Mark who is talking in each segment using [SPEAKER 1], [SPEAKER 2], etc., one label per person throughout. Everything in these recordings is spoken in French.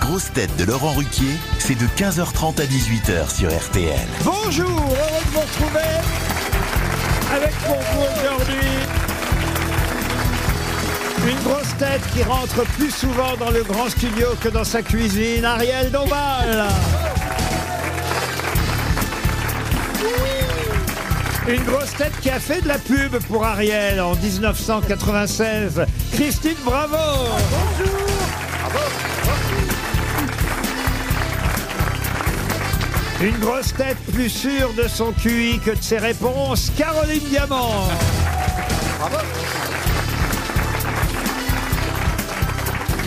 [SPEAKER 1] grosses têtes de Laurent Ruquier, c'est de 15h30 à 18h sur RTL.
[SPEAKER 2] Bonjour, heureux de vous retrouver avec pour vous aujourd'hui une grosse tête qui rentre plus souvent dans le grand studio que dans sa cuisine, Ariel Dombal. Une grosse tête qui a fait de la pub pour Ariel en 1996, Christine Bravo. Une grosse tête plus sûre de son QI que de ses réponses, Caroline Diamant.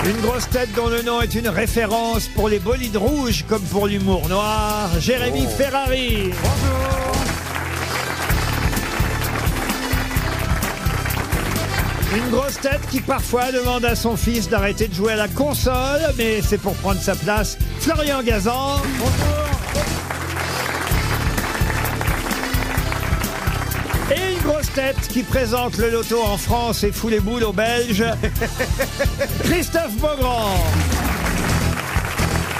[SPEAKER 2] Une grosse tête dont le nom est une référence pour les bolides rouges comme pour l'humour noir, Jérémy Ferrari. Une grosse tête qui parfois demande à son fils d'arrêter de jouer à la console, mais c'est pour prendre sa place, Florian Gazan. Et une grosse tête qui présente le loto en France et fout les boules aux Belges, Christophe Beaugrand.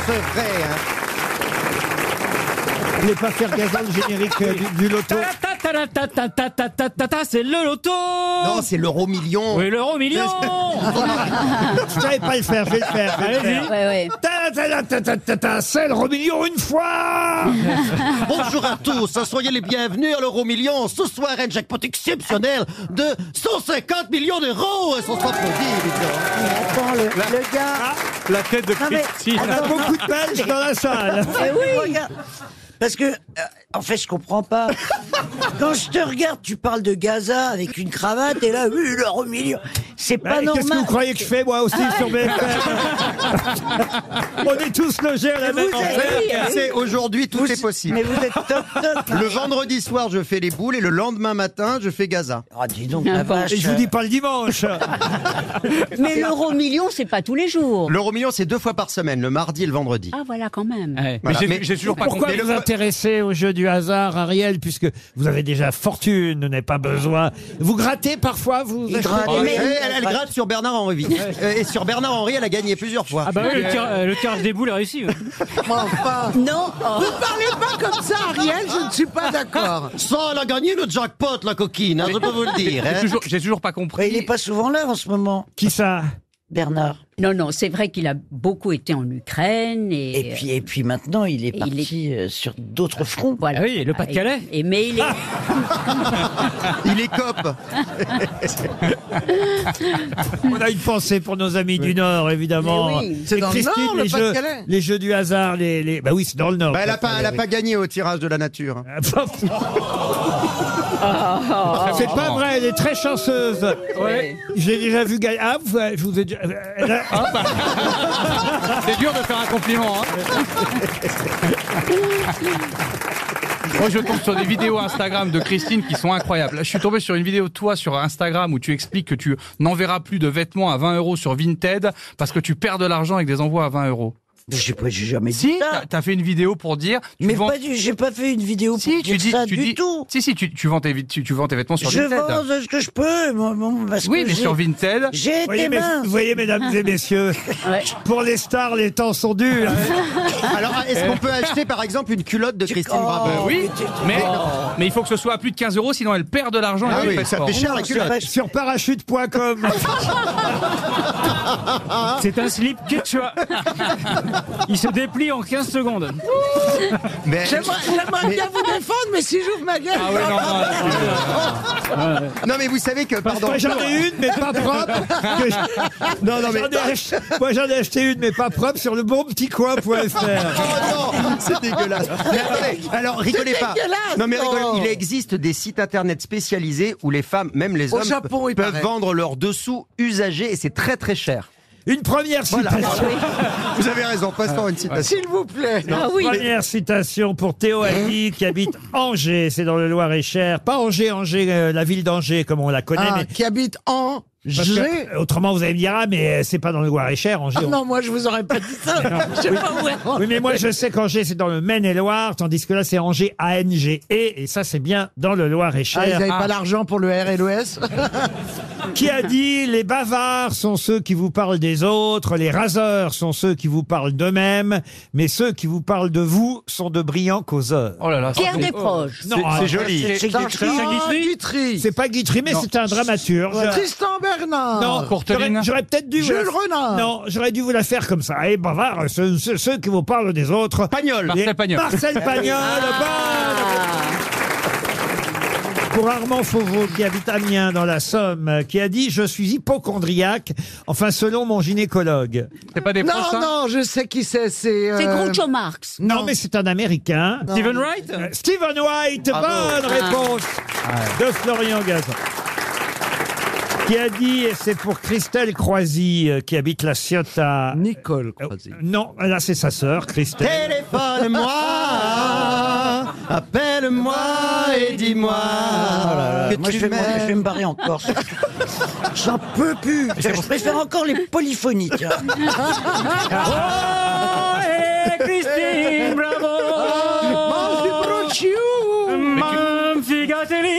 [SPEAKER 3] C'est vrai, hein.
[SPEAKER 2] Vous voulez pas faire Gazan le générique euh, du, du loto
[SPEAKER 4] Ta-ta-ta-ta-ta-ta-ta-ta-ta, C'est le loto
[SPEAKER 3] Non, c'est l'euro million.
[SPEAKER 4] Oui, l'euro million
[SPEAKER 2] Je savais pas le faire, je vais le faire. je vais le faire.
[SPEAKER 5] Ouais, ouais.
[SPEAKER 2] Ta- ta- ta- ta- ta- ta- ta- C'est le Romillon une fois
[SPEAKER 3] Bonjour à tous, hein, soyez les bienvenus à l'euro million. Ce soir, un jackpot exceptionnel de 150 millions d'euros. hein, Ils sont applaudis,
[SPEAKER 4] La tête de
[SPEAKER 6] mais-
[SPEAKER 4] Christine
[SPEAKER 2] Ah, On a beaucoup de Belges dans la salle.
[SPEAKER 6] Regarde. Parce que, euh, en fait, je comprends pas. Quand je te regarde, tu parles de Gaza avec une cravate et là, oui, l'heure au milieu. C'est pas
[SPEAKER 2] Eh, Qu'est-ce que vous
[SPEAKER 6] normal. Ah
[SPEAKER 2] croyez que je fais moi aussi sur BFM On est tous logés à la
[SPEAKER 6] vous
[SPEAKER 2] même
[SPEAKER 6] êtes-
[SPEAKER 2] enseigne.
[SPEAKER 3] évidemment. C'est aujourd'hui, tout est possible.
[SPEAKER 6] Mais vous êtes top top.
[SPEAKER 3] Le vendredi soir, je fais les boules et le lendemain matin, je fais Gaza.
[SPEAKER 6] Ah, dis donc, la vache.
[SPEAKER 2] Et je vous dis pas le dimanche.
[SPEAKER 5] Mais l'euro million, c'est pas tous les jours.
[SPEAKER 3] L'euro million, c'est deux fois par semaine, le mardi et le vendredi.
[SPEAKER 5] Ah voilà, quand même.
[SPEAKER 4] Ouais,
[SPEAKER 3] Voilà,
[SPEAKER 4] Mais
[SPEAKER 3] mais-
[SPEAKER 4] j'ai- j'ai toujours pas
[SPEAKER 2] Pourquoi
[SPEAKER 4] compris.
[SPEAKER 3] Mais le-
[SPEAKER 2] vous intéressez au jeu du hasard, Ariel, puisque vous avez déjà fortune, vous n'avez pas besoin. Vous grattez parfois, vous
[SPEAKER 6] Il
[SPEAKER 2] achetez-
[SPEAKER 6] gratte.
[SPEAKER 3] Et
[SPEAKER 6] Mais-
[SPEAKER 3] elle, elle gratte sur Bernard Henry. Euh, Et sur Bernard Henry, elle a gagné plusieurs fois.
[SPEAKER 4] Ah bah oui, le tir- euh, le tirage des boules est réussi. ouais.
[SPEAKER 5] Non, oh,
[SPEAKER 3] Ça, elle a gagné le jackpot, la coquine, hein, je peux vous le dire. hein.
[SPEAKER 4] J'ai toujours- J'ai toujours pas
[SPEAKER 6] Mais il
[SPEAKER 4] compris.
[SPEAKER 6] est pas souvent là en ce moment,
[SPEAKER 2] Qui ça
[SPEAKER 6] Bernard.
[SPEAKER 5] non, non, c'est vrai qu'il a beaucoup été en Ukraine et,
[SPEAKER 6] Et puis, et puis maintenant, il est
[SPEAKER 5] il
[SPEAKER 6] parti euh, sur d'autres fronts.
[SPEAKER 5] voilà.
[SPEAKER 4] Ah oui, le Pas-de-Calais.
[SPEAKER 5] Et, et- mais il est,
[SPEAKER 3] Il est cop.
[SPEAKER 2] On a une pensée pour nos amis du Nord, évidemment.
[SPEAKER 5] Mais oui.
[SPEAKER 2] C'est
[SPEAKER 3] dans le Nord, le
[SPEAKER 2] les jeux,
[SPEAKER 3] Pas-de-Calais.
[SPEAKER 2] les jeux du hasard, les, les... Bah oui, c'est dans le Nord.
[SPEAKER 3] Bah, elle a pas, elle a pas gagné au tirage de la nature.
[SPEAKER 4] Ah, bah,
[SPEAKER 2] C'est pas
[SPEAKER 3] Oh.
[SPEAKER 2] vrai, elle est très chanceuse. J'ai déjà vu gagner. Ah, vous- je vous ai déjà- elle a-
[SPEAKER 4] C'est dur de faire un compliment. hein. Moi, je tombe sur des vidéos Instagram de Christine qui sont incroyables. Là, Je suis tombé sur une vidéo de toi sur Instagram où tu expliques que tu n'enverras plus de vêtements à 20 euros sur Vinted parce que tu perds de l'argent avec des envois à 20 euros.
[SPEAKER 6] Mais J'ai pas- j'ai jamais dit
[SPEAKER 4] Si,
[SPEAKER 6] ça.
[SPEAKER 4] t'as- t'as fait une vidéo pour dire. tu
[SPEAKER 6] Mais
[SPEAKER 4] vends-
[SPEAKER 6] pas du- j'ai pas fait une vidéo pour
[SPEAKER 4] Si,
[SPEAKER 6] dire
[SPEAKER 4] tu dis,
[SPEAKER 6] ça
[SPEAKER 4] tu
[SPEAKER 6] du
[SPEAKER 4] dis-
[SPEAKER 6] tout.
[SPEAKER 4] Si, si, tu, tu vends tes, vi- tu, tu vends tes vêtements sur
[SPEAKER 6] Je
[SPEAKER 4] Vinted.
[SPEAKER 6] vends euh, ce que je peux. mon- mon- parce
[SPEAKER 4] oui,
[SPEAKER 6] que
[SPEAKER 4] mais
[SPEAKER 6] j'ai-
[SPEAKER 4] sur Vinted.
[SPEAKER 6] J'ai
[SPEAKER 2] Vous voyez,
[SPEAKER 6] été
[SPEAKER 2] mes-
[SPEAKER 6] mince.
[SPEAKER 2] vous voyez, mesdames et messieurs,
[SPEAKER 5] ouais.
[SPEAKER 2] pour les stars, les temps sont durs.
[SPEAKER 3] Alors, est-ce qu'on peut acheter par exemple une culotte de Christine
[SPEAKER 6] Oh.
[SPEAKER 3] Bravo
[SPEAKER 4] Oui,
[SPEAKER 6] mais tu-
[SPEAKER 4] mais, mais il faut que ce soit à plus de 15 euros, sinon elle perd de l'argent.
[SPEAKER 3] Ah
[SPEAKER 4] et elle
[SPEAKER 3] oui,
[SPEAKER 4] pèse
[SPEAKER 3] ça
[SPEAKER 4] fort.
[SPEAKER 3] fait cher la
[SPEAKER 6] Non, c'est
[SPEAKER 3] culotte.
[SPEAKER 6] vrai.
[SPEAKER 2] Sur parachute.com.
[SPEAKER 7] C'est un slip quechua. Il se déplie en 15 secondes.
[SPEAKER 3] Mais,
[SPEAKER 6] J'aimerais
[SPEAKER 3] bien
[SPEAKER 6] vous défendre, mais si j'ouvre ma gueule.
[SPEAKER 4] Ah ouais, non, non,
[SPEAKER 3] non, mais vous savez que, pardon.
[SPEAKER 2] Moi, j'en ai une, mais pas propre. que je-
[SPEAKER 3] Non, non, mais-
[SPEAKER 2] J'en ai ach- Moi, j'en ai acheté une, mais pas propre sur le bon petit
[SPEAKER 3] Oh
[SPEAKER 2] coin.fr.
[SPEAKER 3] non, c'est dégueulasse. Mais attendez, alors rigolez pas.
[SPEAKER 6] dégueulasse.
[SPEAKER 3] Non mais rigolez,
[SPEAKER 6] Oh.
[SPEAKER 3] il existe des sites internet spécialisés où les femmes, même les hommes,
[SPEAKER 6] Japon, il
[SPEAKER 3] peuvent
[SPEAKER 6] paraît.
[SPEAKER 3] vendre leurs dessous usagés et c'est très très cher.
[SPEAKER 2] Une première citation.
[SPEAKER 3] Vous avez raison, passons à une citation.
[SPEAKER 6] S'il vous plaît.
[SPEAKER 5] Ah oui,
[SPEAKER 2] Première citation pour Théo Alli qui habite Angers, c'est dans le Loir-et-Cher. Pas Angers, Angers, euh, la ville d'Angers comme on la connaît, mais
[SPEAKER 3] qui habite en
[SPEAKER 2] Parce que,
[SPEAKER 6] J'ai.
[SPEAKER 2] euh, autrement, vous allez me dire, ah, mais euh, c'est pas dans le Loir-et-Cher, Angers.
[SPEAKER 6] Ah
[SPEAKER 2] on-
[SPEAKER 6] non, moi je vous aurais pas dit ça. Je sais pas où être.
[SPEAKER 2] Oui, mais moi, je sais qu'Angers, c'est dans le Maine-et-Loire, tandis que là, c'est Angers, A-N-G-E, E, et ça, c'est bien dans le
[SPEAKER 8] Ah, ils
[SPEAKER 2] Loir-et-Cher.
[SPEAKER 8] n'avaient pas l'argent pour le RLOS
[SPEAKER 2] Qui a dit les bavards sont ceux qui vous parlent des autres, les raseurs sont ceux qui vous parlent d'eux-mêmes, mais ceux qui vous parlent de vous sont de brillants causeurs.
[SPEAKER 4] Oh là là. ça-
[SPEAKER 5] Pierre Desproges.
[SPEAKER 2] Non, alors,
[SPEAKER 7] C'est- c'est Guitry.
[SPEAKER 8] Tristan
[SPEAKER 7] C'est Guitry
[SPEAKER 8] Guitry.
[SPEAKER 2] c'est pas Guitry, mais
[SPEAKER 4] Non.
[SPEAKER 2] c'est un dramaturge.
[SPEAKER 8] Tristan Bernard.
[SPEAKER 2] Non,
[SPEAKER 4] Courteline.
[SPEAKER 2] Ah. j'aurais- j'aurais peut-être dû. vous
[SPEAKER 8] Jules
[SPEAKER 2] la-
[SPEAKER 8] Renard.
[SPEAKER 2] Non, j'aurais dû vous la faire comme ça. Et bavard, ceux, ceux- ceux qui vous parlent des autres.
[SPEAKER 9] Pagnol.
[SPEAKER 4] Marcel
[SPEAKER 2] Les-
[SPEAKER 4] Pagnol. Ah.
[SPEAKER 2] Marcel Pagnol, bonne- Pour Armand Fauveau, qui habite Amiens dans la Somme, euh, qui a dit Je suis hypochondriaque, enfin selon mon gynécologue.
[SPEAKER 4] C'est pas des proches, ça
[SPEAKER 8] Non, non, je sais qui c'est. C'est
[SPEAKER 5] C'est
[SPEAKER 8] euh,
[SPEAKER 5] Groucho Marx.
[SPEAKER 2] Non, mais c'est un Américain.
[SPEAKER 7] Steven Wright
[SPEAKER 2] Euh, Stephen White, bonne réponse de Florian Gazan. Qui a dit, et c'est pour Christelle Croisy, euh, qui habite la Ciotat.
[SPEAKER 8] Nicole
[SPEAKER 2] Euh,
[SPEAKER 8] Croisy.
[SPEAKER 2] Non, là c'est sa sœur, Christelle.
[SPEAKER 9] Téléphone-moi, appelle-moi et dis-moi
[SPEAKER 2] Oh
[SPEAKER 9] que
[SPEAKER 6] Moi, je
[SPEAKER 9] tu
[SPEAKER 6] vais, moi, je vais
[SPEAKER 9] m'aimes.
[SPEAKER 6] me barrer en Corse. J'en peux plus. Je préfère encore les polyphonies. tiens.
[SPEAKER 7] Oh,
[SPEAKER 2] Eh,
[SPEAKER 7] hey, Christine, bravo Mam Figatelli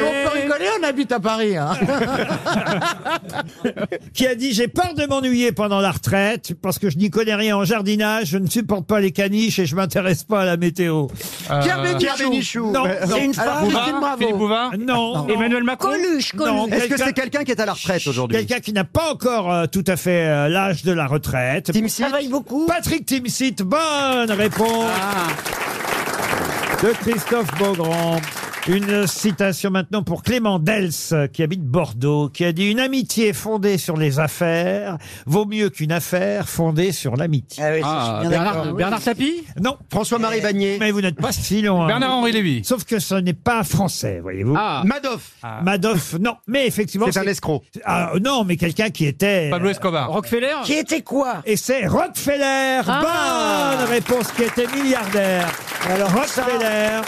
[SPEAKER 8] On peut rigoler, on habite à Paris. Hein.
[SPEAKER 2] Qui a dit, j'ai peur de m'ennuyer pendant la retraite, parce que je n'y connais rien en jardinage, je ne supporte pas les caniches et je m'intéresse pas à la météo.
[SPEAKER 8] Pierre
[SPEAKER 4] Euh,
[SPEAKER 8] Bénichou.
[SPEAKER 2] Non,
[SPEAKER 6] C'est une femme.
[SPEAKER 4] Bouvard,
[SPEAKER 6] Christine Bravo.
[SPEAKER 4] Philippe Bouvard
[SPEAKER 2] Ah, non, non,
[SPEAKER 7] Emmanuel Macron
[SPEAKER 5] Coluche,
[SPEAKER 2] non,
[SPEAKER 5] Coluche.
[SPEAKER 9] Est-ce que
[SPEAKER 2] quelqu'un-
[SPEAKER 9] c'est quelqu'un qui est à la retraite aujourd'hui
[SPEAKER 2] Quelqu'un qui n'a pas encore euh, tout à fait euh, l'âge de la retraite.
[SPEAKER 9] Tim
[SPEAKER 6] Elle travaille beaucoup.
[SPEAKER 2] Patrick Timsit, bonne réponse
[SPEAKER 7] Ah.
[SPEAKER 2] de Christophe Beaugrand. Une citation maintenant pour Clément Dels, qui habite Bordeaux, qui a dit Une amitié fondée sur les affaires vaut mieux qu'une affaire fondée sur l'amitié.
[SPEAKER 6] Ah oui,
[SPEAKER 4] Ah,
[SPEAKER 6] ça, je suis bien d'accord.
[SPEAKER 7] Bernard, Bernard Tapie
[SPEAKER 2] Non,
[SPEAKER 9] François-Marie Bagné.
[SPEAKER 2] mais vous n'êtes pas si loin.
[SPEAKER 4] Bernard-Henri Lévy.
[SPEAKER 2] Sauf que ce n'est pas français, voyez-vous.
[SPEAKER 7] Ah,
[SPEAKER 9] Madoff,
[SPEAKER 2] Madoff, non, mais effectivement.
[SPEAKER 9] c'est un escroc.
[SPEAKER 2] Ah, non, mais quelqu'un qui était. euh,
[SPEAKER 4] Pablo Escobar.
[SPEAKER 7] Rockefeller
[SPEAKER 6] Qui était quoi
[SPEAKER 2] Et c'est Rockefeller.
[SPEAKER 5] Ah.
[SPEAKER 2] Bonne réponse qui était milliardaire. Alors Rockefeller.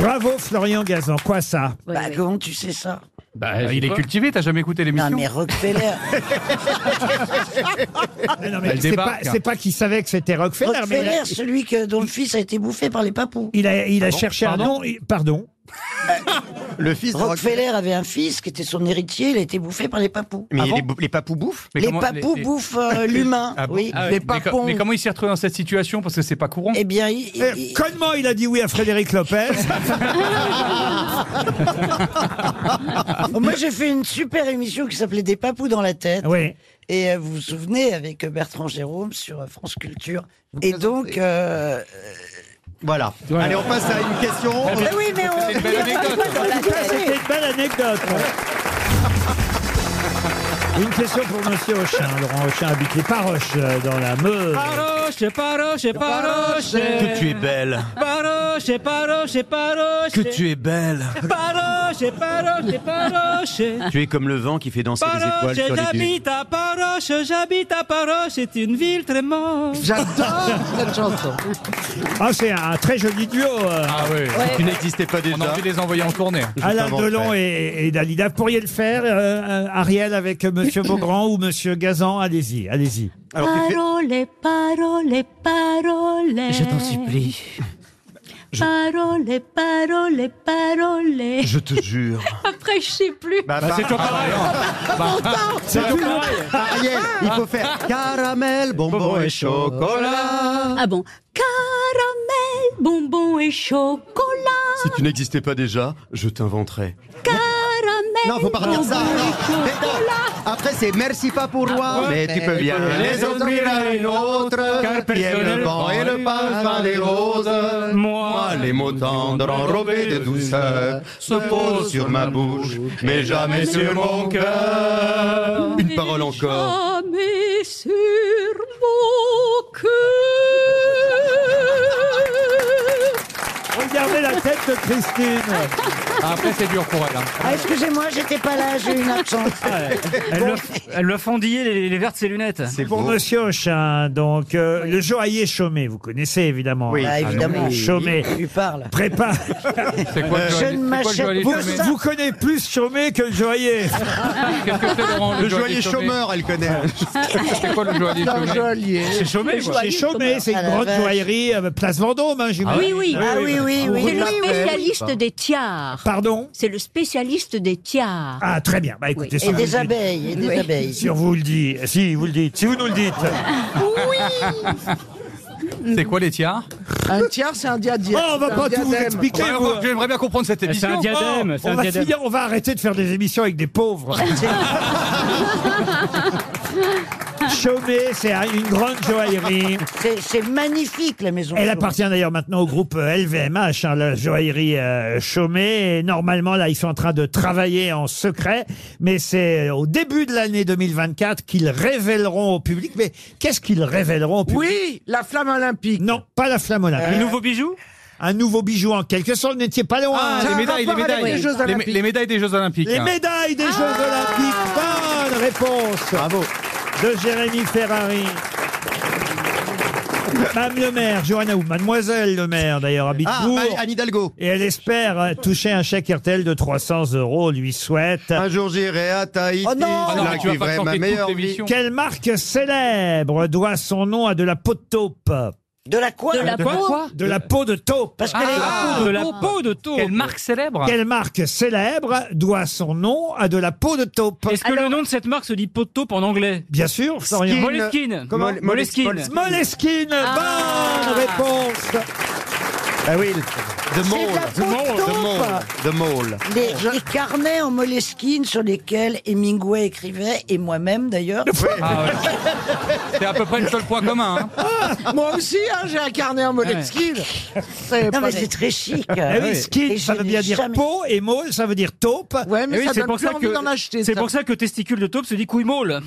[SPEAKER 2] Bravo Florian Gazan. Quoi ça
[SPEAKER 5] Ouais,
[SPEAKER 6] Bah,
[SPEAKER 5] ouais.
[SPEAKER 6] comment tu sais ça
[SPEAKER 4] Bah, il est cultivé, t'as jamais écouté
[SPEAKER 6] Non,
[SPEAKER 4] l'émission
[SPEAKER 6] mais Rockefeller.
[SPEAKER 2] Ah non, mais
[SPEAKER 4] Elle
[SPEAKER 2] C'est pas,
[SPEAKER 4] débarque.
[SPEAKER 2] c'est pas qu'il savait que c'était Rockefeller, mais il a,
[SPEAKER 6] Rockefeller, celui que, dont le fils a été bouffé par les papous.
[SPEAKER 2] il a-
[SPEAKER 4] Ah
[SPEAKER 2] il a cherché un nom. il- Pardon.
[SPEAKER 9] Ah le fils de Rockefeller.
[SPEAKER 6] Rockefeller avait un fils qui était son héritier, il a été bouffé par les papous.
[SPEAKER 9] Mais
[SPEAKER 4] Ah bon
[SPEAKER 9] les, bou- les papous bouffent
[SPEAKER 4] Mais
[SPEAKER 6] les
[SPEAKER 4] comment-
[SPEAKER 6] papous
[SPEAKER 4] les- les-
[SPEAKER 6] bouffent euh, l'humain,
[SPEAKER 4] Ah bon
[SPEAKER 6] oui.
[SPEAKER 4] Ah ouais,
[SPEAKER 8] Les
[SPEAKER 4] mais co-
[SPEAKER 8] papons.
[SPEAKER 4] Mais comment il s'est retrouvé dans cette situation Parce que c'est pas courant.
[SPEAKER 6] Eh bien, il- il-
[SPEAKER 2] Eh, Connement, il a dit oui à Frédéric Lopez.
[SPEAKER 6] moi j'ai fait une super émission qui s'appelait Des papous dans la tête.
[SPEAKER 2] oui.
[SPEAKER 6] Et euh, vous vous souvenez avec Bertrand Jérôme sur euh, France Culture. Et donc, euh,
[SPEAKER 9] Voilà. Allez, on passe à une question.
[SPEAKER 2] Eh
[SPEAKER 6] ah oui, mais on-
[SPEAKER 4] une belle anecdote.
[SPEAKER 2] En tout cas, c'était une belle anecdote. Une question pour Monsieur Auchin. Laurent Auchin habite les Paroches euh, dans la Meuse.
[SPEAKER 7] Ah Paroche, paroche, paroche
[SPEAKER 9] es belle.
[SPEAKER 7] Paroche, paroche, paroche
[SPEAKER 9] es belle.
[SPEAKER 7] Paroche, paroche, paroche
[SPEAKER 9] Tu es comme le vent qui fait danser
[SPEAKER 7] Paroche, j'habite à Paroche, j'habite à Paroche, c'est une ville très morte.
[SPEAKER 8] J'adore cette chanson.
[SPEAKER 2] Ah, c'est un très joli duo. euh.
[SPEAKER 4] Ah oui.
[SPEAKER 9] Tu n'existais pas
[SPEAKER 4] On a
[SPEAKER 9] déjà.
[SPEAKER 4] envie de les envoyer en tournée.
[SPEAKER 2] Alain
[SPEAKER 9] avant de
[SPEAKER 2] Delon
[SPEAKER 9] faire.
[SPEAKER 2] et, et Dalida, vous pourriez le faire, euh, euh, Ariel avec Monsieur Beaugrand ou Monsieur Gazan, allez-y, allez-y.
[SPEAKER 9] Alors, tu fais-
[SPEAKER 5] Parole, parole, parole. Je t'en supplie. Parole, parole, parole.
[SPEAKER 9] Je te jure.
[SPEAKER 5] Après, je sais plus.
[SPEAKER 9] Bah,
[SPEAKER 7] C'est
[SPEAKER 9] bah,
[SPEAKER 7] toi pareil.
[SPEAKER 9] c'est tout. Ariel, il faut faire caramel, bonbon et chocolat.
[SPEAKER 5] Ah bon Caramel, bonbon et chocolat.
[SPEAKER 9] Si tu n'existais pas déjà, je t'inventerais.
[SPEAKER 5] Caramel.
[SPEAKER 9] Non, faut pas redire ça.
[SPEAKER 5] bonbon
[SPEAKER 9] non.
[SPEAKER 5] et
[SPEAKER 9] Mais non.
[SPEAKER 5] chocolat.
[SPEAKER 9] Après, c'est merci pas pour moi. mais tu peux bien Ah, les offrir et l'autre.
[SPEAKER 7] Car
[SPEAKER 9] Qui aime
[SPEAKER 7] personne
[SPEAKER 9] le vent et le parfum des roses. Moi, Ah, les mots tendres enrobés de douceur se posent sur ma bouche, mais jamais sur mon
[SPEAKER 3] Euh,
[SPEAKER 9] cœur. Une parole encore.
[SPEAKER 5] Jamais sur mon cœur.
[SPEAKER 2] Regardez la tête de Christine
[SPEAKER 4] Ah, Après, c'est dur pour elle. hein.
[SPEAKER 6] Ah, excusez-moi, j'étais pas là, j'ai une absence.
[SPEAKER 7] Elle, le, elle le fendillait les, les verres de ses lunettes.
[SPEAKER 9] C'est
[SPEAKER 2] Pour
[SPEAKER 9] beau.
[SPEAKER 2] Monsieur Auchin, donc, euh, le joaillier Chaumet, vous connaissez évidemment.
[SPEAKER 9] Oui.
[SPEAKER 6] Ah, évidemment.
[SPEAKER 2] Chaumet.
[SPEAKER 6] Tu parles.
[SPEAKER 2] Prépare.
[SPEAKER 4] C'est quoi le joaillier-
[SPEAKER 6] Je ne
[SPEAKER 4] c'est quoi le
[SPEAKER 6] m'achète
[SPEAKER 4] joaillier
[SPEAKER 6] pas
[SPEAKER 4] chômé
[SPEAKER 6] ça.
[SPEAKER 2] Vous connaissez plus Chaumet que le joaillier.
[SPEAKER 4] Qu'est-ce que c'est, Laurent,
[SPEAKER 9] Le joaillier
[SPEAKER 4] chômé
[SPEAKER 9] chômeur, elle connaît.
[SPEAKER 4] C'est quoi le joaillier
[SPEAKER 8] Un
[SPEAKER 4] chômé
[SPEAKER 8] geôlier.
[SPEAKER 7] C'est chômé, quoi.
[SPEAKER 2] Chez Chaumet, c'est une
[SPEAKER 6] Ah, la
[SPEAKER 2] grande
[SPEAKER 6] vache.
[SPEAKER 2] joaillerie, euh, place Vendôme, hein, j'imagine.
[SPEAKER 5] Oui, oui.
[SPEAKER 6] Ah oui, oui, oui.
[SPEAKER 5] C'est le
[SPEAKER 6] oui.
[SPEAKER 5] spécialiste des tiares.
[SPEAKER 2] Pardon
[SPEAKER 5] C'est le spécialiste des tiares.
[SPEAKER 2] Ah, très bien. Bah écoutez,
[SPEAKER 5] Oui.
[SPEAKER 2] si
[SPEAKER 6] Et
[SPEAKER 2] vous
[SPEAKER 6] des
[SPEAKER 2] le dites-
[SPEAKER 6] abeilles, et des abeilles.
[SPEAKER 2] Si on vous le dit, si vous le dites, si vous nous le dites.
[SPEAKER 4] C'est quoi les tiares
[SPEAKER 8] Un tiers, c'est un diadème.
[SPEAKER 2] Oh, on va
[SPEAKER 8] C'est un
[SPEAKER 2] pas tout vous
[SPEAKER 8] diadème.
[SPEAKER 2] expliquer.
[SPEAKER 4] Ouais,
[SPEAKER 2] vous.
[SPEAKER 4] moi, J'aimerais bien comprendre cette
[SPEAKER 7] C'est
[SPEAKER 4] émission.
[SPEAKER 7] un diadème.
[SPEAKER 2] Oh,
[SPEAKER 7] c'est
[SPEAKER 2] on,
[SPEAKER 7] un
[SPEAKER 2] va
[SPEAKER 7] diadème.
[SPEAKER 2] finir- on va arrêter de faire des émissions avec des pauvres. Chaumet, c'est un- une grande joaillerie.
[SPEAKER 6] C'est- C'est magnifique, la maison.
[SPEAKER 2] Elle
[SPEAKER 6] Chaumet.
[SPEAKER 2] appartient d'ailleurs maintenant au groupe euh, LVMH, hein, la joaillerie euh, Chaumet. Et normalement, là, ils sont en train de travailler en secret, mais c'est euh, au début de l'année 2024 qu'ils révéleront au public. Mais qu'est-ce qu'ils révéleront au public
[SPEAKER 8] Oui, la flamme olympique.
[SPEAKER 2] Non, pas la flamme
[SPEAKER 4] Euh,
[SPEAKER 2] olympique.
[SPEAKER 7] Un nouveau bijou
[SPEAKER 2] Un nouveau bijou en quelque sorte, vous n'étiez pas loin.
[SPEAKER 4] Ah,
[SPEAKER 8] Ça a
[SPEAKER 4] les
[SPEAKER 8] un
[SPEAKER 4] médailles, les
[SPEAKER 8] rapport avec
[SPEAKER 4] médailles.
[SPEAKER 8] les Jeux
[SPEAKER 4] Les mé-
[SPEAKER 8] Olympiques.
[SPEAKER 4] les médailles des Jeux Olympiques.
[SPEAKER 2] Les
[SPEAKER 4] hein.
[SPEAKER 2] médailles
[SPEAKER 7] Ah.
[SPEAKER 2] des Jeux Olympiques. Bonne réponse
[SPEAKER 9] Bravo.
[SPEAKER 2] de Jérémy Ferrari. Madame le maire, Johanna ou Mademoiselle le maire d'ailleurs, habite
[SPEAKER 9] Ah,
[SPEAKER 2] Bourg.
[SPEAKER 9] Marie- Anne Hidalgo.
[SPEAKER 2] Et elle espère euh, toucher un chèque RTL de 300 euros, lui souhaite.
[SPEAKER 9] Un jour j'irai à Tahiti.
[SPEAKER 6] Oh
[SPEAKER 9] c'est
[SPEAKER 6] non
[SPEAKER 4] Ah non,
[SPEAKER 9] là
[SPEAKER 4] mais
[SPEAKER 9] que
[SPEAKER 4] tu vas pas
[SPEAKER 9] vivrai
[SPEAKER 4] chanter
[SPEAKER 9] ma
[SPEAKER 4] toute
[SPEAKER 9] meilleure vie.
[SPEAKER 4] l'émission.
[SPEAKER 2] Quelle marque célèbre doit son nom à de la peau de taupe
[SPEAKER 6] De la quoi
[SPEAKER 5] De la peau.
[SPEAKER 2] De la peau de taupe.
[SPEAKER 6] Parce qu'elle
[SPEAKER 7] Ah,
[SPEAKER 6] est.
[SPEAKER 7] de la peau de taupe. Quelle marque célèbre
[SPEAKER 2] Oh, Quelle marque célèbre doit son nom à de la peau de taupe
[SPEAKER 7] Est-ce que le nom de cette marque se dit peau de taupe en anglais
[SPEAKER 2] Bien sûr, Florian.
[SPEAKER 7] Moleskine.
[SPEAKER 9] Comment
[SPEAKER 7] Moleskine.
[SPEAKER 9] Moleskine.
[SPEAKER 2] Moleskine, bonne réponse
[SPEAKER 9] Ah oui. The
[SPEAKER 6] C'est de la peau de
[SPEAKER 9] Mole. The Mole.
[SPEAKER 6] taupe.
[SPEAKER 9] The Mole.
[SPEAKER 6] Des, des carnets en moleskine sur lesquels Hemingway écrivait, et moi-même d'ailleurs.
[SPEAKER 4] Ah, ouais. C'est à peu près le seul point commun. hein.
[SPEAKER 8] Moi aussi, hein, j'ai un carnet en moleskine. C'est
[SPEAKER 6] Non,
[SPEAKER 8] pas
[SPEAKER 6] mais
[SPEAKER 8] des-
[SPEAKER 6] c'est très chic.
[SPEAKER 2] Eh oui,
[SPEAKER 6] Et
[SPEAKER 2] skin,
[SPEAKER 6] je
[SPEAKER 2] ça veut
[SPEAKER 6] n'ai
[SPEAKER 2] bien dire
[SPEAKER 6] jamais-
[SPEAKER 2] peau, et mole, ça veut dire taupe.
[SPEAKER 8] Ouais,
[SPEAKER 7] Eh
[SPEAKER 8] mais
[SPEAKER 7] oui,
[SPEAKER 8] ça
[SPEAKER 7] c'est
[SPEAKER 8] donne
[SPEAKER 7] pour
[SPEAKER 8] plus
[SPEAKER 7] ça
[SPEAKER 8] envie
[SPEAKER 7] que
[SPEAKER 8] d'en acheter.
[SPEAKER 7] c'est pour ça que testicule de taupe se dit couille molle.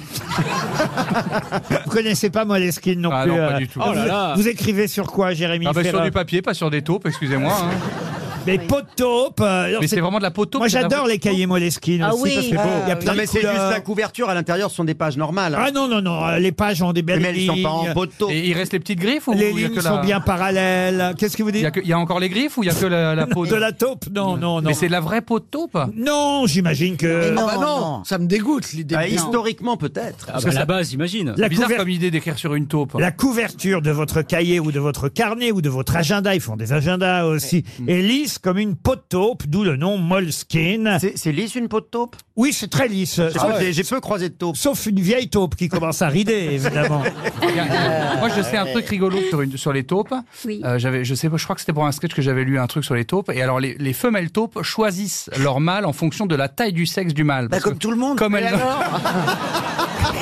[SPEAKER 2] Vous connaissez pas Moleskine non
[SPEAKER 4] Ah
[SPEAKER 2] plus.
[SPEAKER 4] non, pas
[SPEAKER 2] euh,
[SPEAKER 4] du tout.
[SPEAKER 2] vous-
[SPEAKER 4] Oh
[SPEAKER 7] là là.
[SPEAKER 2] Vous écrivez sur quoi, Jérémy
[SPEAKER 4] Ah, bah, sur
[SPEAKER 2] Ferrat
[SPEAKER 4] du papier, pas sur des taupes, excusez-moi. hein.
[SPEAKER 2] Mais peau de taupe. euh, alors
[SPEAKER 4] Mais
[SPEAKER 2] c'est-
[SPEAKER 4] c'est vraiment de la peau de taupe.
[SPEAKER 2] Moi,
[SPEAKER 4] c'est de la
[SPEAKER 2] j'adore
[SPEAKER 4] peau-
[SPEAKER 2] les cahiers Moleskine
[SPEAKER 5] Ah
[SPEAKER 2] aussi,
[SPEAKER 5] oui.
[SPEAKER 2] parce que il y a
[SPEAKER 6] Ah,
[SPEAKER 2] plein
[SPEAKER 9] Non,
[SPEAKER 2] de
[SPEAKER 9] mais c'est juste
[SPEAKER 2] couleurs.
[SPEAKER 9] la couverture. À l'intérieur, ce sont des pages normales.
[SPEAKER 2] Ah non, non, non, euh, les pages ont des belles
[SPEAKER 9] mais elles sont
[SPEAKER 2] lignes.
[SPEAKER 9] pas en peau de taupe.
[SPEAKER 4] Et il reste les petites griffes ou
[SPEAKER 2] les
[SPEAKER 4] il y a
[SPEAKER 2] lignes
[SPEAKER 4] que la-
[SPEAKER 2] sont bien parallèles. Qu'est-ce que vous
[SPEAKER 4] Il y,
[SPEAKER 2] dites
[SPEAKER 4] a que- il y a encore les griffes ou il y a que la, la peau
[SPEAKER 2] De la taupe Non, non, Euh, non.
[SPEAKER 4] Mais c'est de la vraie peau de taupe
[SPEAKER 2] Non, j'imagine que.
[SPEAKER 8] Ah bah
[SPEAKER 6] Non,
[SPEAKER 8] non,
[SPEAKER 6] non.
[SPEAKER 8] ça me dégoûte l'idée.
[SPEAKER 9] Ah, historiquement, peut-être.
[SPEAKER 4] Ah, bah,
[SPEAKER 7] Parce que la base, j'imagine.
[SPEAKER 2] La
[SPEAKER 4] C'est bizarre
[SPEAKER 2] couver-
[SPEAKER 4] comme idée d'écrire sur une taupe.
[SPEAKER 2] La couverture de votre cahier ou de votre carnet ou de votre agenda, ils font des agendas aussi, est lisse comme une peau de taupe, d'où le nom Moleskine.
[SPEAKER 9] C'est c'est lisse une peau de taupe
[SPEAKER 2] Oui, c'est très lisse.
[SPEAKER 9] J'ai
[SPEAKER 2] Sauf-
[SPEAKER 9] peu- j'ai- J'ai peu croisé de taupe.
[SPEAKER 2] Sauf une vieille taupe qui commence à rider, évidemment.
[SPEAKER 4] Moi, je sais un truc rigolo sur, une- sur les taupes.
[SPEAKER 5] Oui.
[SPEAKER 4] Euh, j'avais, je sais pas, je crois que c'était pour un sketch que j'avais lu un truc sur les taupes. Et alors, les, les femelles taupes choisissent leur mâle en fonction de la taille du sexe du mâle.
[SPEAKER 6] Bah,
[SPEAKER 4] Parce
[SPEAKER 6] comme
[SPEAKER 4] que-
[SPEAKER 6] tout le monde.
[SPEAKER 4] comme
[SPEAKER 8] Et
[SPEAKER 4] elles,
[SPEAKER 8] alors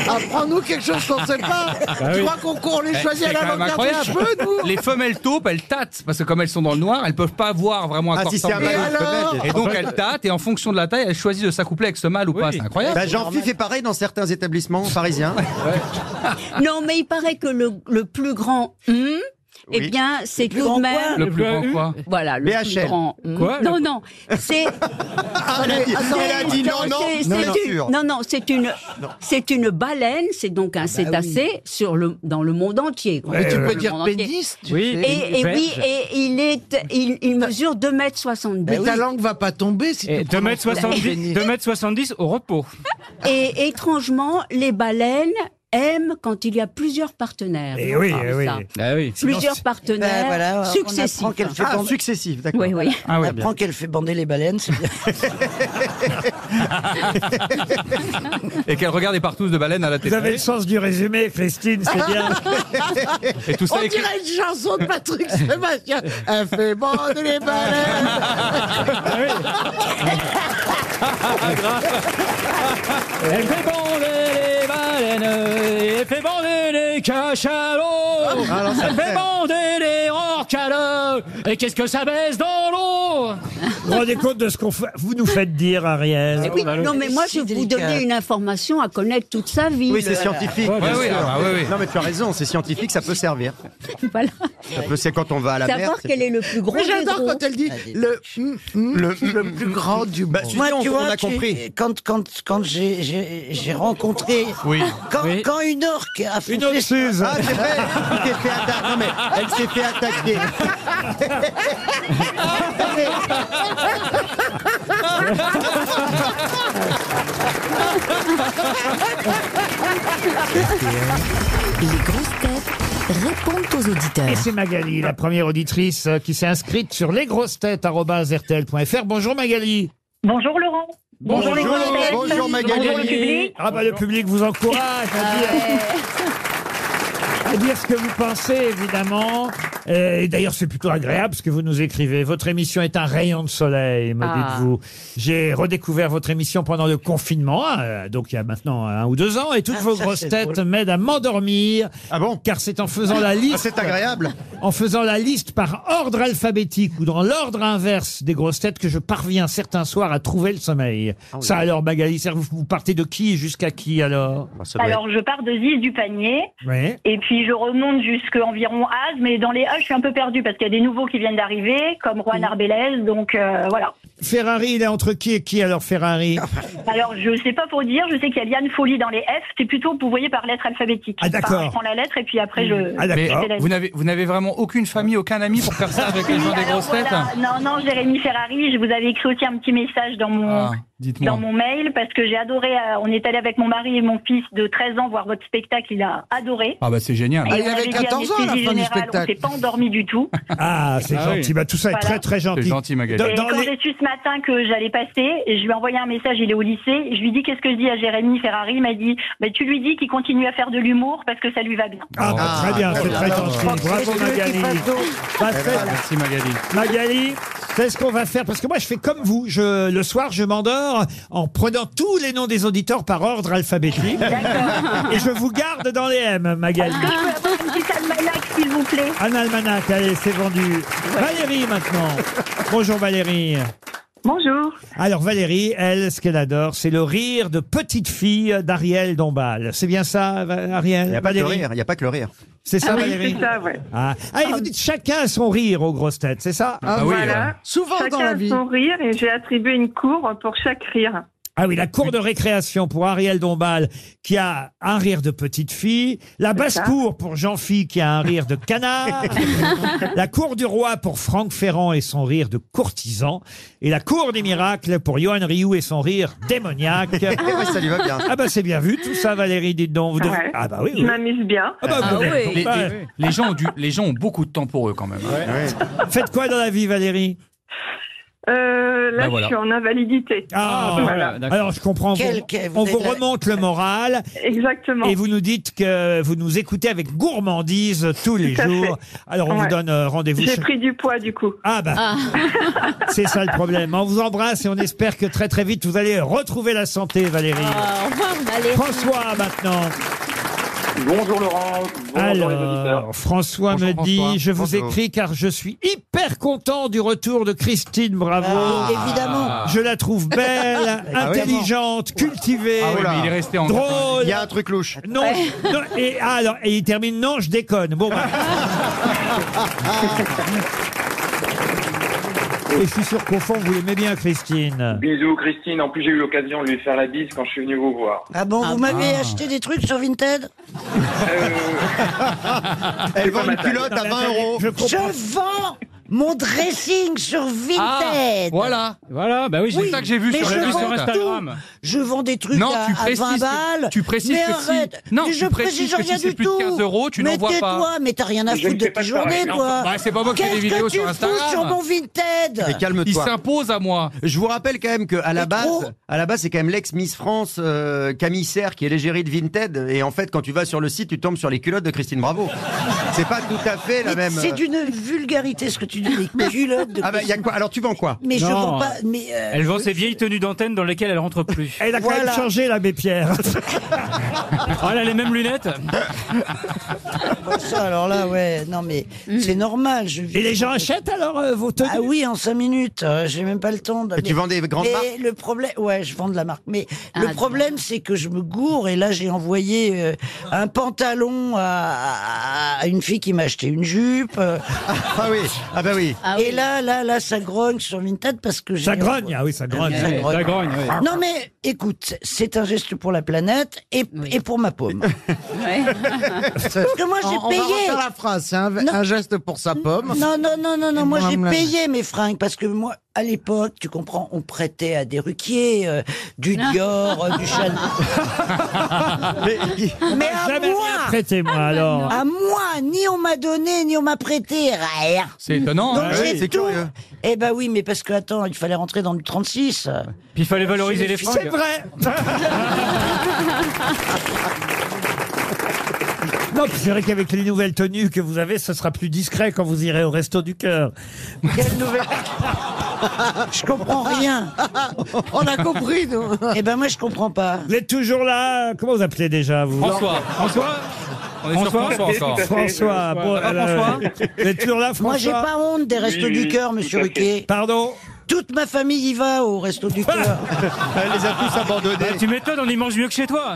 [SPEAKER 8] Apprends-nous quelque chose qu'on ne sait pas.
[SPEAKER 7] Bah
[SPEAKER 8] tu crois qu'on court
[SPEAKER 7] Eh,
[SPEAKER 8] les choisit à
[SPEAKER 4] Bah C'est
[SPEAKER 8] la
[SPEAKER 4] quand même
[SPEAKER 8] longueur des
[SPEAKER 4] incroyable.
[SPEAKER 8] cheveux, nous
[SPEAKER 4] Les femelles taupes, elles tâtent parce que comme elles sont dans le noir, elles peuvent pas voir vraiment à
[SPEAKER 9] Ah,
[SPEAKER 4] quoi
[SPEAKER 9] si c'est un
[SPEAKER 4] ressemble.
[SPEAKER 8] Et
[SPEAKER 9] mâle,
[SPEAKER 8] alors
[SPEAKER 9] peut-être.
[SPEAKER 4] Et donc elles tâtent et en fonction de la taille, elles choisissent de s'accoupler avec ce mâle ou pas. C'est incroyable.
[SPEAKER 9] Bah, Jean-Phi fait pareil dans certains établissements parisiens.
[SPEAKER 5] Non, mais il paraît que le, le plus grand hum, eh
[SPEAKER 9] Oui.
[SPEAKER 5] bien, c'est
[SPEAKER 6] plus
[SPEAKER 5] tout
[SPEAKER 6] grand
[SPEAKER 5] de même.
[SPEAKER 4] Le plus grand
[SPEAKER 7] Le-
[SPEAKER 4] quoi
[SPEAKER 5] Voilà, le plus
[SPEAKER 9] BHL.
[SPEAKER 5] grand. hum.
[SPEAKER 7] Quoi,
[SPEAKER 5] non, non, c'est
[SPEAKER 9] Ah, elle a dit, elle a dit non, non,
[SPEAKER 5] c'est-
[SPEAKER 9] non,
[SPEAKER 5] c'est
[SPEAKER 9] non.
[SPEAKER 5] une-
[SPEAKER 9] sûr.
[SPEAKER 5] non, non, c'est une, c'est une baleine, c'est donc un cétacé sur le, dans le monde entier. quoi.
[SPEAKER 8] Mais tu
[SPEAKER 5] Dans
[SPEAKER 8] peux
[SPEAKER 5] le
[SPEAKER 8] dire
[SPEAKER 5] monde entier.
[SPEAKER 8] pénis, tu
[SPEAKER 7] Oui.
[SPEAKER 8] sais.
[SPEAKER 5] Et, et oui, et il est, il, il mesure 2 mètres 70.
[SPEAKER 8] Mais ta langue va pas tomber si
[SPEAKER 7] Et
[SPEAKER 8] tu prononces
[SPEAKER 7] 2m70,
[SPEAKER 8] pénis.
[SPEAKER 7] 2m70 au repos.
[SPEAKER 5] Et étrangement, les baleines aiment quand il y a plusieurs partenaires.
[SPEAKER 2] Et oui,
[SPEAKER 5] Ah,
[SPEAKER 2] eh oui.
[SPEAKER 5] ça.
[SPEAKER 7] Ah oui.
[SPEAKER 5] Plusieurs
[SPEAKER 6] Ben,
[SPEAKER 9] Eh
[SPEAKER 5] partenaires
[SPEAKER 6] voilà, on
[SPEAKER 5] successifs.
[SPEAKER 6] apprend qu'elle fait
[SPEAKER 9] Ah,
[SPEAKER 6] bander-
[SPEAKER 9] successif, d'accord.
[SPEAKER 5] Oui, oui.
[SPEAKER 4] Ah
[SPEAKER 6] on
[SPEAKER 4] ouais.
[SPEAKER 6] apprend qu'elle fait bander les baleines, c'est bien.
[SPEAKER 4] Et qu'elles regardent des partous de baleine à la
[SPEAKER 2] Vous avez
[SPEAKER 4] télé.
[SPEAKER 2] le sens du résumé, Christine, c'est bien.
[SPEAKER 4] Et tout ça
[SPEAKER 8] On
[SPEAKER 4] écrit.
[SPEAKER 8] dirait une chanson de Patrick Sébastien. Elle fait bande les baleines.
[SPEAKER 7] Elle fait bander les baleines, elle fait bander les cachalots,
[SPEAKER 8] Ah,
[SPEAKER 7] elle fait bander les orcales. Et qu'est-ce que ça baisse dans l'eau
[SPEAKER 2] vous rendez compte de ce qu'on fait Vous nous faites dire, Ariel.
[SPEAKER 5] Eh oui, non, mais moi, je vais vous donner une information à connaître toute sa vie.
[SPEAKER 9] Oui, c'est
[SPEAKER 5] Voilà.
[SPEAKER 9] scientifique.
[SPEAKER 4] Ouais,
[SPEAKER 9] bien
[SPEAKER 4] oui,
[SPEAKER 9] sûr.
[SPEAKER 4] ah,
[SPEAKER 3] bah,
[SPEAKER 4] ouais, oui.
[SPEAKER 9] Non, mais tu as raison, c'est scientifique, ça peut servir.
[SPEAKER 5] Voilà.
[SPEAKER 9] Ça peut, c'est quand on va à la mer.
[SPEAKER 5] Savoir
[SPEAKER 9] c'est-
[SPEAKER 5] quel est le plus gros
[SPEAKER 8] Mais
[SPEAKER 5] des
[SPEAKER 8] j'adore
[SPEAKER 5] gros.
[SPEAKER 8] quand elle dit le, hum, hum, le, plus grand du monde.
[SPEAKER 9] Bah, Suzy, on, on a
[SPEAKER 6] tu-
[SPEAKER 9] compris.
[SPEAKER 6] Quand, quand, quand j'ai- j'ai j'ai rencontré.
[SPEAKER 4] Oui.
[SPEAKER 6] Quand,
[SPEAKER 7] Oui.
[SPEAKER 6] quand une orque a foncé.
[SPEAKER 2] Une autre Suze.
[SPEAKER 9] Ah, c'est vrai, tu t'es fait attaquer. Non, mais elle s'est fait attaquer.
[SPEAKER 10] Les grosses têtes répondent aux
[SPEAKER 2] Et
[SPEAKER 10] auditeurs.
[SPEAKER 2] c'est Magali, la première auditrice euh, qui s'est inscrite sur lesgrossetêtes.rtl.fr. Bonjour Magali.
[SPEAKER 11] Bonjour Laurent. Bonjour, les grosses têtes.
[SPEAKER 9] bonjour Magali.
[SPEAKER 11] Bonjour le public.
[SPEAKER 2] Ah bah le public vous encourage à dire, à dire ce que vous pensez évidemment. Euh, Et d'ailleurs c'est plutôt agréable ce que vous nous écrivez. Votre émission est un rayon de soleil, me
[SPEAKER 5] Ah.
[SPEAKER 2] dites-vous. J'ai redécouvert votre émission pendant le confinement, euh, donc il y a maintenant un ou deux ans, et toutes
[SPEAKER 6] Ah,
[SPEAKER 2] vos
[SPEAKER 6] ça,
[SPEAKER 2] grosses
[SPEAKER 6] c'est
[SPEAKER 2] têtes
[SPEAKER 6] drôle.
[SPEAKER 2] m'aident à m'endormir,
[SPEAKER 9] Ah bon
[SPEAKER 2] car c'est en faisant la
[SPEAKER 9] Ah,
[SPEAKER 2] liste
[SPEAKER 9] C'est agréable.
[SPEAKER 2] en faisant la liste par ordre alphabétique ou dans l'ordre inverse des grosses têtes que je parviens certains soirs à trouver le sommeil.
[SPEAKER 9] Ah
[SPEAKER 2] Ça alors, Magali, ça, vous, vous partez de qui jusqu'à qui alors
[SPEAKER 9] Ah, ça doit
[SPEAKER 11] Alors, je pars de Ziz du panier
[SPEAKER 2] Oui.
[SPEAKER 11] et puis je remonte jusqu'à environ Az, mais dans les A, je suis un peu perdue parce qu'il y a des nouveaux qui viennent d'arriver, comme Juan Arbelez, donc euh, voilà.
[SPEAKER 2] Mm. Ferrari, il est entre qui et qui alors, Ferrari
[SPEAKER 11] Alors, je sais pas pour dire, je sais qu'il y a Liane Folie dans les F, c'est plutôt, vous voyez, par lettre alphabétique.
[SPEAKER 2] Ah, d'accord.
[SPEAKER 11] Enfin, je prends la lettre et puis après, je...
[SPEAKER 2] Ah
[SPEAKER 4] Mais
[SPEAKER 2] d'accord.
[SPEAKER 11] c'est la-
[SPEAKER 4] vous n'avez vous n'avez vraiment aucune famille, aucun ami pour faire ça Ah, avec les gens des
[SPEAKER 11] Alors,
[SPEAKER 4] grosses têtes
[SPEAKER 11] voilà. Non, non, Jérémy Ferrari, je vous avais écrit aussi un petit message dans mon...
[SPEAKER 4] Ah,
[SPEAKER 11] dans
[SPEAKER 4] Dites-moi.
[SPEAKER 11] mon mail parce que j'ai adoré. euh, on est allé avec mon mari et mon fils de 13 ans voir votre spectacle. Il a adoré.
[SPEAKER 4] Ah bah c'est génial.
[SPEAKER 8] Ah, il
[SPEAKER 11] on
[SPEAKER 8] avait
[SPEAKER 11] dit
[SPEAKER 8] 14 ans à la
[SPEAKER 11] anesthésie
[SPEAKER 8] fin du
[SPEAKER 11] générale,
[SPEAKER 8] spectacle.
[SPEAKER 11] On s'est pas endormi du tout.
[SPEAKER 2] Ah, c'est
[SPEAKER 4] Ah oui.
[SPEAKER 2] gentil. Bah, tout ça est
[SPEAKER 11] Voilà.
[SPEAKER 2] très très gentil.
[SPEAKER 4] C'est gentil, Magali.
[SPEAKER 11] Et
[SPEAKER 2] Dans- dans
[SPEAKER 11] quand
[SPEAKER 2] les-
[SPEAKER 11] j'ai su ce matin que j'allais passer, et je lui ai envoyé un message. Il est au lycée. Je lui dis qu'est-ce que je dis à Jérémy Ferrari. Il m'a dit bah, tu lui dis qu'il continue à faire de l'humour parce que ça lui va bien.
[SPEAKER 2] Ah, bah,
[SPEAKER 9] Ah,
[SPEAKER 2] très bien,
[SPEAKER 9] très
[SPEAKER 2] c'est
[SPEAKER 9] bien.
[SPEAKER 2] très
[SPEAKER 9] Alors,
[SPEAKER 2] gentil. Bravo Magali.
[SPEAKER 9] Eh ben,
[SPEAKER 2] Bah, c'est-
[SPEAKER 4] Ah, Merci Magali.
[SPEAKER 2] Magali, c'est ce qu'on va faire parce que moi je fais comme vous. Je, le soir, je m'endors en prenant tous les noms des auditeurs par ordre alphabétique et je vous garde dans les M, Magali.
[SPEAKER 11] Est-ce que je peux avoir Ah, un petit almanach, s'il vous plaît
[SPEAKER 2] Un almanach, allez, c'est vendu. Valérie maintenant. Bonjour Valérie.
[SPEAKER 11] Bonjour.
[SPEAKER 2] Alors Valérie, elle, ce qu'elle adore, c'est le rire de petite fille d'Ariel Dombal. C'est bien ça, Va- Ariel
[SPEAKER 9] Il n'y a pas que le
[SPEAKER 2] Valérie
[SPEAKER 9] rire, il n'y a pas que le rire.
[SPEAKER 2] C'est ça, Valérie Ah, Ah, et vous dites chacun a son rire aux grosses têtes, c'est ça hein
[SPEAKER 4] Ah oui. euh,
[SPEAKER 8] Souvent dans la vie.
[SPEAKER 11] rire et j'ai attribué une cour pour chaque rire.
[SPEAKER 2] Ah oui, la cour de récréation pour Ariel Dombal, qui a un rire de petite fille. La basse-cour pour Jean-Phi, qui a un rire de canard. la cour du roi pour Franck Ferrand et son rire de courtisan. Et la cour des miracles pour Johan Rioux et son rire démoniaque.
[SPEAKER 9] Ouais, ça lui va bien.
[SPEAKER 2] ah bah c'est bien vu tout ça, Valérie, dites donc. Vous devez-
[SPEAKER 11] Ouais.
[SPEAKER 2] Ah bah oui.
[SPEAKER 11] Je
[SPEAKER 2] oui.
[SPEAKER 11] m'amuse bien.
[SPEAKER 2] Ah bah,
[SPEAKER 4] Ah
[SPEAKER 2] vous-
[SPEAKER 10] oui.
[SPEAKER 4] Les,
[SPEAKER 2] bah,
[SPEAKER 4] les- les gens ont du, les gens ont beaucoup de temps pour eux quand même. hein.
[SPEAKER 9] Ouais.
[SPEAKER 2] Faites quoi dans la vie, Valérie
[SPEAKER 11] Euh, là,
[SPEAKER 4] Bah, voilà.
[SPEAKER 11] je suis en invalidité.
[SPEAKER 2] Ah,
[SPEAKER 11] voilà.
[SPEAKER 7] Voilà, d'accord.
[SPEAKER 2] Alors je comprends.
[SPEAKER 6] Quel-
[SPEAKER 2] vous-
[SPEAKER 6] quel- vous
[SPEAKER 2] on
[SPEAKER 6] êtes
[SPEAKER 2] vous
[SPEAKER 6] la-
[SPEAKER 2] remonte le moral.
[SPEAKER 11] Exactement.
[SPEAKER 2] Et vous nous dites que vous nous écoutez avec gourmandise tous les
[SPEAKER 11] Tout à
[SPEAKER 2] jours. Alors on
[SPEAKER 11] Ouais.
[SPEAKER 2] vous donne euh, rendez-vous.
[SPEAKER 11] J'ai
[SPEAKER 2] chez-
[SPEAKER 11] pris du poids du coup.
[SPEAKER 2] Ah bah, c'est ça le problème. On vous embrasse et on espère que très très vite vous allez retrouver la santé, Valérie.
[SPEAKER 10] Ah, au revoir, Valérie.
[SPEAKER 2] François maintenant.
[SPEAKER 11] Bonjour Laurent.
[SPEAKER 2] Alors, François
[SPEAKER 4] Bonjour,
[SPEAKER 2] me dit,
[SPEAKER 4] François.
[SPEAKER 2] je vous
[SPEAKER 9] Bonjour.
[SPEAKER 2] écris car je suis hyper content du retour de Christine Bravo.
[SPEAKER 6] Ah, Évidemment.
[SPEAKER 2] Je la trouve belle,
[SPEAKER 9] Ah oui.
[SPEAKER 2] intelligente, cultivée,
[SPEAKER 4] Ah oui,
[SPEAKER 9] Oula.
[SPEAKER 4] mais il est resté en.
[SPEAKER 2] drôle.
[SPEAKER 9] Il y a un truc louche.
[SPEAKER 2] Non, je- non, et, ah, alors, et il termine, non, je déconne. Bon, bah. Et je suis sûr qu'au fond, vous l'aimez bien, Christine.
[SPEAKER 11] Bisous Christine. En plus, j'ai eu l'occasion de lui faire la bise quand je suis venu vous voir.
[SPEAKER 6] Ah bon, vous m'avez
[SPEAKER 9] bah.
[SPEAKER 6] acheté des trucs sur Vinted
[SPEAKER 9] Elle vend une culotte à 20 euros.
[SPEAKER 2] Je comprends.
[SPEAKER 6] Je vends mon dressing sur
[SPEAKER 4] Ah,
[SPEAKER 6] Vinted
[SPEAKER 4] voilà.
[SPEAKER 7] Voilà, bah oui, j'ai
[SPEAKER 4] C'est ça que Ah j'ai vu
[SPEAKER 6] mais
[SPEAKER 4] sur,
[SPEAKER 6] je
[SPEAKER 4] j'ai vu
[SPEAKER 6] vends
[SPEAKER 4] sur
[SPEAKER 6] tout.
[SPEAKER 4] Instagram.
[SPEAKER 6] Je vends des trucs
[SPEAKER 4] Non,
[SPEAKER 6] à,
[SPEAKER 4] tu
[SPEAKER 6] à 20
[SPEAKER 4] précises que-
[SPEAKER 6] balles.
[SPEAKER 4] tu précises
[SPEAKER 6] mais
[SPEAKER 4] que si-
[SPEAKER 6] arrête.
[SPEAKER 4] non,
[SPEAKER 6] Mais
[SPEAKER 4] tu
[SPEAKER 6] je
[SPEAKER 4] précises
[SPEAKER 6] précise
[SPEAKER 4] que
[SPEAKER 6] rien
[SPEAKER 4] si c'est
[SPEAKER 6] du
[SPEAKER 4] plus de
[SPEAKER 6] tout.
[SPEAKER 4] 15 euros, tu
[SPEAKER 6] mais
[SPEAKER 4] n'envoies pas.
[SPEAKER 6] tais-toi, mais t'as rien à
[SPEAKER 11] Je
[SPEAKER 6] foutre
[SPEAKER 11] ne
[SPEAKER 6] de
[SPEAKER 11] fais pas
[SPEAKER 6] tes
[SPEAKER 11] de
[SPEAKER 6] journées,
[SPEAKER 11] pareil, non.
[SPEAKER 6] toi.
[SPEAKER 4] Bah, c'est pas moi qui fais des
[SPEAKER 6] Qu'est-ce
[SPEAKER 4] vidéos
[SPEAKER 6] que
[SPEAKER 4] sur
[SPEAKER 6] tu
[SPEAKER 4] Instagram
[SPEAKER 6] fous sur mon Vinted
[SPEAKER 9] Mais
[SPEAKER 4] Il
[SPEAKER 9] calme-toi.
[SPEAKER 4] s'impose à moi.
[SPEAKER 9] Je vous rappelle quand même qu'à la
[SPEAKER 6] C'est
[SPEAKER 9] base,
[SPEAKER 6] trop.
[SPEAKER 9] à la base, c'est quand même l'ex Miss France euh, Camille Serre qui est l'égérie de Vinted. Et en fait, quand tu vas sur le site, tu tombes sur les culottes de Christine Bravo. C'est pas tout à fait la
[SPEAKER 6] Mais
[SPEAKER 9] même. euh,
[SPEAKER 6] C'est d'une vulgarité ce que tu tu dis les culottes de
[SPEAKER 3] euh, Ah bah, y a quoi Alors, tu vends quoi
[SPEAKER 6] Mais je vends pas. Mais euh,
[SPEAKER 7] Elle vend ses vieilles tenues d'antenne dans lesquelles elle rentre plus.
[SPEAKER 2] Elle a quand même changé, l'abbé Pierre.
[SPEAKER 7] Oh, elle a les mêmes lunettes.
[SPEAKER 6] pas ça, alors là, ouais, non, mais
[SPEAKER 5] Mhm.
[SPEAKER 6] c'est normal.
[SPEAKER 2] Et les gens achètent alors euh, vos tenues
[SPEAKER 6] Ah oui, en 5 minutes. euh, J'ai même pas le temps. de-
[SPEAKER 3] Et tu
[SPEAKER 6] mais-
[SPEAKER 3] vends des grandes
[SPEAKER 6] mais
[SPEAKER 3] marques
[SPEAKER 6] le problème, ouais, je vends de la marque. Mais
[SPEAKER 5] Ah,
[SPEAKER 6] le problème, c'est que je me gourre. Et là, j'ai envoyé euh, un pantalon à, à une fille qui m'a acheté une jupe. euh.
[SPEAKER 3] Ah oui, ah bah oui.
[SPEAKER 5] Ah
[SPEAKER 6] Et
[SPEAKER 5] oui.
[SPEAKER 6] là, là, là, ça grogne sur Vinted parce que j'ai.
[SPEAKER 2] Ça grogne, ah oui, ça grogne.
[SPEAKER 6] Ça grogne.
[SPEAKER 7] Ça grogne, oui.
[SPEAKER 6] Non mais écoute, c'est un geste pour la planète et, et pour ma paume.
[SPEAKER 5] Ouais.
[SPEAKER 6] Parce que moi
[SPEAKER 8] On-
[SPEAKER 6] j'ai
[SPEAKER 8] On va
[SPEAKER 6] payé.
[SPEAKER 8] refaire la phrase, c'est un, un geste pour sa pomme.
[SPEAKER 6] Non non non non non, moi
[SPEAKER 8] Moi,
[SPEAKER 6] j'ai
[SPEAKER 8] me la-
[SPEAKER 6] payé mes fringues parce que moi à l'époque, tu comprends, on prêtait à des ruquiers euh, du Dior, euh, du Chanel. mais à
[SPEAKER 2] Jamais rien
[SPEAKER 6] moi,
[SPEAKER 2] prêté, moi, alors.
[SPEAKER 6] à moi, ni on m'a donné ni on m'a prêté rien.
[SPEAKER 7] C'est étonnant.
[SPEAKER 6] Donc
[SPEAKER 7] hein.
[SPEAKER 3] oui,
[SPEAKER 6] j'ai
[SPEAKER 3] c'est
[SPEAKER 6] tout.
[SPEAKER 3] curieux.
[SPEAKER 6] Eh ben oui, mais parce que attends, il fallait rentrer dans le 36.
[SPEAKER 7] Puis il fallait valoriser les
[SPEAKER 2] C'est
[SPEAKER 7] fringues.
[SPEAKER 2] vrai Non, puis c'est vrai qu'avec les nouvelles tenues que vous avez, ce sera plus discret quand vous irez au resto du cœur.
[SPEAKER 6] Quelle nouvelle Je comprends rien. On a compris, nous. Eh ben moi, je comprends pas.
[SPEAKER 2] Vous êtes toujours là Comment vous appelez déjà vous
[SPEAKER 7] François. François. On est sur
[SPEAKER 2] François
[SPEAKER 7] François encore.
[SPEAKER 2] François. Bon,
[SPEAKER 7] Ça va,
[SPEAKER 2] alors, euh, Vous êtes toujours là, François
[SPEAKER 6] Moi, j'ai pas honte des restos du cœur, monsieur Ruquier.
[SPEAKER 2] Pardon
[SPEAKER 6] Toute ma famille y va au resto du cœur.
[SPEAKER 3] Elle les a tous abandonnés.
[SPEAKER 7] Bah, Tu m'étonnes, on y mange mieux que chez toi.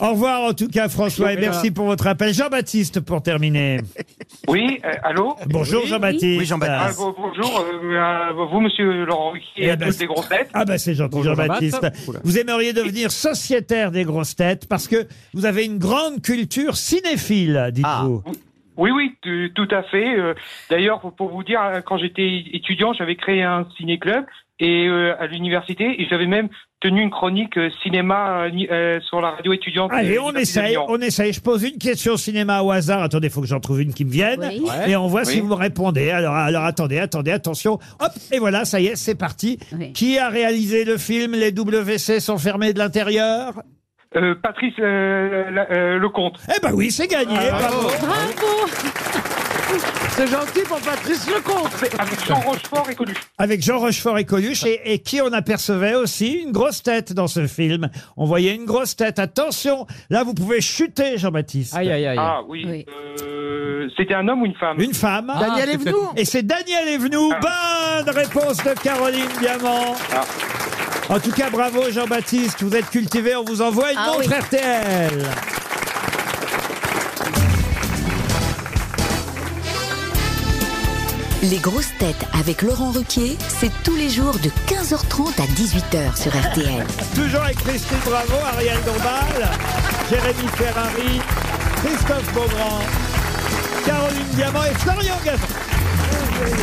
[SPEAKER 2] Au revoir en tout cas, François, et merci pour votre appel. Jean-Baptiste, pour terminer.
[SPEAKER 12] Oui, euh, allô
[SPEAKER 2] Bonjour, Jean-Baptiste.
[SPEAKER 3] Oui,
[SPEAKER 12] Ah,
[SPEAKER 3] Jean-Baptiste.
[SPEAKER 12] bon- Bonjour, euh, euh, vous, monsieur Laurent
[SPEAKER 2] Eh
[SPEAKER 12] Ruquier,
[SPEAKER 2] ben,
[SPEAKER 12] des grosses têtes.
[SPEAKER 2] Ah bah c'est gentil
[SPEAKER 7] Bonjour,
[SPEAKER 2] Jean-Baptiste.
[SPEAKER 7] Jean-Baptiste. Oula.
[SPEAKER 2] Vous aimeriez devenir sociétaire des grosses têtes parce que vous avez une grande culture cinéphile, dites-vous.
[SPEAKER 6] Ah.
[SPEAKER 12] Oui, oui, tu- tout à fait. euh, D'ailleurs, pour- pour vous dire, euh, quand j'étais étudiant, j'avais créé un ciné-club et euh, à l'université, et j'avais même tenu une chronique euh, cinéma euh, ni- euh, sur la radio étudiante.
[SPEAKER 2] Allez,
[SPEAKER 12] euh,
[SPEAKER 2] on
[SPEAKER 12] de
[SPEAKER 2] essaye,
[SPEAKER 12] Lyon.
[SPEAKER 2] on essaye. Je pose une question cinéma au hasard. Attendez, faut que j'en trouve une qui me vienne.
[SPEAKER 10] Oui.
[SPEAKER 2] Et on voit si
[SPEAKER 12] Oui.
[SPEAKER 2] vous me répondez. Alors, alors attendez, attendez, attention. Hop, et voilà, ça y est, c'est parti.
[SPEAKER 5] Oui.
[SPEAKER 2] Qui a réalisé le film Les WC sont fermés de l'intérieur
[SPEAKER 12] Euh, Patrice euh, la- euh, Lecomte. Ah,
[SPEAKER 2] Eh ben oui, c'est gagné. bravo.
[SPEAKER 10] Bravo
[SPEAKER 8] C'est gentil pour Patrice Lecomte.
[SPEAKER 12] C'est Avec Jean Rochefort et Coluche.
[SPEAKER 2] Avec Jean Rochefort et Coluche, et, et qui on apercevait aussi une grosse tête dans ce film. On voyait une grosse tête. Attention, là vous pouvez chuter, Jean-Baptiste.
[SPEAKER 7] Aïe, aïe, aïe.
[SPEAKER 12] Ah oui.
[SPEAKER 10] Oui.
[SPEAKER 12] euh, C'était un homme ou une femme
[SPEAKER 2] Une femme.
[SPEAKER 7] Ah,
[SPEAKER 8] Daniel
[SPEAKER 7] c'est
[SPEAKER 8] Evenou.
[SPEAKER 2] Et c'est Daniel Evenou. Bonne réponse de Caroline Diamant.
[SPEAKER 12] Ah.
[SPEAKER 2] En tout cas, bravo Jean-Baptiste. Vous êtes cultivé. On vous envoie une
[SPEAKER 10] Ah
[SPEAKER 2] montre
[SPEAKER 10] oui.
[SPEAKER 2] RTL.
[SPEAKER 10] Les grosses têtes avec Laurent Ruquier, c'est tous les jours de 15h30 à 18h sur RTL.
[SPEAKER 2] Toujours avec Christine Bravo, Ariel Dombal, Jérémy Ferrari, Christophe Beaugrand, Caroline Diamant et Florian Gazan.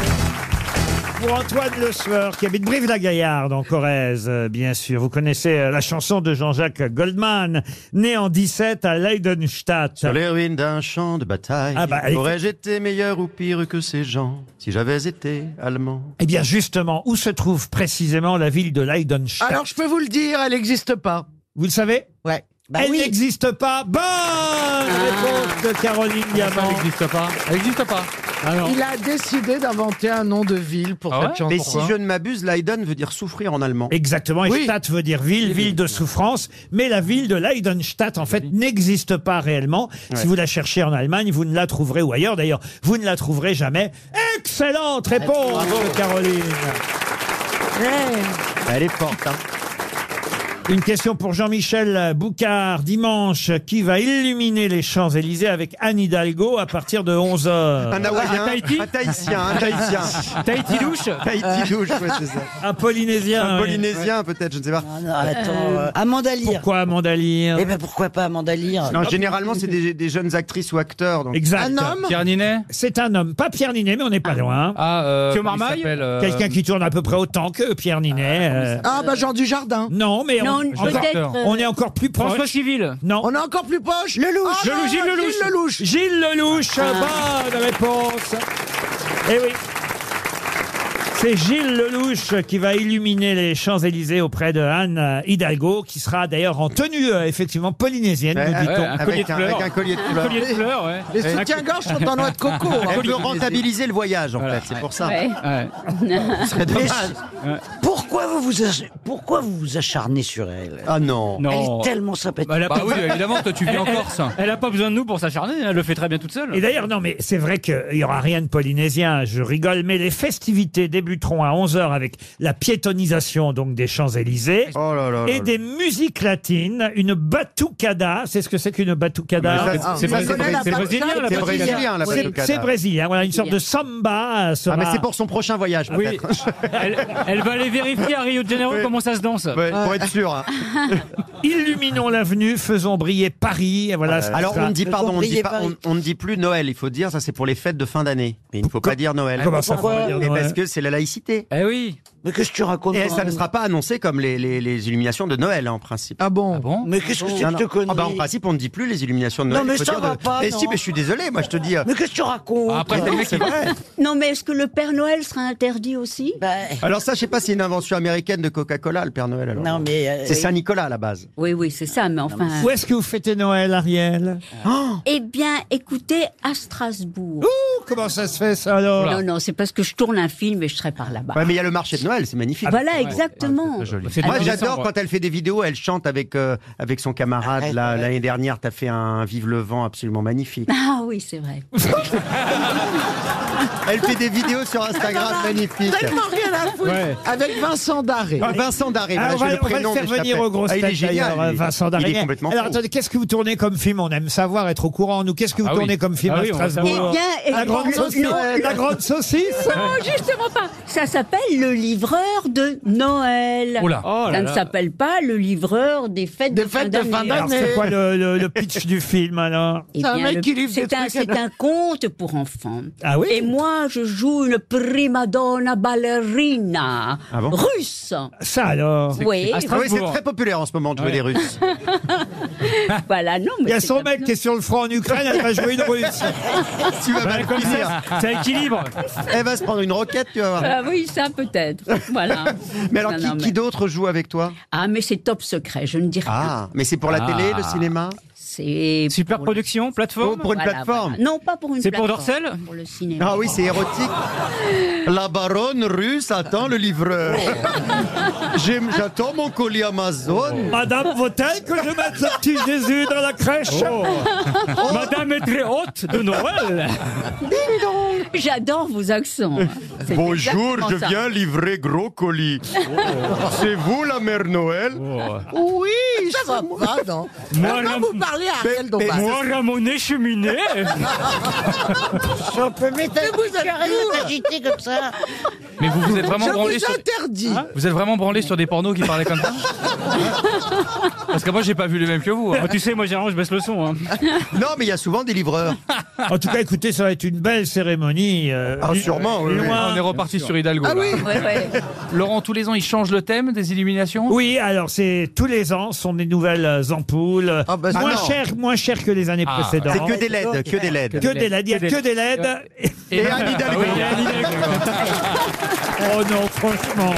[SPEAKER 2] Pour Antoine Le Sueur, qui habite Brive-la-Gaillarde, en Corrèze, euh, bien sûr. Vous connaissez euh, la chanson de Jean-Jacques Goldman, né en 17 à Leidenstadt.
[SPEAKER 9] Sur les ruines d'un champ de bataille,
[SPEAKER 2] Ah bah, il faut-
[SPEAKER 9] aurais-je été meilleur ou pire que ces gens si j'avais été allemand
[SPEAKER 2] Eh bien, justement, où se trouve précisément la ville de Leidenstadt
[SPEAKER 8] Alors, je peux vous le dire, elle n'existe pas.
[SPEAKER 2] Vous le savez
[SPEAKER 8] Ouais.
[SPEAKER 6] Bah
[SPEAKER 2] Elle
[SPEAKER 6] oui.
[SPEAKER 2] n'existe pas. Bonne réponse de Caroline
[SPEAKER 7] Ça
[SPEAKER 2] Diamant.
[SPEAKER 7] Ah. n'existe pas. Elle n'existe pas.
[SPEAKER 8] Il a décidé d'inventer un nom de ville pour
[SPEAKER 7] Ah
[SPEAKER 8] cette
[SPEAKER 7] ouais
[SPEAKER 8] chanson.
[SPEAKER 3] Mais si je ne m'abuse, Leiden veut dire souffrir en allemand.
[SPEAKER 2] Exactement, et
[SPEAKER 8] Oui.
[SPEAKER 2] Stadt veut dire ville, ville de souffrance, mais la ville de Leidenstadt, en fait, n'existe pas réellement. Si vous la cherchez en Allemagne, vous ne la trouverez, ou ailleurs d'ailleurs, vous ne la trouverez jamais. Excellente réponse, de Caroline
[SPEAKER 3] Elle est forte. hein.
[SPEAKER 2] Une question pour Jean-Michel Boucard, dimanche, qui va illuminer les Champs-Élysées avec Anne Hidalgo à partir de Ah, 11h.
[SPEAKER 3] Un Hawaïen,
[SPEAKER 7] À Tahiti
[SPEAKER 3] un Tahitien, un Tahitien.
[SPEAKER 7] Tahiti douche
[SPEAKER 3] Tahiti douche, ouais, c'est ça.
[SPEAKER 2] Un Polynésien.
[SPEAKER 3] Un
[SPEAKER 2] oui.
[SPEAKER 3] Polynésien, peut-être, je ne sais pas.
[SPEAKER 6] Ah non, attends. euh, Amanda Lear.
[SPEAKER 2] Pourquoi Amanda Lear
[SPEAKER 6] Eh ben pourquoi pas Amanda Lear
[SPEAKER 3] Non, généralement, c'est des, des jeunes actrices ou acteurs. Donc...
[SPEAKER 2] Exact.
[SPEAKER 8] Un homme
[SPEAKER 7] Pierre Ninet
[SPEAKER 2] C'est un homme, pas Pierre Ninet, mais on n'est pas loin.
[SPEAKER 7] Ah, euh,
[SPEAKER 2] Pio
[SPEAKER 7] comment il
[SPEAKER 2] Marmaille
[SPEAKER 7] s'appelle, euh,
[SPEAKER 2] Quelqu'un qui tourne à peu près autant que Pierre Ninet. euh,
[SPEAKER 8] Ah, bah, Jean Dujardin.
[SPEAKER 2] Non, mais on,
[SPEAKER 5] Non,
[SPEAKER 2] encore-
[SPEAKER 5] peut-être. euh,
[SPEAKER 2] on est encore plus proche.
[SPEAKER 7] François Civil.
[SPEAKER 2] Non.
[SPEAKER 8] On est encore plus proche. Lelouch. Ah,
[SPEAKER 7] Lelouch, Gilles
[SPEAKER 8] non,
[SPEAKER 7] Lelouch.
[SPEAKER 8] Gilles Lelouch.
[SPEAKER 2] Gilles Lelouch, bonne réponse. Eh oui. C'est Gilles Lelouch qui va illuminer les Champs-Élysées auprès de Anne Hidalgo, qui sera d'ailleurs en tenue euh, effectivement polynésienne,
[SPEAKER 3] Ouais,
[SPEAKER 2] nous dit-on.
[SPEAKER 3] ouais, un collier Avec de un- fleurs. avec un collier de fleurs. collier de fleurs, ouais. Les
[SPEAKER 2] Et-
[SPEAKER 3] soutiens-gorge sont en noix de coco, hein. Elle veut rentabiliser le voyage, en fait, c'est pour ça. Ouais. serait
[SPEAKER 6] Mais
[SPEAKER 3] dommage.
[SPEAKER 6] c'est- Pourquoi vous vous, ach- pourquoi vous vous acharnez sur elle
[SPEAKER 3] Ah non.
[SPEAKER 6] Elle est tellement
[SPEAKER 7] Bah,
[SPEAKER 6] sympathique.
[SPEAKER 4] Bah
[SPEAKER 2] viens en
[SPEAKER 6] Corse.
[SPEAKER 7] Elle a pas besoin de nous pour s'acharner, elle le fait très bien toute seule.
[SPEAKER 2] Et d'ailleurs, non, mais c'est vrai qu'il n'y aura rien de polynésien, je rigole, mais les festivités débuteront à 11h avec la piétonisation donc des Champs-Élysées
[SPEAKER 3] Oh là
[SPEAKER 2] et
[SPEAKER 3] là.
[SPEAKER 2] des musiques latines, une batucada. C'est ce que c'est qu'une batucada
[SPEAKER 3] Mais ça, c'est- c'est Ah, brésilien, la c'est batucada. brésilien, la
[SPEAKER 2] C'est
[SPEAKER 3] batucada.
[SPEAKER 2] brésilien, la
[SPEAKER 3] Oui.
[SPEAKER 2] batucada. C'est brésilien, voilà, une sorte de samba. euh,
[SPEAKER 3] Ah,
[SPEAKER 2] sera-
[SPEAKER 3] mais c'est pour son prochain voyage,
[SPEAKER 2] Oui.
[SPEAKER 3] peut-être.
[SPEAKER 7] Elle va aller vérifier à Rio de Janeiro comment ça se danse.
[SPEAKER 3] pour être sûr. hein.
[SPEAKER 2] Illuminons l'avenue, faisons briller Paris. Et voilà,
[SPEAKER 6] Euh,
[SPEAKER 2] ce
[SPEAKER 3] Alors
[SPEAKER 2] sera-
[SPEAKER 3] on ne dit pardon, on ne dit, pas- on- on ne dit plus Noël. Il faut dire ça, c'est pour les fêtes de fin d'année. Mais il ne faut pas dire Noël.
[SPEAKER 2] Comment ça, faut pas dire
[SPEAKER 3] Mais
[SPEAKER 2] Noël
[SPEAKER 3] Parce que c'est la laïcité.
[SPEAKER 7] Eh oui.
[SPEAKER 6] Mais qu'est-ce que tu racontes
[SPEAKER 3] Et ça ne sera pas annoncé comme les, les- les illuminations de Noël hein, en principe.
[SPEAKER 8] Ah bon,
[SPEAKER 6] Mais qu'est-ce que c'est
[SPEAKER 3] Non,
[SPEAKER 6] que
[SPEAKER 3] non.
[SPEAKER 6] te connais
[SPEAKER 3] Ah bah, En principe, on ne dit plus les illuminations de
[SPEAKER 6] Non,
[SPEAKER 3] Noël.
[SPEAKER 6] mais
[SPEAKER 3] il faut
[SPEAKER 6] ça
[SPEAKER 3] dire
[SPEAKER 6] va
[SPEAKER 3] de-
[SPEAKER 6] pas,
[SPEAKER 3] Mais
[SPEAKER 6] non.
[SPEAKER 3] si, mais je suis désolé, moi je te dis. euh,
[SPEAKER 6] Mais qu'est-ce que tu racontes
[SPEAKER 3] Après,
[SPEAKER 6] Non,
[SPEAKER 3] c'est vrai.
[SPEAKER 5] Non, mais est-ce que le Père Noël sera interdit aussi
[SPEAKER 9] Ben,
[SPEAKER 3] Alors ça, je sais pas, c'est une invention américaine de Coca-Cola, le Père Noël. Alors.
[SPEAKER 5] Non, mais, euh,
[SPEAKER 3] c'est
[SPEAKER 5] oui.
[SPEAKER 3] Saint-Nicolas à la base.
[SPEAKER 5] Oui, oui, c'est ça, mais enfin.
[SPEAKER 2] Où est-ce que vous fêtez Noël, Ariel
[SPEAKER 5] Eh bien, écoutez, à Strasbourg.
[SPEAKER 2] Ouh, comment ça se fait ça alors
[SPEAKER 5] Non, non, c'est parce que je tourne un film et je serai par
[SPEAKER 6] Bah.
[SPEAKER 5] là-bas.
[SPEAKER 3] Ouais, mais il y a le marché de Noël, c'est magnifique.
[SPEAKER 2] Ah,
[SPEAKER 5] Voilà, exactement.
[SPEAKER 3] Moi, j'adore quand elle fait des vidéos, elle chante avec, euh, avec son camarade. là, L'année dernière, t'as fait un Vive le vent absolument magnifique.
[SPEAKER 5] Ah oui, c'est vrai.
[SPEAKER 3] Elle fait des vidéos sur Instagram magnifiques.
[SPEAKER 8] Ah, Tellement rien à foutre.
[SPEAKER 3] Ouais.
[SPEAKER 8] Avec Vincent Daré.
[SPEAKER 3] Ah, Vincent Daré,
[SPEAKER 2] Ah,
[SPEAKER 3] voilà,
[SPEAKER 2] on va,
[SPEAKER 3] j'ai le
[SPEAKER 2] on va
[SPEAKER 3] prénom.
[SPEAKER 2] le
[SPEAKER 3] mais
[SPEAKER 2] faire
[SPEAKER 3] je
[SPEAKER 2] venir
[SPEAKER 3] l'appelle-
[SPEAKER 2] aux grosses
[SPEAKER 3] Ah, il est
[SPEAKER 2] têtes,
[SPEAKER 3] génial,
[SPEAKER 2] d'ailleurs,
[SPEAKER 3] il est-
[SPEAKER 2] Vincent
[SPEAKER 3] Il est
[SPEAKER 2] Darrignan.
[SPEAKER 3] complètement
[SPEAKER 2] Alors
[SPEAKER 3] fou.
[SPEAKER 2] attendez, qu'est-ce que vous tournez comme film On aime savoir, être au courant. Nous, qu'est-ce que vous
[SPEAKER 3] Ah oui.
[SPEAKER 2] tournez comme film
[SPEAKER 3] Ah
[SPEAKER 2] à
[SPEAKER 3] oui, on va
[SPEAKER 2] Strasbourg
[SPEAKER 5] Eh bien, eh
[SPEAKER 2] La
[SPEAKER 5] bien,
[SPEAKER 2] grande
[SPEAKER 5] non,
[SPEAKER 2] saucisse
[SPEAKER 5] non.
[SPEAKER 2] La grande saucisse
[SPEAKER 5] Non, justement pas. Ça s'appelle le livreur de Noël.
[SPEAKER 2] Oula. Oh là
[SPEAKER 5] ça ne
[SPEAKER 2] là.
[SPEAKER 5] s'appelle pas le livreur des fêtes de, fin d'année.
[SPEAKER 2] Alors, c'est quoi le, le- le pitch du film alors
[SPEAKER 5] Eh bien, le- c'est un, c'est un conte pour enfants.
[SPEAKER 2] Ah oui
[SPEAKER 5] Et moi, je joue une prima donna ballerina
[SPEAKER 3] Ah bon
[SPEAKER 5] russe.
[SPEAKER 2] Ça alors
[SPEAKER 5] Oui.
[SPEAKER 3] Ah oui, c'est très populaire en ce moment de jouer
[SPEAKER 5] Ouais.
[SPEAKER 3] des Russes.
[SPEAKER 5] voilà, non,
[SPEAKER 2] Il y
[SPEAKER 5] mais
[SPEAKER 2] a
[SPEAKER 5] c'est
[SPEAKER 2] son
[SPEAKER 5] comme
[SPEAKER 2] mec
[SPEAKER 5] ça.
[SPEAKER 2] qui est sur le front en Ukraine, elle va jouer une russe.
[SPEAKER 3] tu vas
[SPEAKER 2] Ouais,
[SPEAKER 3] mal
[SPEAKER 2] comme ça,
[SPEAKER 3] finir.
[SPEAKER 2] ça équilibre.
[SPEAKER 3] Bah, Elle va se prendre une roquette, tu vas voir.
[SPEAKER 5] Ah oui, ça peut-être. Voilà.
[SPEAKER 3] Mais alors,
[SPEAKER 5] Non,
[SPEAKER 3] qui,
[SPEAKER 5] non, mais-
[SPEAKER 3] qui d'autre joue avec toi
[SPEAKER 5] Ah, mais c'est top secret, je ne dis rien.
[SPEAKER 3] Ah, mais c'est pour la télé, le cinéma Oh,
[SPEAKER 5] C'est
[SPEAKER 7] super production, plateforme.
[SPEAKER 5] Voilà, voilà. Non, pas pour une
[SPEAKER 7] C'est pour
[SPEAKER 5] plateforme,
[SPEAKER 7] Dorcel
[SPEAKER 5] Pour le cinéma.
[SPEAKER 3] Ah oui, c'est érotique. La baronne russe attend le livreur.
[SPEAKER 5] Oh.
[SPEAKER 3] J'aime- J'attends mon colis Amazon.
[SPEAKER 2] Madame Vautelle, que je mette le petit Jésus dans la crèche
[SPEAKER 3] Oh.
[SPEAKER 2] Oh.
[SPEAKER 7] Madame est très haute de Noël.
[SPEAKER 5] J'adore vos accents. C'est exactement ça. Oh.
[SPEAKER 3] livrer gros colis. C'est vous la mère Noël
[SPEAKER 2] Oh.
[SPEAKER 8] Oui, ça va pas, non.
[SPEAKER 7] Moi,
[SPEAKER 8] Maintenant,
[SPEAKER 7] la-
[SPEAKER 8] vous parlez à Ariel Dombas.
[SPEAKER 7] Moi, Ramonet cheminée.
[SPEAKER 6] Je peux m'étonner vous êtes agité comme ça.
[SPEAKER 4] Mais vous vous êtes vraiment
[SPEAKER 8] Je
[SPEAKER 4] branlé
[SPEAKER 8] vous
[SPEAKER 4] sur...
[SPEAKER 8] interdis.
[SPEAKER 4] Hein Vous êtes vraiment branlé sur des pornos qui parlaient comme ça Parce que moi, j'ai pas vu les mêmes que vous. hein.
[SPEAKER 7] Oh, tu sais, moi, généralement, je baisse le son. hein.
[SPEAKER 3] Non, mais il y a souvent des livreurs.
[SPEAKER 2] En tout cas, écoutez, ça va être une belle cérémonie. euh,
[SPEAKER 3] Ah,
[SPEAKER 2] lu-
[SPEAKER 3] sûrement, oui, oui.
[SPEAKER 2] loin-
[SPEAKER 4] On est reparti sur Hidalgo.
[SPEAKER 8] Ah
[SPEAKER 4] là.
[SPEAKER 8] oui.
[SPEAKER 4] Laurent, tous les ans, il change le thème des illuminations
[SPEAKER 2] Oui, alors c'est tous les ans sont des nouvelles euh, ampoules, euh,
[SPEAKER 3] bah,
[SPEAKER 2] moins
[SPEAKER 3] non.
[SPEAKER 2] chères, moins chères que les années
[SPEAKER 3] Ah,
[SPEAKER 2] précédentes.
[SPEAKER 3] C'est que des LED, que des LED.
[SPEAKER 2] Que des LED, il y a que des LED.
[SPEAKER 3] Et Anne Hidalgo.
[SPEAKER 2] Oh non, franchement.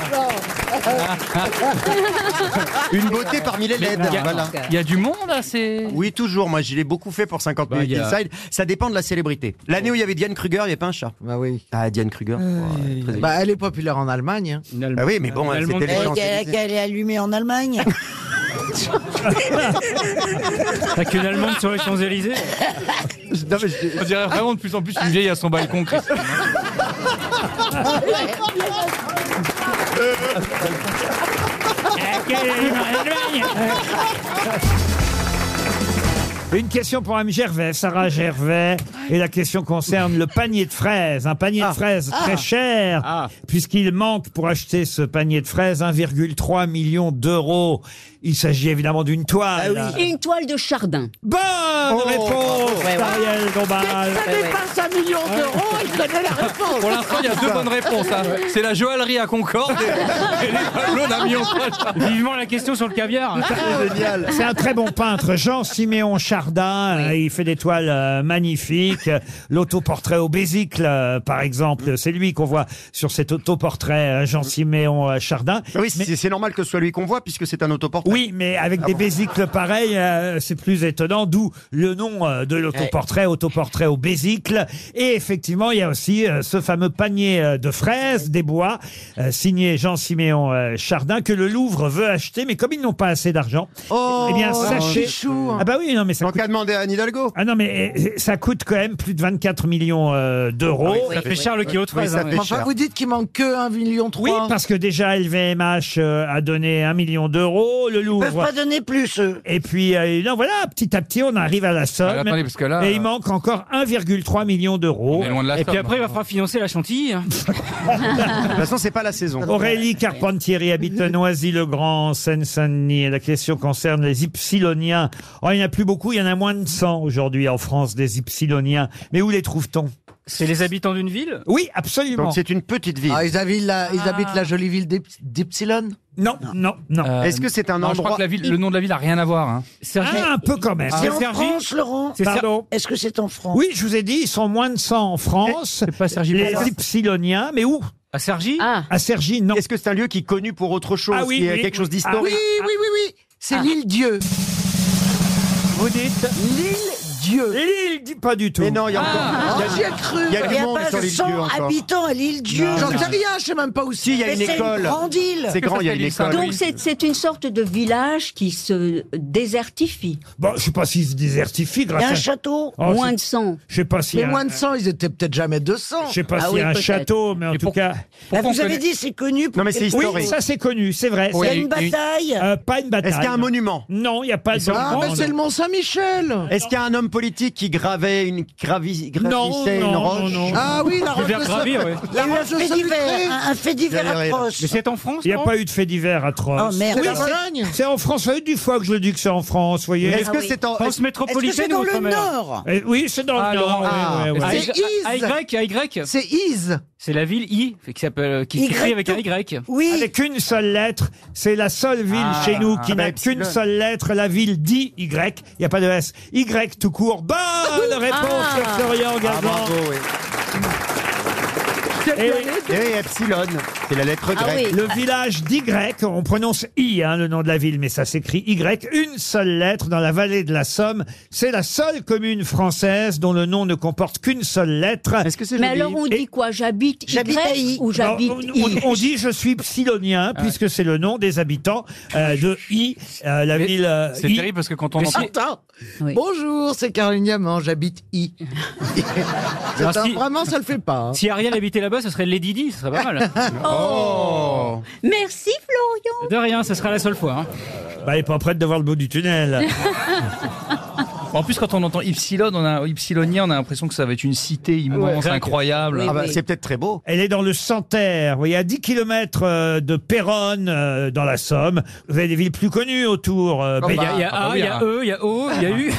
[SPEAKER 3] Une beauté parmi les LED.
[SPEAKER 4] il y a-
[SPEAKER 3] voilà.
[SPEAKER 4] il y a du monde, là, c'est...
[SPEAKER 3] Oui, toujours. Moi, je l'ai beaucoup fait pour 50
[SPEAKER 4] Bah,
[SPEAKER 3] minutes
[SPEAKER 4] il y a-
[SPEAKER 3] inside. Ça dépend de la célébrité. L'année où il y avait Diane Kruger, il n'y avait pas un chat. Bah oui. Ah, Diane Kruger. ouais, très
[SPEAKER 8] Bah, elle est populaire en Allemagne. hein.
[SPEAKER 3] Bah oui, mais bon, c'était les gens.
[SPEAKER 8] Eh,
[SPEAKER 6] Elle est allumée en Allemagne.
[SPEAKER 7] T'as qu'une Allemande sur les Champs-Élysées
[SPEAKER 4] On dirait vraiment de plus en plus une vieille à son balcon, Christine.
[SPEAKER 2] Une question pour Mme Gervais, Sarah Gervais. Et la question concerne le panier de fraises. Un panier de fraises très
[SPEAKER 7] Ah.
[SPEAKER 2] cher, puisqu'il manque pour acheter ce panier de fraises 1,3 million d'euros. Il s'agit évidemment d'une
[SPEAKER 3] Ah
[SPEAKER 2] toile.
[SPEAKER 5] Et Ah une toile de Chardin.
[SPEAKER 2] Bonne
[SPEAKER 3] Oh,
[SPEAKER 2] réponse,
[SPEAKER 5] Ouais, ouais.
[SPEAKER 2] Ariel Dombal.
[SPEAKER 8] Ça Eh n'est pas 5 millions d'euros, il connaît la réponse.
[SPEAKER 4] Pour l'instant, il y a deux bonnes réponses. hein. C'est la joaillerie à Concorde et, et les tableaux d'un million de
[SPEAKER 7] Vivement la question sur le caviar.
[SPEAKER 2] Ah,
[SPEAKER 3] Génial.
[SPEAKER 2] C'est un très bon peintre, Jean-Siméon Chardin. Euh, Il fait des toiles euh, magnifiques. musique. Euh, L'autoportrait au Bézicle, euh, par
[SPEAKER 3] Mm.
[SPEAKER 2] exemple, c'est lui qu'on voit sur cet autoportrait, euh, Jean Siméon euh, Chardin.
[SPEAKER 8] eh.
[SPEAKER 3] Oui, c'est c'est normal que ce soit lui qu'on voit puisque c'est un Ah autoportrait.
[SPEAKER 2] Oui, mais avec des bésicles pareils, euh, c'est plus étonnant, d'où le nom euh, de l'autoportrait, autoportrait au bésicle. Et effectivement, il y a aussi euh, ce fameux panier euh, de fraises, des bois, euh, signé Jean-Siméon euh, Chardin, que le Louvre veut acheter, mais comme ils n'ont pas assez d'argent,
[SPEAKER 8] Oh,
[SPEAKER 2] eh bien,
[SPEAKER 3] Oh, c'est
[SPEAKER 4] Oh.
[SPEAKER 2] sachez...
[SPEAKER 3] chou.
[SPEAKER 2] Ah bah oui, non, mais ça coûte...
[SPEAKER 3] demandé à Anne Hidalgo.
[SPEAKER 2] Ah non, mais eh, ça coûte quand même plus de 24 millions euh, d'euros.
[SPEAKER 4] hein,
[SPEAKER 8] Enfin, vous dites qu'il manque que 1,3 million.
[SPEAKER 2] Oui, parce que déjà LVMH euh, a donné un million d'euros, le Louvre.
[SPEAKER 6] peuvent pas donner plus.
[SPEAKER 2] Et puis euh, non, voilà, petit à petit, on arrive à la somme.
[SPEAKER 4] Ah, attendez, parce que là,
[SPEAKER 2] et
[SPEAKER 4] euh,
[SPEAKER 2] il manque encore 1,3 million d'euros.
[SPEAKER 7] Et puis
[SPEAKER 4] hein.
[SPEAKER 7] après, il va falloir financer la chantilly. hein.
[SPEAKER 8] Ah.
[SPEAKER 2] De toute façon, c'est pas la saison. Ah,
[SPEAKER 7] Ah
[SPEAKER 2] Aurélie Carpentieri habite Noisy-le-Grand, en Seine-Saint-Denis. Et La question concerne les Ypsiloniens. Oh, il n'y en a plus beaucoup, il y en a moins de 100 aujourd'hui en France, des Ypsiloniens. Mais où les trouve-t-on
[SPEAKER 7] C'est les habitants d'une ville
[SPEAKER 2] Oui, absolument.
[SPEAKER 3] Donc, c'est une petite ville.
[SPEAKER 8] Ah, ils habitent la, ils
[SPEAKER 7] Ah.
[SPEAKER 8] habitent la jolie ville d'Ip- d'Ypsilon
[SPEAKER 2] Non, non, non.
[SPEAKER 4] Euh,
[SPEAKER 3] Est-ce que c'est un
[SPEAKER 4] non,
[SPEAKER 3] endroit
[SPEAKER 4] je crois que la ville- le nom de la ville a rien à voir. hein.
[SPEAKER 2] Ah, un peu quand même.
[SPEAKER 6] C'est en France, Laurent
[SPEAKER 2] C'est Pardon
[SPEAKER 6] Est-ce que c'est en France
[SPEAKER 2] Oui, je vous ai dit, ils sont moins de 100 en France. les Ypsiloniens, mais où
[SPEAKER 7] À Sergi
[SPEAKER 5] Ah.
[SPEAKER 2] À Sergi, non.
[SPEAKER 3] Est-ce que c'est un lieu qui est connu pour autre chose,
[SPEAKER 2] Ah oui,
[SPEAKER 3] qui est
[SPEAKER 2] oui,
[SPEAKER 3] quelque
[SPEAKER 2] oui.
[SPEAKER 3] chose
[SPEAKER 8] Oui,
[SPEAKER 3] d'historique
[SPEAKER 8] oui, oui, oui. C'est l'île Dieu.
[SPEAKER 2] Vous dites
[SPEAKER 8] L'île Dieu.
[SPEAKER 2] L'île dit pas du tout.
[SPEAKER 3] Mais non, il y a
[SPEAKER 8] Ah,
[SPEAKER 3] encore.
[SPEAKER 8] j'y ai cru.
[SPEAKER 3] Il y a
[SPEAKER 6] Il n'y
[SPEAKER 3] du
[SPEAKER 6] a
[SPEAKER 3] monde
[SPEAKER 6] pas
[SPEAKER 3] sur l'île
[SPEAKER 6] 100
[SPEAKER 3] Dieu encore.
[SPEAKER 6] habitants à l'île Dieu.
[SPEAKER 3] Non,
[SPEAKER 8] J'en sais rien, je sais même pas où c'est.
[SPEAKER 3] Si, il y a
[SPEAKER 6] Mais
[SPEAKER 3] une
[SPEAKER 6] c'est une
[SPEAKER 3] école.
[SPEAKER 6] grande île.
[SPEAKER 3] C'est grand, il y a une
[SPEAKER 4] Qu'est-ce que
[SPEAKER 3] école.
[SPEAKER 4] s'appelle
[SPEAKER 5] Donc c'est c'est une sorte de village qui se désertifie.
[SPEAKER 2] Bon, je sais pas s'ils se désertifient
[SPEAKER 6] Il y a un
[SPEAKER 2] grâce à...
[SPEAKER 6] château.
[SPEAKER 2] Oh,
[SPEAKER 5] Moins
[SPEAKER 2] c'est-
[SPEAKER 5] de 100.
[SPEAKER 2] Je sais pas s'il y
[SPEAKER 8] Les
[SPEAKER 2] a...
[SPEAKER 8] moins de 100, ils étaient peut-être jamais 200.
[SPEAKER 2] Je sais pas
[SPEAKER 5] Ah
[SPEAKER 2] s'il
[SPEAKER 5] oui,
[SPEAKER 2] y a un
[SPEAKER 5] peut-être.
[SPEAKER 2] château, mais en
[SPEAKER 4] Et
[SPEAKER 2] tout
[SPEAKER 4] pour-
[SPEAKER 2] cas...
[SPEAKER 6] Bah,
[SPEAKER 4] Pourquoi on
[SPEAKER 6] vous avez
[SPEAKER 4] connaît-
[SPEAKER 6] dit c'est connu. pour
[SPEAKER 3] Non, mais c'est
[SPEAKER 6] quelque
[SPEAKER 2] Oui,
[SPEAKER 3] historique.
[SPEAKER 2] ça c'est connu, c'est vrai.
[SPEAKER 6] Il y a
[SPEAKER 4] Oui,
[SPEAKER 6] une
[SPEAKER 4] et- et-
[SPEAKER 6] bataille.
[SPEAKER 2] Euh, pas une bataille.
[SPEAKER 3] Est-ce qu'il y a un monument
[SPEAKER 2] Non, il n'y a pas de
[SPEAKER 8] Ah, mais
[SPEAKER 2] monument,
[SPEAKER 8] c'est
[SPEAKER 2] non.
[SPEAKER 8] le Mont-Saint-Michel.
[SPEAKER 3] Est-ce qu'il y a un homme politique qui gravait une gravi-
[SPEAKER 2] Non,
[SPEAKER 3] gravissait
[SPEAKER 2] non,
[SPEAKER 3] une roche
[SPEAKER 2] non, non.
[SPEAKER 8] Ah oui, la
[SPEAKER 7] Je
[SPEAKER 8] roche
[SPEAKER 7] vais
[SPEAKER 8] de
[SPEAKER 7] gravir,
[SPEAKER 8] Sa-
[SPEAKER 7] ouais.
[SPEAKER 8] La
[SPEAKER 6] Il y a eu un
[SPEAKER 8] roche de
[SPEAKER 6] fait divers,
[SPEAKER 8] Saint-Lucré.
[SPEAKER 6] un, un fait divers
[SPEAKER 3] Derrière elle.
[SPEAKER 6] atroce.
[SPEAKER 7] Mais c'est en France
[SPEAKER 2] Il n'y a
[SPEAKER 7] non
[SPEAKER 2] pas eu de fait divers atroce.
[SPEAKER 6] Oh merde.
[SPEAKER 8] C'est la
[SPEAKER 6] Alors,
[SPEAKER 8] Pologne.
[SPEAKER 2] C'est en France, ça fait du fois que je le dis que c'est en France, voyez.
[SPEAKER 3] Est-ce
[SPEAKER 5] Ah
[SPEAKER 3] que
[SPEAKER 5] oui.
[SPEAKER 3] c'est en.
[SPEAKER 7] France
[SPEAKER 6] Est-ce que c'est
[SPEAKER 7] métropolitaine
[SPEAKER 6] dans
[SPEAKER 7] ou
[SPEAKER 6] le
[SPEAKER 7] outre-mer
[SPEAKER 6] Nord
[SPEAKER 2] Eh oui, c'est dans
[SPEAKER 7] Ah,
[SPEAKER 2] le Nord.
[SPEAKER 7] alors,
[SPEAKER 2] ouais, ouais, ouais.
[SPEAKER 8] ah,
[SPEAKER 7] AY,
[SPEAKER 8] C'est Ise.
[SPEAKER 7] AY,
[SPEAKER 8] C'est Ise.
[SPEAKER 7] c'est la ville I qui s'appelle qui
[SPEAKER 6] Y
[SPEAKER 7] s'écrit avec un Y.
[SPEAKER 6] Oui.
[SPEAKER 2] Avec une seule lettre, c'est la seule ville
[SPEAKER 7] Ah,
[SPEAKER 2] chez nous qui
[SPEAKER 3] ah,
[SPEAKER 2] n'a
[SPEAKER 3] bah,
[SPEAKER 2] qu'une
[SPEAKER 3] epsilon.
[SPEAKER 2] seule lettre, la ville d'IY. Il n'y a pas de S. Y tout court. Bonne réponse,
[SPEAKER 5] Ah.
[SPEAKER 2] de Florian
[SPEAKER 3] Ah,
[SPEAKER 2] Gazan.
[SPEAKER 3] bravo, oui.
[SPEAKER 2] Eh oui.
[SPEAKER 3] Eh oui, Epsilon, c'est la lettre
[SPEAKER 5] Ah
[SPEAKER 3] grecque.
[SPEAKER 5] oui.
[SPEAKER 2] Le village d'Y, on prononce I, hein, le nom de la ville, mais ça s'écrit Y, une seule lettre dans la vallée de la Somme. C'est la seule commune française dont le nom ne comporte qu'une seule lettre.
[SPEAKER 3] Est-ce que c'est
[SPEAKER 5] Mais
[SPEAKER 3] joli
[SPEAKER 5] alors on
[SPEAKER 2] Et-
[SPEAKER 5] dit quoi J'habite
[SPEAKER 6] J'habite à I.
[SPEAKER 5] Y ou
[SPEAKER 2] Alors,
[SPEAKER 5] j'habite
[SPEAKER 2] on,
[SPEAKER 5] I
[SPEAKER 2] on- on dit je suis psylonien, puisque c'est le nom des habitants euh, de I, euh, la
[SPEAKER 4] Mais
[SPEAKER 2] ville euh,
[SPEAKER 4] C'est
[SPEAKER 2] I.
[SPEAKER 4] terrible parce que quand on
[SPEAKER 7] Mais
[SPEAKER 4] entend.
[SPEAKER 7] si-
[SPEAKER 8] Attends.
[SPEAKER 5] Oui.
[SPEAKER 8] Bonjour, c'est Caroline Diamant, j'habite I. C'est
[SPEAKER 7] Alors,
[SPEAKER 8] un-
[SPEAKER 7] si-
[SPEAKER 8] Vraiment, ça le fait pas.
[SPEAKER 6] Ah.
[SPEAKER 8] hein.
[SPEAKER 7] Si Ariel habitait là-bas, ce serait Lady Di, ce serait pas mal.
[SPEAKER 3] Oh
[SPEAKER 5] Merci Florian.
[SPEAKER 7] De rien, ce sera la seule fois. hein.
[SPEAKER 2] Bah, elle n'est pas prête de voir le bout du tunnel.
[SPEAKER 4] En plus, quand on entend Ypsilon, on a Ypsilonien, on a l'impression que ça va être une cité immense, incroyable.
[SPEAKER 5] Oui,
[SPEAKER 3] Ah
[SPEAKER 5] oui.
[SPEAKER 3] bah, C'est peut-être très beau.
[SPEAKER 2] Elle est dans le Santerre, vous voyez, à 10 km de Péronne, euh, dans la Somme. Vous avez des villes plus connues autour. euh,
[SPEAKER 7] Il y
[SPEAKER 2] Bé-
[SPEAKER 7] a, Oh il y a
[SPEAKER 4] Ah, bah
[SPEAKER 7] A,
[SPEAKER 4] oui,
[SPEAKER 7] il y a
[SPEAKER 4] hein.
[SPEAKER 7] E, il y a O, il y a U.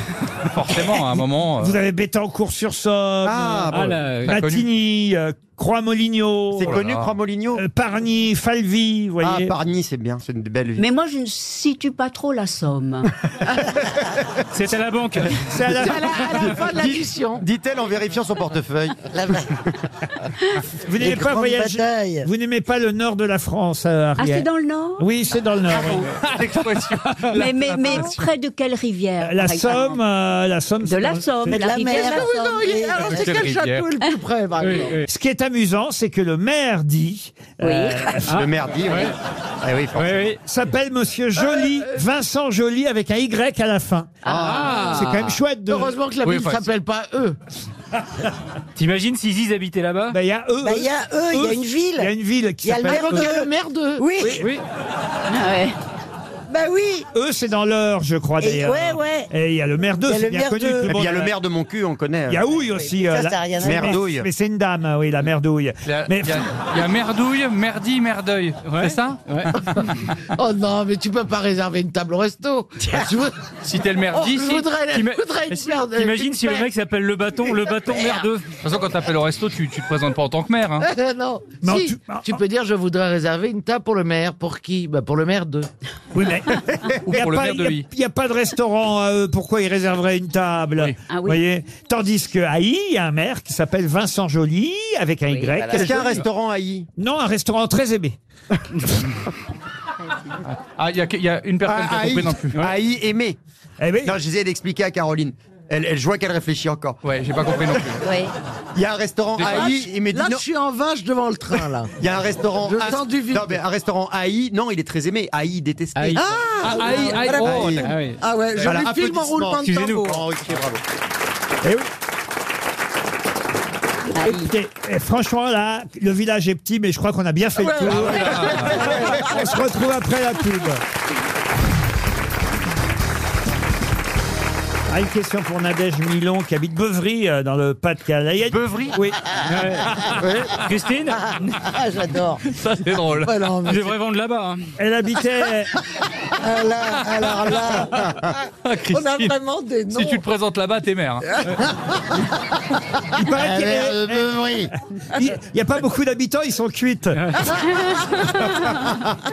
[SPEAKER 4] Forcément, à un moment. euh,
[SPEAKER 2] Vous avez Bétancourt-sur-Somme,
[SPEAKER 3] Ah,
[SPEAKER 7] Ah, là,
[SPEAKER 2] euh,
[SPEAKER 7] oui.
[SPEAKER 2] Matigny, euh, Croix-Molignon,
[SPEAKER 3] C'est
[SPEAKER 4] Oh là
[SPEAKER 3] connu,
[SPEAKER 4] là.
[SPEAKER 3] Croix-Molignon
[SPEAKER 2] euh, Pargny, Falvy, vous
[SPEAKER 3] Ah,
[SPEAKER 2] voyez.
[SPEAKER 3] Pargny, c'est bien, c'est une belle ville.
[SPEAKER 5] Mais moi je ne situe pas trop la Somme.
[SPEAKER 7] C'est à la banque.
[SPEAKER 2] C'est à la-
[SPEAKER 8] À la, à la fin de la
[SPEAKER 3] Dis-
[SPEAKER 8] mission.
[SPEAKER 3] Dit-elle en vérifiant son portefeuille.
[SPEAKER 6] La vraie-
[SPEAKER 2] Vous n'aimez
[SPEAKER 6] les
[SPEAKER 2] pas
[SPEAKER 6] grandes
[SPEAKER 2] voyager-
[SPEAKER 6] batailles.
[SPEAKER 2] Vous n'aimez pas le nord de la France, euh,
[SPEAKER 5] Ah
[SPEAKER 2] Ariel
[SPEAKER 5] c'est dans le Nord
[SPEAKER 2] Oui, c'est dans le nord.
[SPEAKER 5] Ah
[SPEAKER 2] oui.
[SPEAKER 5] bon.
[SPEAKER 4] L'expression.
[SPEAKER 5] mais, mais, mais près de quelle rivière
[SPEAKER 2] La
[SPEAKER 5] par exemple
[SPEAKER 2] Somme, euh, la Somme.
[SPEAKER 5] De
[SPEAKER 2] c'est
[SPEAKER 5] la
[SPEAKER 2] dans-
[SPEAKER 5] Somme,
[SPEAKER 2] c'est-
[SPEAKER 5] de la
[SPEAKER 6] la
[SPEAKER 5] rivière.
[SPEAKER 6] mer.
[SPEAKER 5] de la
[SPEAKER 8] Oui,
[SPEAKER 5] Somme.
[SPEAKER 8] non, il- alors c'est
[SPEAKER 4] Quelle
[SPEAKER 8] quel
[SPEAKER 4] rivière.
[SPEAKER 8] château le plus près, par exemple
[SPEAKER 2] Ce qui est amusant, c'est que le maire dit euh,
[SPEAKER 5] Oui.
[SPEAKER 3] Le maire dit, oui. Eh oui,
[SPEAKER 7] Oui, oui.
[SPEAKER 2] s'appelle Monsieur
[SPEAKER 6] Euh,
[SPEAKER 2] Joly, Vincent Joly avec un Y à la fin. Ah. C'est quand même chouette de.
[SPEAKER 8] Heureusement que la
[SPEAKER 4] Oui,
[SPEAKER 8] ville
[SPEAKER 4] enfin,
[SPEAKER 8] s'appelle pas E. eux.
[SPEAKER 7] T'imagines si Ziz habitait là-bas E.
[SPEAKER 2] Bah, il y a eux.
[SPEAKER 6] Bah, Il y a eux, il y a une
[SPEAKER 2] Il y a
[SPEAKER 6] ville.
[SPEAKER 2] une ville qui
[SPEAKER 6] Il y a le
[SPEAKER 2] s'appelle.
[SPEAKER 6] maire de-
[SPEAKER 2] Eux.
[SPEAKER 8] Le maire d'eux.
[SPEAKER 6] Oui,
[SPEAKER 7] Oui.
[SPEAKER 5] Ah ouais.
[SPEAKER 6] bah oui.
[SPEAKER 2] Eux, c'est dans l'heure, je crois
[SPEAKER 6] Et-
[SPEAKER 2] d'ailleurs.
[SPEAKER 6] ouais, ouais.
[SPEAKER 2] Et il y a le maire d'eux,
[SPEAKER 6] Il y a
[SPEAKER 2] c'est
[SPEAKER 6] le
[SPEAKER 2] bien
[SPEAKER 6] maire
[SPEAKER 2] connu.
[SPEAKER 6] d'eux.
[SPEAKER 2] tout
[SPEAKER 3] Et puis, il y a
[SPEAKER 2] monde-
[SPEAKER 3] le maire de mon cul, on connaît.
[SPEAKER 2] Il y a Houille aussi. euh,
[SPEAKER 6] Ça,
[SPEAKER 2] la-
[SPEAKER 6] ça a rien à
[SPEAKER 2] Mais-
[SPEAKER 3] voir. Merdouille.
[SPEAKER 2] Mais c'est une dame, hein, oui, la merdouille.
[SPEAKER 4] Il y a,
[SPEAKER 2] Mais
[SPEAKER 4] il y a- il y a merdouille, merdi, merdeuil. C'est ça
[SPEAKER 8] Oh non, mais tu peux pas réserver une table au resto. Tu veux-
[SPEAKER 4] Si t'es le
[SPEAKER 8] Oh,
[SPEAKER 4] merdi,
[SPEAKER 8] je
[SPEAKER 4] si-
[SPEAKER 8] voudrais, la- je
[SPEAKER 7] T'ima-
[SPEAKER 8] voudrais une merde.
[SPEAKER 4] euh,
[SPEAKER 7] T'imagines si le mec s'appelle le bâton, le bâton merdeux.
[SPEAKER 4] De toute façon, quand t'appelles au resto, tu, tu te présentes pas en tant que maire. hein.
[SPEAKER 8] non,
[SPEAKER 2] Mais en
[SPEAKER 8] si,
[SPEAKER 2] tout-
[SPEAKER 8] tu peux dire je voudrais réserver une table pour le maire. Pour qui bah Pour le maire d'eux.
[SPEAKER 2] Oui, mais
[SPEAKER 4] Ou
[SPEAKER 2] Il n'y a,
[SPEAKER 4] pour le
[SPEAKER 2] pas-
[SPEAKER 4] maire de
[SPEAKER 2] il y a-
[SPEAKER 4] Lille.
[SPEAKER 2] il y a pas de restaurant à eux, pourquoi ils réserveraient une table
[SPEAKER 5] Ah oui.
[SPEAKER 2] Vous voyez Tandis que à I, il y a un maire qui s'appelle Vincent Joly, avec un Y.
[SPEAKER 3] voilà. Est-ce qu'il y a un restaurant
[SPEAKER 2] à I Non, un restaurant très aimé.
[SPEAKER 4] Ah, il y, a- il y a une personne qui a compris non plus. Eh
[SPEAKER 3] Aïe, aimé. Non, je disais d'expliquer à Caroline. Elle, elle- je vois qu'elle réfléchit encore.
[SPEAKER 4] Ouais, j'ai pas compris non plus.
[SPEAKER 5] Oui.
[SPEAKER 3] Il y a un restaurant
[SPEAKER 8] Là,
[SPEAKER 3] AI,
[SPEAKER 8] je-
[SPEAKER 3] il me dit
[SPEAKER 8] là,
[SPEAKER 3] non.
[SPEAKER 8] je suis en vache devant le train, là.
[SPEAKER 3] Il y a un restaurant.
[SPEAKER 8] Je
[SPEAKER 3] A-
[SPEAKER 8] sens du vide.
[SPEAKER 3] Non, mais un restaurant AI, non, il est très aimé. AI détesté.
[SPEAKER 8] AI. Ah, Ah, AI, AI, oh,
[SPEAKER 3] AI.
[SPEAKER 8] d'accord. Ah ouais, je les filme en
[SPEAKER 3] applaudissements.
[SPEAKER 8] roulement de
[SPEAKER 3] Excusez-nous,
[SPEAKER 8] tambour.
[SPEAKER 3] Laurent Ruquier, bravo.
[SPEAKER 2] Eh oui. Écoutez, eh, franchement, là, le village est petit, mais je crois qu'on a bien fait le tour. On se retrouve après la pub. Ah, une question pour Nadège Milon qui habite Beuvry euh, dans le Pas-de-Calais. Beuvry Oui.
[SPEAKER 7] Christine
[SPEAKER 8] Ah, J'adore.
[SPEAKER 4] Ça, c'est
[SPEAKER 7] Oh
[SPEAKER 4] drôle.
[SPEAKER 6] Oh,
[SPEAKER 8] Ouais, non, mais-
[SPEAKER 4] J'aimerais vendre là-bas. hein.
[SPEAKER 2] Elle habitait.
[SPEAKER 8] alors, alors là,
[SPEAKER 4] Ah,
[SPEAKER 8] on a
[SPEAKER 4] Christine,
[SPEAKER 8] vraiment des noms.
[SPEAKER 4] si tu te présentes là-bas, t'es hein. mère.
[SPEAKER 2] Il paraît qu'il y a-
[SPEAKER 8] euh,
[SPEAKER 2] Il n'y a pas beaucoup d'habitants, ils sont cuites.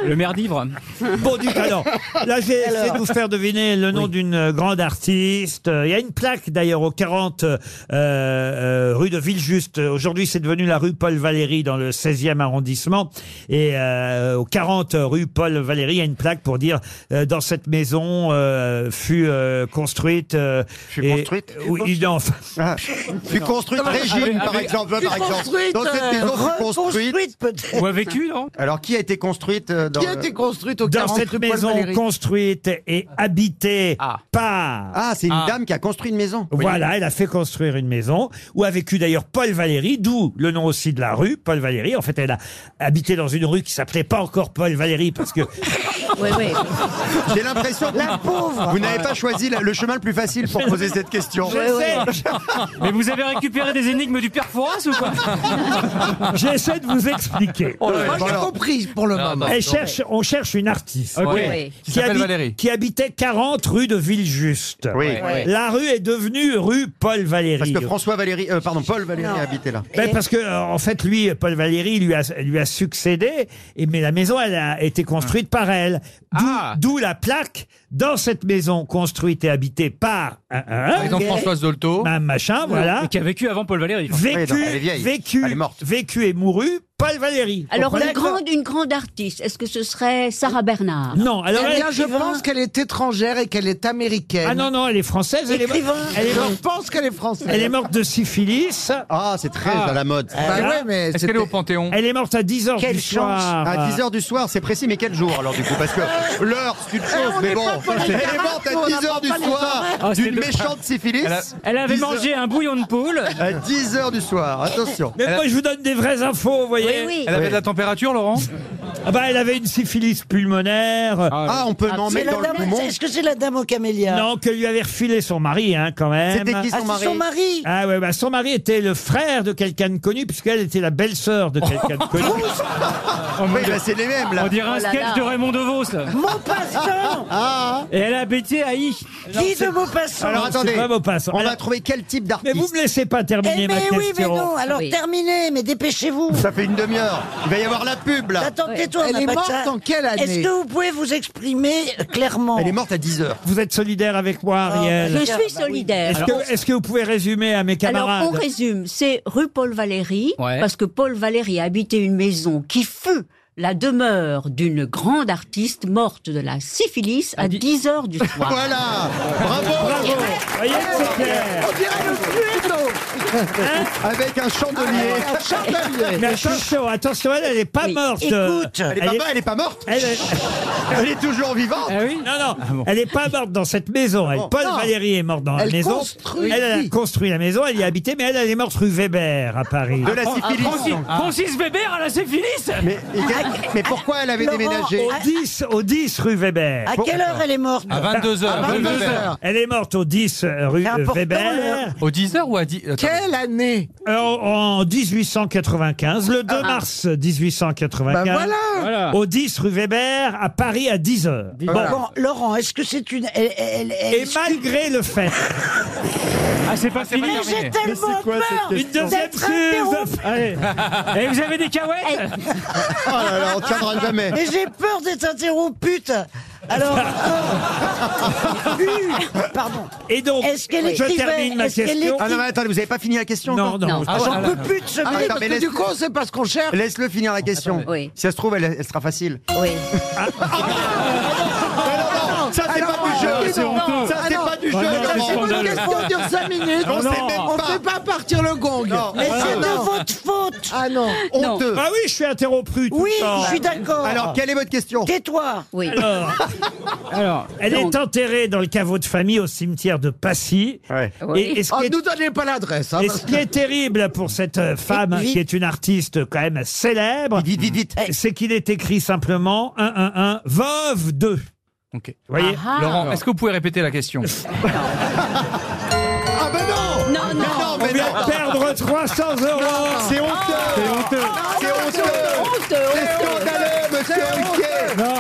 [SPEAKER 7] Le maire d'Ivre.
[SPEAKER 2] Bon, du alors, là, je vais essayer
[SPEAKER 7] Alors.
[SPEAKER 2] de vous faire deviner le nom d'une euh, grande artiste. Euh, Il y a une plaque, d'ailleurs, au 40 euh, euh, rue de Villejuste. Aujourd'hui, c'est devenu la rue Paul-Valéry dans le 16e arrondissement. Et euh, au 40 rue Paul-Valéry, il y a une plaque pour dire euh, dans cette maison euh, fut euh, construite... euh, et-
[SPEAKER 3] construite Ah.
[SPEAKER 2] Oui, il- non, enfin,
[SPEAKER 3] Fut construite
[SPEAKER 8] Ah,
[SPEAKER 3] Régine,
[SPEAKER 8] avec-
[SPEAKER 3] par
[SPEAKER 8] avec-
[SPEAKER 3] exemple.
[SPEAKER 8] Fut
[SPEAKER 3] par exemple.
[SPEAKER 8] construite,
[SPEAKER 3] Dans cette maison, fut
[SPEAKER 8] euh,
[SPEAKER 3] construite.
[SPEAKER 7] Ou a vécu, non
[SPEAKER 3] Alors, qui a été construite euh, dans
[SPEAKER 8] qui a
[SPEAKER 3] le-
[SPEAKER 8] été construite au
[SPEAKER 2] dans
[SPEAKER 8] 40
[SPEAKER 2] cette
[SPEAKER 8] rue Ah. Paul
[SPEAKER 2] maison
[SPEAKER 8] Valéry
[SPEAKER 2] construite et habitée par...
[SPEAKER 3] Ah, c'est une
[SPEAKER 4] Ah.
[SPEAKER 3] dame qui a construit une maison.
[SPEAKER 2] Voilà, elle a fait construire une maison où a vécu d'ailleurs Paul Valéry, d'où le nom aussi de la rue, Paul Valéry. En fait, elle a habité dans une rue qui s'appelait pas encore Paul Valéry parce que
[SPEAKER 5] Oui, oui.
[SPEAKER 3] J'ai l'impression
[SPEAKER 8] La
[SPEAKER 3] que
[SPEAKER 8] pauvre
[SPEAKER 3] vous n'avez pas choisi la- le chemin le plus facile pour poser cette question.
[SPEAKER 2] Je sais,
[SPEAKER 7] Mais vous avez récupéré des énigmes du père Foras ou quoi
[SPEAKER 2] j'essaie de vous expliquer.
[SPEAKER 8] Moi, j'ai
[SPEAKER 3] Alors.
[SPEAKER 8] compris pour le
[SPEAKER 4] Non,
[SPEAKER 8] moment.
[SPEAKER 4] non.
[SPEAKER 2] Elle cherche, on cherche une artiste
[SPEAKER 7] Ok.
[SPEAKER 5] Oui.
[SPEAKER 4] Qui s'appelle
[SPEAKER 2] habite-
[SPEAKER 4] Valérie.
[SPEAKER 2] qui habitait 40 rue de Villejuste.
[SPEAKER 3] Oui.
[SPEAKER 4] Ouais.
[SPEAKER 2] La rue est devenue rue Paul
[SPEAKER 3] Parce
[SPEAKER 2] Valéry.
[SPEAKER 3] que François Valéry, euh, pardon, Paul Valéry a habité là.
[SPEAKER 2] Ben, parce que euh, en fait lui Paul Valéry lui a lui a succédé et mais la maison elle a été construite par elle D'où-
[SPEAKER 4] Ah.
[SPEAKER 2] d'où la plaque dans cette maison construite et habitée par un,
[SPEAKER 7] Hein
[SPEAKER 2] un,
[SPEAKER 4] Par exemple,
[SPEAKER 2] un,
[SPEAKER 4] Françoise Dolto.
[SPEAKER 2] un machin voilà
[SPEAKER 7] Et qui a Bah, vécu avant Paul Valéry.
[SPEAKER 2] vécu
[SPEAKER 3] Oui, non, elle est vieille.
[SPEAKER 2] vécu
[SPEAKER 3] Elle est morte.
[SPEAKER 2] vécu et mouru Paul Valéry
[SPEAKER 5] Alors,
[SPEAKER 2] Comprenez
[SPEAKER 5] une grande, une grande artiste, est-ce que ce serait Sarah Bernard
[SPEAKER 2] non alors
[SPEAKER 8] Eh
[SPEAKER 2] elle,
[SPEAKER 8] bien, je pense qu'elle est étrangère et qu'elle est américaine.
[SPEAKER 2] ah non non elle est française elle est,
[SPEAKER 6] Écrivain.
[SPEAKER 2] elle est
[SPEAKER 8] Je
[SPEAKER 2] morte
[SPEAKER 8] pense qu'elle est française.
[SPEAKER 2] elle est morte de syphilis
[SPEAKER 3] Ah, c'est très à la mode.
[SPEAKER 8] Bah ouais, mais
[SPEAKER 4] Est-ce
[SPEAKER 8] c'était-
[SPEAKER 4] qu'elle est au Panthéon
[SPEAKER 2] elle est morte à 10h
[SPEAKER 6] Quelle
[SPEAKER 2] du
[SPEAKER 6] chance.
[SPEAKER 2] soir
[SPEAKER 3] À 10h du soir, c'est précis, mais quel jour alors du coup Parce que l'heure,
[SPEAKER 8] Eh,
[SPEAKER 3] c'est une chose, mais bon. Elle est morte à 10h du soir
[SPEAKER 7] Ah, c'est
[SPEAKER 3] d'une
[SPEAKER 7] le-
[SPEAKER 3] méchante syphilis.
[SPEAKER 4] Elle a-
[SPEAKER 7] Elle avait
[SPEAKER 3] 10 heures-
[SPEAKER 7] mangé un bouillon de poule.
[SPEAKER 3] À 10h du soir, attention.
[SPEAKER 2] mais moi, je vous donne des vraies infos, vous voyez.
[SPEAKER 5] Oui, oui.
[SPEAKER 4] Elle avait de la température, Laurent
[SPEAKER 2] Ah bah, elle avait une syphilis pulmonaire.
[SPEAKER 3] Ah, on peut m'en
[SPEAKER 6] C'est
[SPEAKER 3] mettre
[SPEAKER 6] la
[SPEAKER 3] dans le
[SPEAKER 6] dame-
[SPEAKER 3] poumon.
[SPEAKER 6] Est-ce que c'est la dame au camélia
[SPEAKER 2] Non, que lui avait refilé son mari, hein, quand même.
[SPEAKER 3] C'était qui
[SPEAKER 6] Ah,
[SPEAKER 3] son
[SPEAKER 6] c'est
[SPEAKER 3] mari
[SPEAKER 6] son mari
[SPEAKER 2] Ah ouais, bah son mari était le frère de quelqu'un de connu, puisqu'elle était la belle-sœur de quelqu'un de connu.
[SPEAKER 3] Oh. Oui, bah, c'est les mêmes
[SPEAKER 7] On
[SPEAKER 3] là.
[SPEAKER 7] dirait un
[SPEAKER 5] Oh là
[SPEAKER 7] sketch
[SPEAKER 5] là.
[SPEAKER 7] de Raymond DeVos. là.
[SPEAKER 6] Mon passant
[SPEAKER 7] Et elle a habité à I.
[SPEAKER 6] Qui de mon passant
[SPEAKER 3] Ah. Alors attendez,
[SPEAKER 2] pas Maupassant.
[SPEAKER 3] on
[SPEAKER 2] Alors-
[SPEAKER 3] va trouver quel type
[SPEAKER 2] Mais vous
[SPEAKER 3] d'artiste.
[SPEAKER 2] me laissez pas terminer
[SPEAKER 6] Eh
[SPEAKER 2] ma
[SPEAKER 6] mais
[SPEAKER 2] question.
[SPEAKER 6] oui, mais non, alors
[SPEAKER 5] Ah Oui.
[SPEAKER 6] terminez, mais dépêchez-vous.
[SPEAKER 3] Ça fait une demi-heure. Il va y avoir la pub là.
[SPEAKER 6] Attends, tais-toi, on
[SPEAKER 8] Elle
[SPEAKER 6] n'a
[SPEAKER 8] est
[SPEAKER 6] pas que
[SPEAKER 8] morte
[SPEAKER 6] ça.
[SPEAKER 8] en quelle
[SPEAKER 6] Est-ce
[SPEAKER 8] année
[SPEAKER 6] que vous pouvez vous exprimer clairement
[SPEAKER 3] Elle est morte à 10h.
[SPEAKER 2] Vous êtes solidaire avec moi,
[SPEAKER 6] Oh, bah,
[SPEAKER 2] Ariel.
[SPEAKER 5] Je suis solidaire.
[SPEAKER 2] Est-ce que, est-ce que vous pouvez résumer à mes
[SPEAKER 5] Alors,
[SPEAKER 2] camarades
[SPEAKER 5] on résume. C'est rue Paul Valéry,
[SPEAKER 7] Ouais.
[SPEAKER 5] parce que Paul Valéry habitait une maison qui fut la demeure d'une grande artiste morte de la syphilis
[SPEAKER 2] Ah,
[SPEAKER 5] à 10 heures du soir.
[SPEAKER 3] Voilà Bravo
[SPEAKER 2] Vous voyez que c'est clair.
[SPEAKER 8] On dirait le Cluedo
[SPEAKER 2] Hein
[SPEAKER 3] Avec Ah, un chandelier.
[SPEAKER 8] Un chandelier
[SPEAKER 2] Mais attention, attention, elle, elle est pas
[SPEAKER 5] Oui.
[SPEAKER 2] morte.
[SPEAKER 6] Écoute.
[SPEAKER 3] Elle est pas, elle est pas morte.
[SPEAKER 2] elle est-
[SPEAKER 3] Elle est toujours vivante.
[SPEAKER 7] Ah oui
[SPEAKER 2] Non, non, elle n'est pas morte dans cette maison.
[SPEAKER 3] Ah
[SPEAKER 2] Elle, Paul
[SPEAKER 8] Non.
[SPEAKER 2] Valéry est morte dans la
[SPEAKER 8] Elle
[SPEAKER 2] maison.
[SPEAKER 8] construit.
[SPEAKER 2] Elle, elle a construit la maison, elle y a habité, mais elle, elle est morte rue Weber à Paris. Ah
[SPEAKER 3] De la syphilis. Ah.
[SPEAKER 7] Francis, Francis Weber, elle a ses finis
[SPEAKER 3] Mais, mais pourquoi elle avait
[SPEAKER 6] Laurent,
[SPEAKER 3] déménagé
[SPEAKER 2] Au 10, au 10 rue Weber.
[SPEAKER 6] À quelle heure elle est morte
[SPEAKER 4] À 22h.
[SPEAKER 8] À 22h.
[SPEAKER 2] Elle est morte au 10 rue euh,
[SPEAKER 6] C'est important, euh,
[SPEAKER 2] Weber
[SPEAKER 4] Au 10h ou à 10 Attends.
[SPEAKER 8] Quelle année
[SPEAKER 2] euh, en 1895, le 2 mars 1895.
[SPEAKER 8] Ben voilà
[SPEAKER 7] Voilà.
[SPEAKER 2] Au 10 rue Weber à Paris à 10h.
[SPEAKER 6] Bon, Laurent, est-ce que c'est une... elle- elle- elle-
[SPEAKER 2] Et malgré le fait
[SPEAKER 7] Ah, c'est pas fini
[SPEAKER 8] Mais j'ai tellement peur d'être interrompue.
[SPEAKER 7] Allez. Et vous avez des cahuètes
[SPEAKER 3] Oh là là, on tiendra jamais.
[SPEAKER 6] Eh. Ah, Mais j'ai peur d'être interrompue. putain. Alors, euh, euh, pardon.
[SPEAKER 2] Et donc,
[SPEAKER 6] est-ce qu'elle
[SPEAKER 2] je
[SPEAKER 6] écrivait-
[SPEAKER 2] termine ma
[SPEAKER 6] est-ce qu'elle
[SPEAKER 2] question.
[SPEAKER 6] écri-
[SPEAKER 3] Ah non, mais attendez, vous n'avez pas fini la question
[SPEAKER 2] Non,
[SPEAKER 3] encore
[SPEAKER 2] non. Non.
[SPEAKER 3] Ah,
[SPEAKER 2] J'en
[SPEAKER 3] voilà.
[SPEAKER 2] peux plus de ce
[SPEAKER 3] Ah,
[SPEAKER 2] mec,
[SPEAKER 3] attends,
[SPEAKER 2] parce
[SPEAKER 3] mais
[SPEAKER 2] que
[SPEAKER 3] laisse-
[SPEAKER 2] du coup, c'est parce qu'on cherche.
[SPEAKER 3] Laisse-le finir
[SPEAKER 6] Ah,
[SPEAKER 3] la question.
[SPEAKER 5] Oui.
[SPEAKER 3] Si ça se trouve, elle, elle sera facile.
[SPEAKER 5] Oui.
[SPEAKER 8] Ah,
[SPEAKER 3] Ça, c'est pas du jeu.
[SPEAKER 8] c'est honteux.
[SPEAKER 3] Ça, c'est pas du jeu.
[SPEAKER 8] Ah non, c'est
[SPEAKER 3] Laurent.
[SPEAKER 8] scandaleux.
[SPEAKER 3] On
[SPEAKER 8] On sait
[SPEAKER 3] sait
[SPEAKER 8] même
[SPEAKER 3] pas.
[SPEAKER 8] pas. Ah,
[SPEAKER 3] pas partir le gong.
[SPEAKER 8] Mais c'est de
[SPEAKER 6] votre faute.
[SPEAKER 3] Ah non. Honteux.
[SPEAKER 2] Ah oui, je suis interrompu.
[SPEAKER 6] Oui, je suis d'accord.
[SPEAKER 3] Alors, quelle est votre question
[SPEAKER 6] Tais-toi.
[SPEAKER 5] Oui.
[SPEAKER 2] Alors, elle est enterrée dans le caveau de famille au cimetière de Passy. Et, et ce
[SPEAKER 8] Oh,
[SPEAKER 2] qui est-
[SPEAKER 8] nous donnez pas l'adresse. hein,
[SPEAKER 2] et
[SPEAKER 8] parce Eh,
[SPEAKER 2] ce qui est terrible pour cette euh, femme,
[SPEAKER 8] Vite, vite.
[SPEAKER 2] qui est une artiste quand même célèbre, eh, c'est qu'il est écrit simplement 111 Veuve 2.
[SPEAKER 4] Ok. Ah.
[SPEAKER 2] Vous voyez
[SPEAKER 4] Laurent, est-ce que vous pouvez répéter la question
[SPEAKER 8] Ah ben non
[SPEAKER 5] Non, non.
[SPEAKER 8] non,
[SPEAKER 2] On vient de perdre 300 euros
[SPEAKER 8] C'est honteux
[SPEAKER 5] Oh.
[SPEAKER 8] C'est honteux
[SPEAKER 5] Ah,
[SPEAKER 8] C'est
[SPEAKER 3] scandaleux, monsieur Ruquier.
[SPEAKER 7] Non.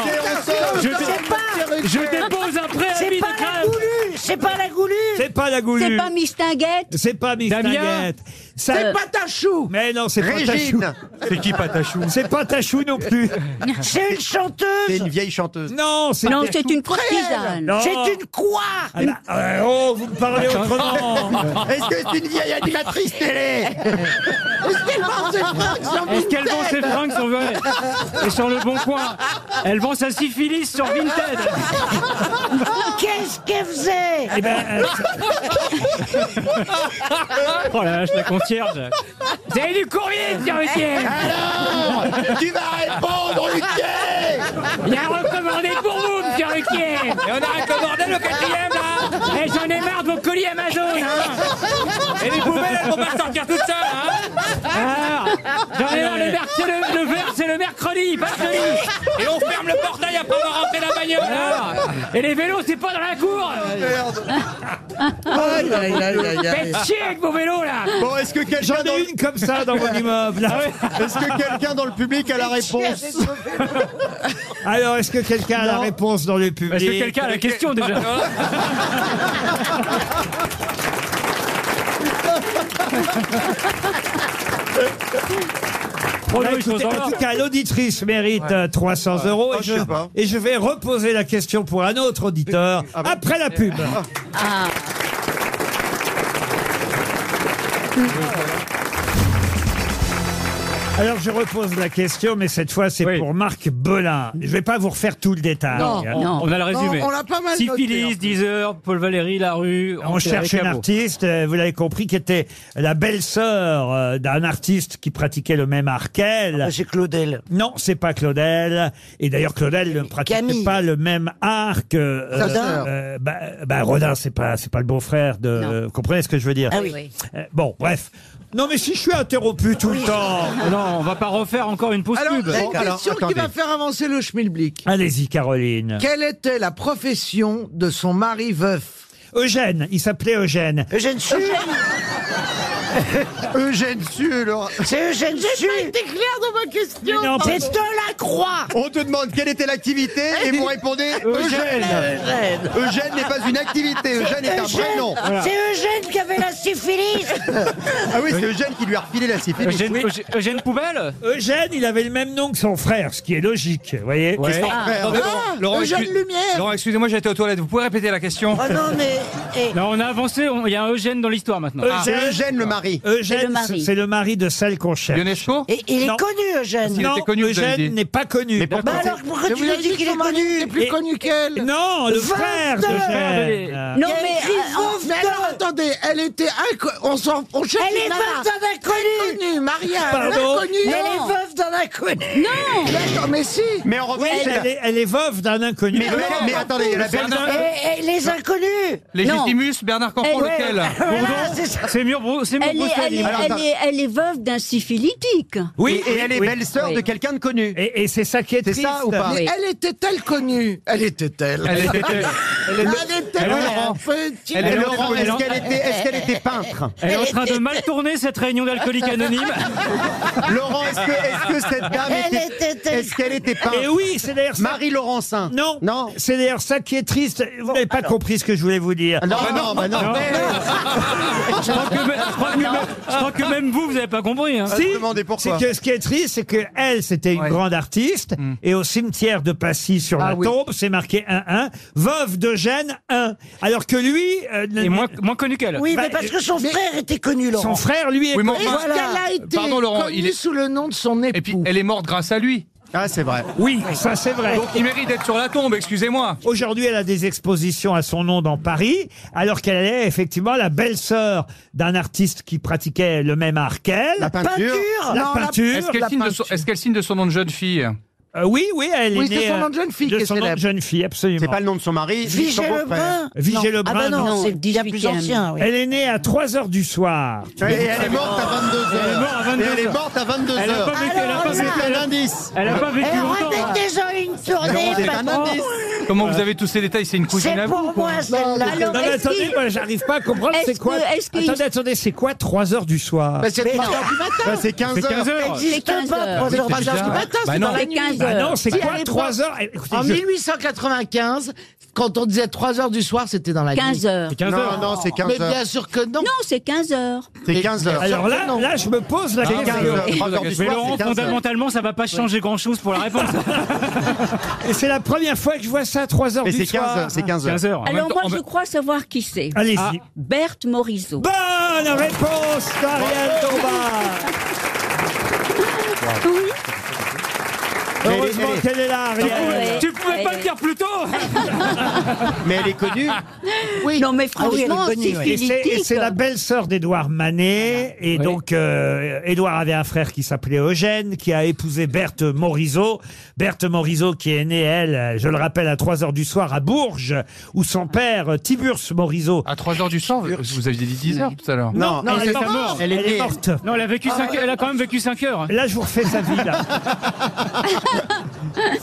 [SPEAKER 3] C'est
[SPEAKER 7] Je,
[SPEAKER 3] honteux.
[SPEAKER 7] dé- je dépose un préavis
[SPEAKER 5] C'est
[SPEAKER 7] de
[SPEAKER 5] pas la
[SPEAKER 7] grève.
[SPEAKER 6] goulue C'est pas la goulue
[SPEAKER 2] C'est pas la
[SPEAKER 5] C'est
[SPEAKER 2] goulue
[SPEAKER 5] pas Mistinguette
[SPEAKER 2] C'est pas Miss
[SPEAKER 7] Damien
[SPEAKER 2] Taguette. Ça-
[SPEAKER 8] C'est Patachou
[SPEAKER 2] Mais non, c'est pas Tachou.
[SPEAKER 3] Régine.
[SPEAKER 4] C'est qui Patachou
[SPEAKER 2] C'est pas Tachou non plus.
[SPEAKER 6] C'est une
[SPEAKER 3] C'est
[SPEAKER 6] chanteuse
[SPEAKER 3] une vieille chanteuse.
[SPEAKER 2] Non, c'est
[SPEAKER 5] Non, c'est une courtisane.
[SPEAKER 2] Non.
[SPEAKER 6] C'est une quoi
[SPEAKER 2] Ah bah, euh, oh, vous me parlez autrement.
[SPEAKER 3] Est-ce que c'est une vieille animatrice télé
[SPEAKER 7] Est-ce qu'elle vend ses fringues sur et sur le bon coin Elle vend sa syphilis sur Vinted.
[SPEAKER 6] Qu'est-ce qu'elle faisait
[SPEAKER 2] Eh ben, euh,
[SPEAKER 7] Oh la vache, la concierge. Vous avez du courrier, monsieur
[SPEAKER 3] Tu vas répondre, Ruquier
[SPEAKER 7] Il y a un recommandé pour vous, monsieur Ruquier Et on a recommandé le quatrième, là Et j'en ai marre de vos colis Amazon, hein Et les poubelles, elles vont pas sortir toutes seules, hein J'en ai marre, le, mer- c'est le, le ver- c'est le mercredi, pas le jeudi Et on ferme le portail après avoir rentré la bagnole, Et les vélos, c'est pas dans la cour
[SPEAKER 8] Ah, Aïe, aïe, aïe, aïe, aïe.
[SPEAKER 7] Faites chier avec vos vélos, là
[SPEAKER 3] Bon, est-ce que quelqu'un
[SPEAKER 2] J'en
[SPEAKER 3] dans... Ah
[SPEAKER 2] ai une comme ça dans mon immeuble.
[SPEAKER 3] Est-ce que quelqu'un dans le public a la réponse
[SPEAKER 2] Alors, est-ce que quelqu'un a la
[SPEAKER 3] Non.
[SPEAKER 2] réponse dans le public
[SPEAKER 7] Est-ce que quelqu'un a la question, déjà
[SPEAKER 6] Ah
[SPEAKER 7] Prenons
[SPEAKER 2] Bah,
[SPEAKER 7] les
[SPEAKER 2] écoutez,
[SPEAKER 7] choses en
[SPEAKER 2] en
[SPEAKER 7] ordre.
[SPEAKER 2] tout cas, l'auditrice mérite euh, 300 euros.
[SPEAKER 3] Ah,
[SPEAKER 2] et,
[SPEAKER 3] je sais pas. Ah,
[SPEAKER 2] et je vais reposer la question pour un autre auditeur
[SPEAKER 3] bon
[SPEAKER 2] après la pub.
[SPEAKER 5] Ah.
[SPEAKER 2] Alors je repose la question, mais cette fois c'est
[SPEAKER 7] Oui.
[SPEAKER 2] pour Marc Belin. Je vais pas vous refaire tout le détail. Hein.
[SPEAKER 7] On-
[SPEAKER 5] Non.
[SPEAKER 7] Ah, On a le résumé.
[SPEAKER 8] Non, on l'a pas mal noté, en
[SPEAKER 7] Syphilis,
[SPEAKER 8] fait.
[SPEAKER 7] Deezer, Paul Valéry, Larue.
[SPEAKER 2] On cherche une artiste, euh, vous l'avez compris, qui était la belle-sœur euh, d'un artiste qui pratiquait le même art qu'elle.
[SPEAKER 6] Ah, C'est Claudel.
[SPEAKER 2] Non, c'est pas Claudel. Et d'ailleurs, Claudel ne pratiquait
[SPEAKER 6] Camille.
[SPEAKER 2] pas le même art que euh,
[SPEAKER 6] sœur.
[SPEAKER 2] euh, bah, bah, Rodin. C'est pas, c'est pas le beau-frère de.
[SPEAKER 5] Non.
[SPEAKER 2] Vous comprenez ce que je veux dire
[SPEAKER 6] Ah oui.
[SPEAKER 2] Euh, Bon, bref. Non, mais si je suis interrompu tout le temps.
[SPEAKER 7] Non, on va pas refaire encore une pause
[SPEAKER 8] Alors,
[SPEAKER 7] pub.
[SPEAKER 8] c'est une
[SPEAKER 3] Alors,
[SPEAKER 8] question qui
[SPEAKER 3] attendez.
[SPEAKER 8] va faire avancer le schmilblick.
[SPEAKER 2] Allez-y, Caroline.
[SPEAKER 8] Quelle était la profession de son mari veuf
[SPEAKER 2] Eugène, il s'appelait Eugène.
[SPEAKER 6] Eugène Sue
[SPEAKER 3] Eugène Sue, Laurent.
[SPEAKER 6] C'est Eugène Sue
[SPEAKER 8] T'es clair dans ma question
[SPEAKER 2] Mais non,
[SPEAKER 6] C'est de la croix
[SPEAKER 3] On te demande quelle était l'activité et vous répondez Eugène.
[SPEAKER 6] Eugène.
[SPEAKER 3] Eugène n'est pas une activité, Eugène est un prénom.
[SPEAKER 6] C'est Eugène qui avait la syphilis
[SPEAKER 3] Ah oui, c'est Eugène qui lui a refilé la syphilis.
[SPEAKER 7] Eugène, Eugène- Eugène Poubelle
[SPEAKER 2] Eugène, il avait le même nom que son frère, ce qui est logique, vous voyez
[SPEAKER 3] Qu'est-ce qu'on
[SPEAKER 7] Ah,
[SPEAKER 3] fait
[SPEAKER 4] Non, mais Laurent, Laurent,
[SPEAKER 8] Eugène
[SPEAKER 4] excuse-
[SPEAKER 8] Lumière. Ah
[SPEAKER 4] Laurent, excusez-moi, j'étais aux toilettes. Vous pouvez répéter la question
[SPEAKER 6] Oh non, mais... eh,
[SPEAKER 7] Non, on a avancé, on- il y a un Eugène dans l'histoire maintenant.
[SPEAKER 2] Ah. Eugène,
[SPEAKER 3] Ah. C'est Eugène le mari.
[SPEAKER 5] C'est
[SPEAKER 2] Eugène,
[SPEAKER 5] le mari.
[SPEAKER 2] c'est le mari de celle qu'on cherche.
[SPEAKER 4] Ionesco
[SPEAKER 6] et il est
[SPEAKER 2] Non.
[SPEAKER 6] connu, Eugène.
[SPEAKER 4] Il
[SPEAKER 2] non,
[SPEAKER 4] était connu, vous avez dit.
[SPEAKER 2] Eugène n'est pas connu.
[SPEAKER 6] Bah alors, pourquoi
[SPEAKER 8] Mais
[SPEAKER 6] tu lui as dit qu'il est connu
[SPEAKER 8] est plus
[SPEAKER 2] Et-
[SPEAKER 8] connu qu'elle
[SPEAKER 2] Non, le
[SPEAKER 6] 22.
[SPEAKER 2] frère d'Eugène. Euh,
[SPEAKER 5] Non,
[SPEAKER 6] Il y a
[SPEAKER 5] mais.
[SPEAKER 6] écrit
[SPEAKER 5] euh,
[SPEAKER 6] Vauve
[SPEAKER 8] Mais alors,
[SPEAKER 6] de-
[SPEAKER 8] attendez, elle était inco- on s'en on cherche
[SPEAKER 6] Elle
[SPEAKER 8] une
[SPEAKER 6] est
[SPEAKER 8] nana.
[SPEAKER 6] veuve d'un inconnu
[SPEAKER 8] Inconnue, Maria, elle est
[SPEAKER 2] Pardon
[SPEAKER 8] inconnue.
[SPEAKER 6] Elle
[SPEAKER 5] Non.
[SPEAKER 6] est veuve d'un inconnu
[SPEAKER 5] Non
[SPEAKER 8] Mais attends, mais si
[SPEAKER 3] Mais en revanche,
[SPEAKER 2] elle, est, elle est veuve d'un inconnu.
[SPEAKER 3] mais, mais- mais attendez, la belle
[SPEAKER 6] Et, et les inconnus
[SPEAKER 4] Légitimus, Bernard Campan,
[SPEAKER 5] Eh ouais.
[SPEAKER 4] lequel
[SPEAKER 6] Voilà, c'est ça.
[SPEAKER 7] C'est Mur Brou- c'est Mur
[SPEAKER 5] elle est, elle,
[SPEAKER 7] Brousselli.
[SPEAKER 5] est,
[SPEAKER 3] Alors,
[SPEAKER 5] elle,
[SPEAKER 3] attends.
[SPEAKER 5] est, elle est veuve d'un syphilitique.
[SPEAKER 2] Oui,
[SPEAKER 3] et, et elle est
[SPEAKER 2] oui.
[SPEAKER 3] belle-sœur
[SPEAKER 5] Oui.
[SPEAKER 3] de quelqu'un de connu.
[SPEAKER 2] Et, et c'est ça qui est
[SPEAKER 3] C'est
[SPEAKER 2] triste.
[SPEAKER 3] ça ou pas
[SPEAKER 8] Mais
[SPEAKER 5] Oui.
[SPEAKER 8] elle était-elle connue Elle était-elle
[SPEAKER 4] Elle était-
[SPEAKER 8] Elle était-elle
[SPEAKER 3] Elle est-
[SPEAKER 8] petite
[SPEAKER 3] Elle est
[SPEAKER 8] Elle
[SPEAKER 3] Laurent. Laurent, est-ce qu'elle était, est-ce qu'elle était peintre
[SPEAKER 7] Elle est en train de mal tourner cette réunion d'alcooliques anonymes.
[SPEAKER 3] Laurent, est-ce que, est-ce que cette dame
[SPEAKER 7] Elle
[SPEAKER 3] était, est-ce qu'elle était peintre
[SPEAKER 2] Et oui, c'est d'ailleurs ça.
[SPEAKER 3] Marie Laurencin.
[SPEAKER 2] Non, non. C'est d'ailleurs ça qui est triste. Vous n'avez pas compris ce que je voulais vous dire.
[SPEAKER 3] Non, bah non, bah non.
[SPEAKER 7] Je crois, que, même- je crois que même, je crois que même vous, vous n'avez pas compris. Hein.
[SPEAKER 3] Ah,
[SPEAKER 2] Si, C'est que ce qui est triste, c'est que elle, c'était une grande artiste,
[SPEAKER 3] Mm.
[SPEAKER 2] et au cimetière de Passy, sur
[SPEAKER 3] Ah
[SPEAKER 2] la tombe, c'est marqué 1-1, veuve d'Eugène 1. Alors que lui... euh, Bah,
[SPEAKER 7] Et moins- moins connu qu'elle.
[SPEAKER 6] Oui,
[SPEAKER 4] Bah,
[SPEAKER 6] mais parce que son frère était connu, Laurent.
[SPEAKER 2] Son frère, lui, est
[SPEAKER 4] Oui, mais
[SPEAKER 2] connu.
[SPEAKER 4] enfin-
[SPEAKER 6] Est-ce qu'elle a été
[SPEAKER 4] euh, Pardon, Laurent,
[SPEAKER 6] connue
[SPEAKER 4] il est
[SPEAKER 6] sous le nom de son époux.
[SPEAKER 4] Et puis, elle est morte grâce à lui.
[SPEAKER 3] Ah, c'est vrai.
[SPEAKER 2] Oui, ça c'est vrai.
[SPEAKER 4] Donc, il mérite d'être sur la tombe, excusez-moi.
[SPEAKER 2] Ah. Aujourd'hui, elle a des expositions à son nom dans Paris, alors qu'elle est effectivement la belle-sœur d'un artiste qui pratiquait le même art qu'elle. La
[SPEAKER 3] peinture. Peinture
[SPEAKER 2] La
[SPEAKER 3] Non, la-
[SPEAKER 2] peinture.
[SPEAKER 4] Est-ce qu'elle
[SPEAKER 2] La
[SPEAKER 4] signe, de son-
[SPEAKER 2] peinture.
[SPEAKER 4] est-ce qu'elle signe de son nom de jeune fille
[SPEAKER 2] Euh, oui, oui, elle
[SPEAKER 4] Oui,
[SPEAKER 2] est
[SPEAKER 4] c'est
[SPEAKER 2] née,
[SPEAKER 4] son
[SPEAKER 2] euh,
[SPEAKER 4] nom de jeune fille
[SPEAKER 2] de
[SPEAKER 4] qui est
[SPEAKER 2] son nom de
[SPEAKER 4] célèbre.
[SPEAKER 2] jeune fille, absolument.
[SPEAKER 3] C'est pas le nom de son mari, c'est
[SPEAKER 6] Vigée
[SPEAKER 3] son
[SPEAKER 6] Lebrun.
[SPEAKER 3] beau-frère.
[SPEAKER 2] Vigée
[SPEAKER 6] Non.
[SPEAKER 2] Lebrun.
[SPEAKER 6] Ah bah non,
[SPEAKER 2] non.
[SPEAKER 6] c'est bien plus
[SPEAKER 5] 18e.
[SPEAKER 6] ancien. Oui.
[SPEAKER 2] Elle est née à 3 heures du soir.
[SPEAKER 3] Et elle est morte à 22 h
[SPEAKER 7] Elle est morte à 22
[SPEAKER 3] Elle est
[SPEAKER 7] heures.
[SPEAKER 3] morte à 22
[SPEAKER 7] Elle a
[SPEAKER 3] heures.
[SPEAKER 7] pas vécu- elle a pas vécu-
[SPEAKER 3] C'est
[SPEAKER 7] elle
[SPEAKER 3] un
[SPEAKER 7] a-
[SPEAKER 3] indice.
[SPEAKER 7] Elle a pas vécu
[SPEAKER 6] Elle
[SPEAKER 7] longtemps. hein.
[SPEAKER 6] raconte déjà une tournée,
[SPEAKER 3] Non, c'est un
[SPEAKER 6] patron.
[SPEAKER 3] indice.
[SPEAKER 4] Comment vous avez tous ces détails C'est une cousine
[SPEAKER 6] C'est
[SPEAKER 4] à vous
[SPEAKER 6] pour moi, celle-là.
[SPEAKER 2] Non, mais attendez, moi j'arrive pas à comprendre
[SPEAKER 5] Est-ce
[SPEAKER 2] c'est quoi.
[SPEAKER 5] que- est-ce que-
[SPEAKER 2] attendez, attendez, c'est quoi 3 heures du soir
[SPEAKER 8] Bah, c'est
[SPEAKER 6] Mais
[SPEAKER 8] 3
[SPEAKER 6] non.
[SPEAKER 8] heures du matin.
[SPEAKER 3] Bah, c'est 15
[SPEAKER 4] C'est 15
[SPEAKER 3] heures.
[SPEAKER 4] heures.
[SPEAKER 5] C'est
[SPEAKER 6] N'existe
[SPEAKER 5] 15
[SPEAKER 6] pas,
[SPEAKER 5] heures.
[SPEAKER 6] 3 heures
[SPEAKER 4] C'est
[SPEAKER 6] du
[SPEAKER 4] bizarre.
[SPEAKER 6] matin,
[SPEAKER 4] Bah
[SPEAKER 6] c'est dans
[SPEAKER 4] non.
[SPEAKER 6] la
[SPEAKER 5] C'est
[SPEAKER 6] nuit.
[SPEAKER 5] 15
[SPEAKER 2] Ah
[SPEAKER 5] heures.
[SPEAKER 2] non, c'est
[SPEAKER 8] Si,
[SPEAKER 2] quoi
[SPEAKER 8] allez,
[SPEAKER 2] 3 heures
[SPEAKER 8] En
[SPEAKER 2] je-
[SPEAKER 8] 1895, quand on disait 3 heures du soir, c'était dans la nuit.
[SPEAKER 5] 15 heures.
[SPEAKER 7] C'est 15
[SPEAKER 3] Non,
[SPEAKER 7] heures.
[SPEAKER 3] non, c'est 15
[SPEAKER 8] Mais
[SPEAKER 3] heures.
[SPEAKER 8] bien sûr que non.
[SPEAKER 5] Non, c'est 15 heures.
[SPEAKER 3] C'est 15 heures.
[SPEAKER 2] Alors là,
[SPEAKER 8] Non.
[SPEAKER 2] là, je me pose la
[SPEAKER 3] Ah, C'est 15
[SPEAKER 2] question.
[SPEAKER 3] heures. 3 heures du
[SPEAKER 7] Mais
[SPEAKER 3] soir,
[SPEAKER 7] Laurent,
[SPEAKER 3] c'est 15 heures.
[SPEAKER 7] fondamentalement, ça va pas changer grand-chose pour la réponse.
[SPEAKER 2] Et c'est la première fois que je vois ça à 3 heures
[SPEAKER 3] Mais
[SPEAKER 2] du
[SPEAKER 3] c'est
[SPEAKER 2] soir.
[SPEAKER 3] 15 heures. C'est 15 heures.
[SPEAKER 7] 15 heures.
[SPEAKER 4] même
[SPEAKER 5] Alors
[SPEAKER 4] temps,
[SPEAKER 5] moi,
[SPEAKER 4] Ah, en
[SPEAKER 5] je
[SPEAKER 4] même-
[SPEAKER 5] crois savoir qui c'est. Ah.
[SPEAKER 2] Allez-y.
[SPEAKER 5] Berthe Morisot.
[SPEAKER 2] Bonne réponse d'Ariel Dombard. Heureusement
[SPEAKER 3] Mais-
[SPEAKER 2] qu'elle est là, Ariel.
[SPEAKER 5] Ouais.
[SPEAKER 7] Tu pouvais pas
[SPEAKER 5] Ouais.
[SPEAKER 7] le dire plus tôt
[SPEAKER 3] Mais elle est connue.
[SPEAKER 5] Non, mais
[SPEAKER 6] Ah oui, elle est
[SPEAKER 5] franchement,
[SPEAKER 6] connue,
[SPEAKER 5] c'est
[SPEAKER 6] ouais.
[SPEAKER 2] Et c'est- et c'est
[SPEAKER 5] philitique.
[SPEAKER 2] la belle-sœur d'Édouard Manet. Et
[SPEAKER 7] Oui.
[SPEAKER 2] donc, euh, Édouard avait un frère qui s'appelait Eugène, qui a épousé Berthe Morisot. Berthe Morisot, qui est née, elle, je le rappelle, à 3 heures du soir à Bourges, où son père, euh, Tiburce Morisot,
[SPEAKER 4] À 3 heures du soir, vous- vous aviez dit 10 heures tout à l'heure.
[SPEAKER 3] Non,
[SPEAKER 7] non, elle est
[SPEAKER 3] morte.
[SPEAKER 7] morte.
[SPEAKER 3] Elle
[SPEAKER 2] elle est Ah,
[SPEAKER 3] est née. Ah.
[SPEAKER 2] morte.
[SPEAKER 7] Non, elle a, vécu cinq- elle a quand même vécu 5 heures.
[SPEAKER 2] Là, je vous refais sa vie, là.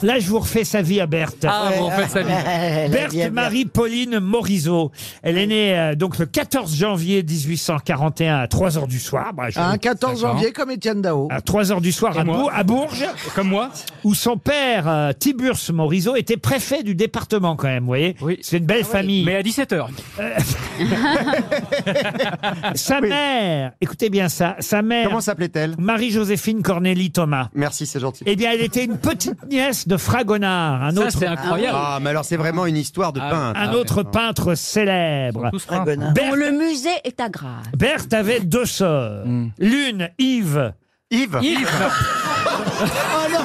[SPEAKER 2] Là, je vous refais sa vie à Berthe.
[SPEAKER 4] Ah, vous en faites sa vie.
[SPEAKER 6] Elle est bien
[SPEAKER 2] Berthe Marie-Pauline Morisot. Elle est née euh, donc le 14 janvier 1841 à 3 heures du soir. Bah,
[SPEAKER 3] Ah,
[SPEAKER 2] je-
[SPEAKER 8] Hein, 14
[SPEAKER 4] D'accord.
[SPEAKER 8] janvier comme Étienne Dao.
[SPEAKER 7] Ah,
[SPEAKER 2] À 3 heures du soir à,
[SPEAKER 7] moi.
[SPEAKER 2] Bour- à Bourges,
[SPEAKER 7] Comme moi.
[SPEAKER 2] où son père, euh, Tiburce Morisot, était préfet du département quand même, vous voyez
[SPEAKER 7] Oui.
[SPEAKER 2] C'est une belle famille.
[SPEAKER 7] Mais à 17 heures.
[SPEAKER 2] Sa mère, écoutez bien ça, sa mère,
[SPEAKER 3] Comment s'appelait-elle
[SPEAKER 2] Marie-Joséphine Cornélie Thomas,
[SPEAKER 3] Merci, c'est gentil.
[SPEAKER 2] eh bien elle était une petite nièce de Fragonard, un
[SPEAKER 7] Ça,
[SPEAKER 2] autre
[SPEAKER 7] c'est incroyable.
[SPEAKER 3] Ah, mais alors c'est vraiment une histoire de
[SPEAKER 4] Ah,
[SPEAKER 3] peintre.
[SPEAKER 2] un autre peintre célèbre.
[SPEAKER 4] Tous
[SPEAKER 6] Très
[SPEAKER 4] peintres.
[SPEAKER 6] bonne.
[SPEAKER 5] Dont
[SPEAKER 2] Berthe,
[SPEAKER 5] le musée est à Grasse.
[SPEAKER 2] Berthe avait deux sœurs.
[SPEAKER 4] Hmm.
[SPEAKER 2] L'une, Yves.
[SPEAKER 3] Yves Oh non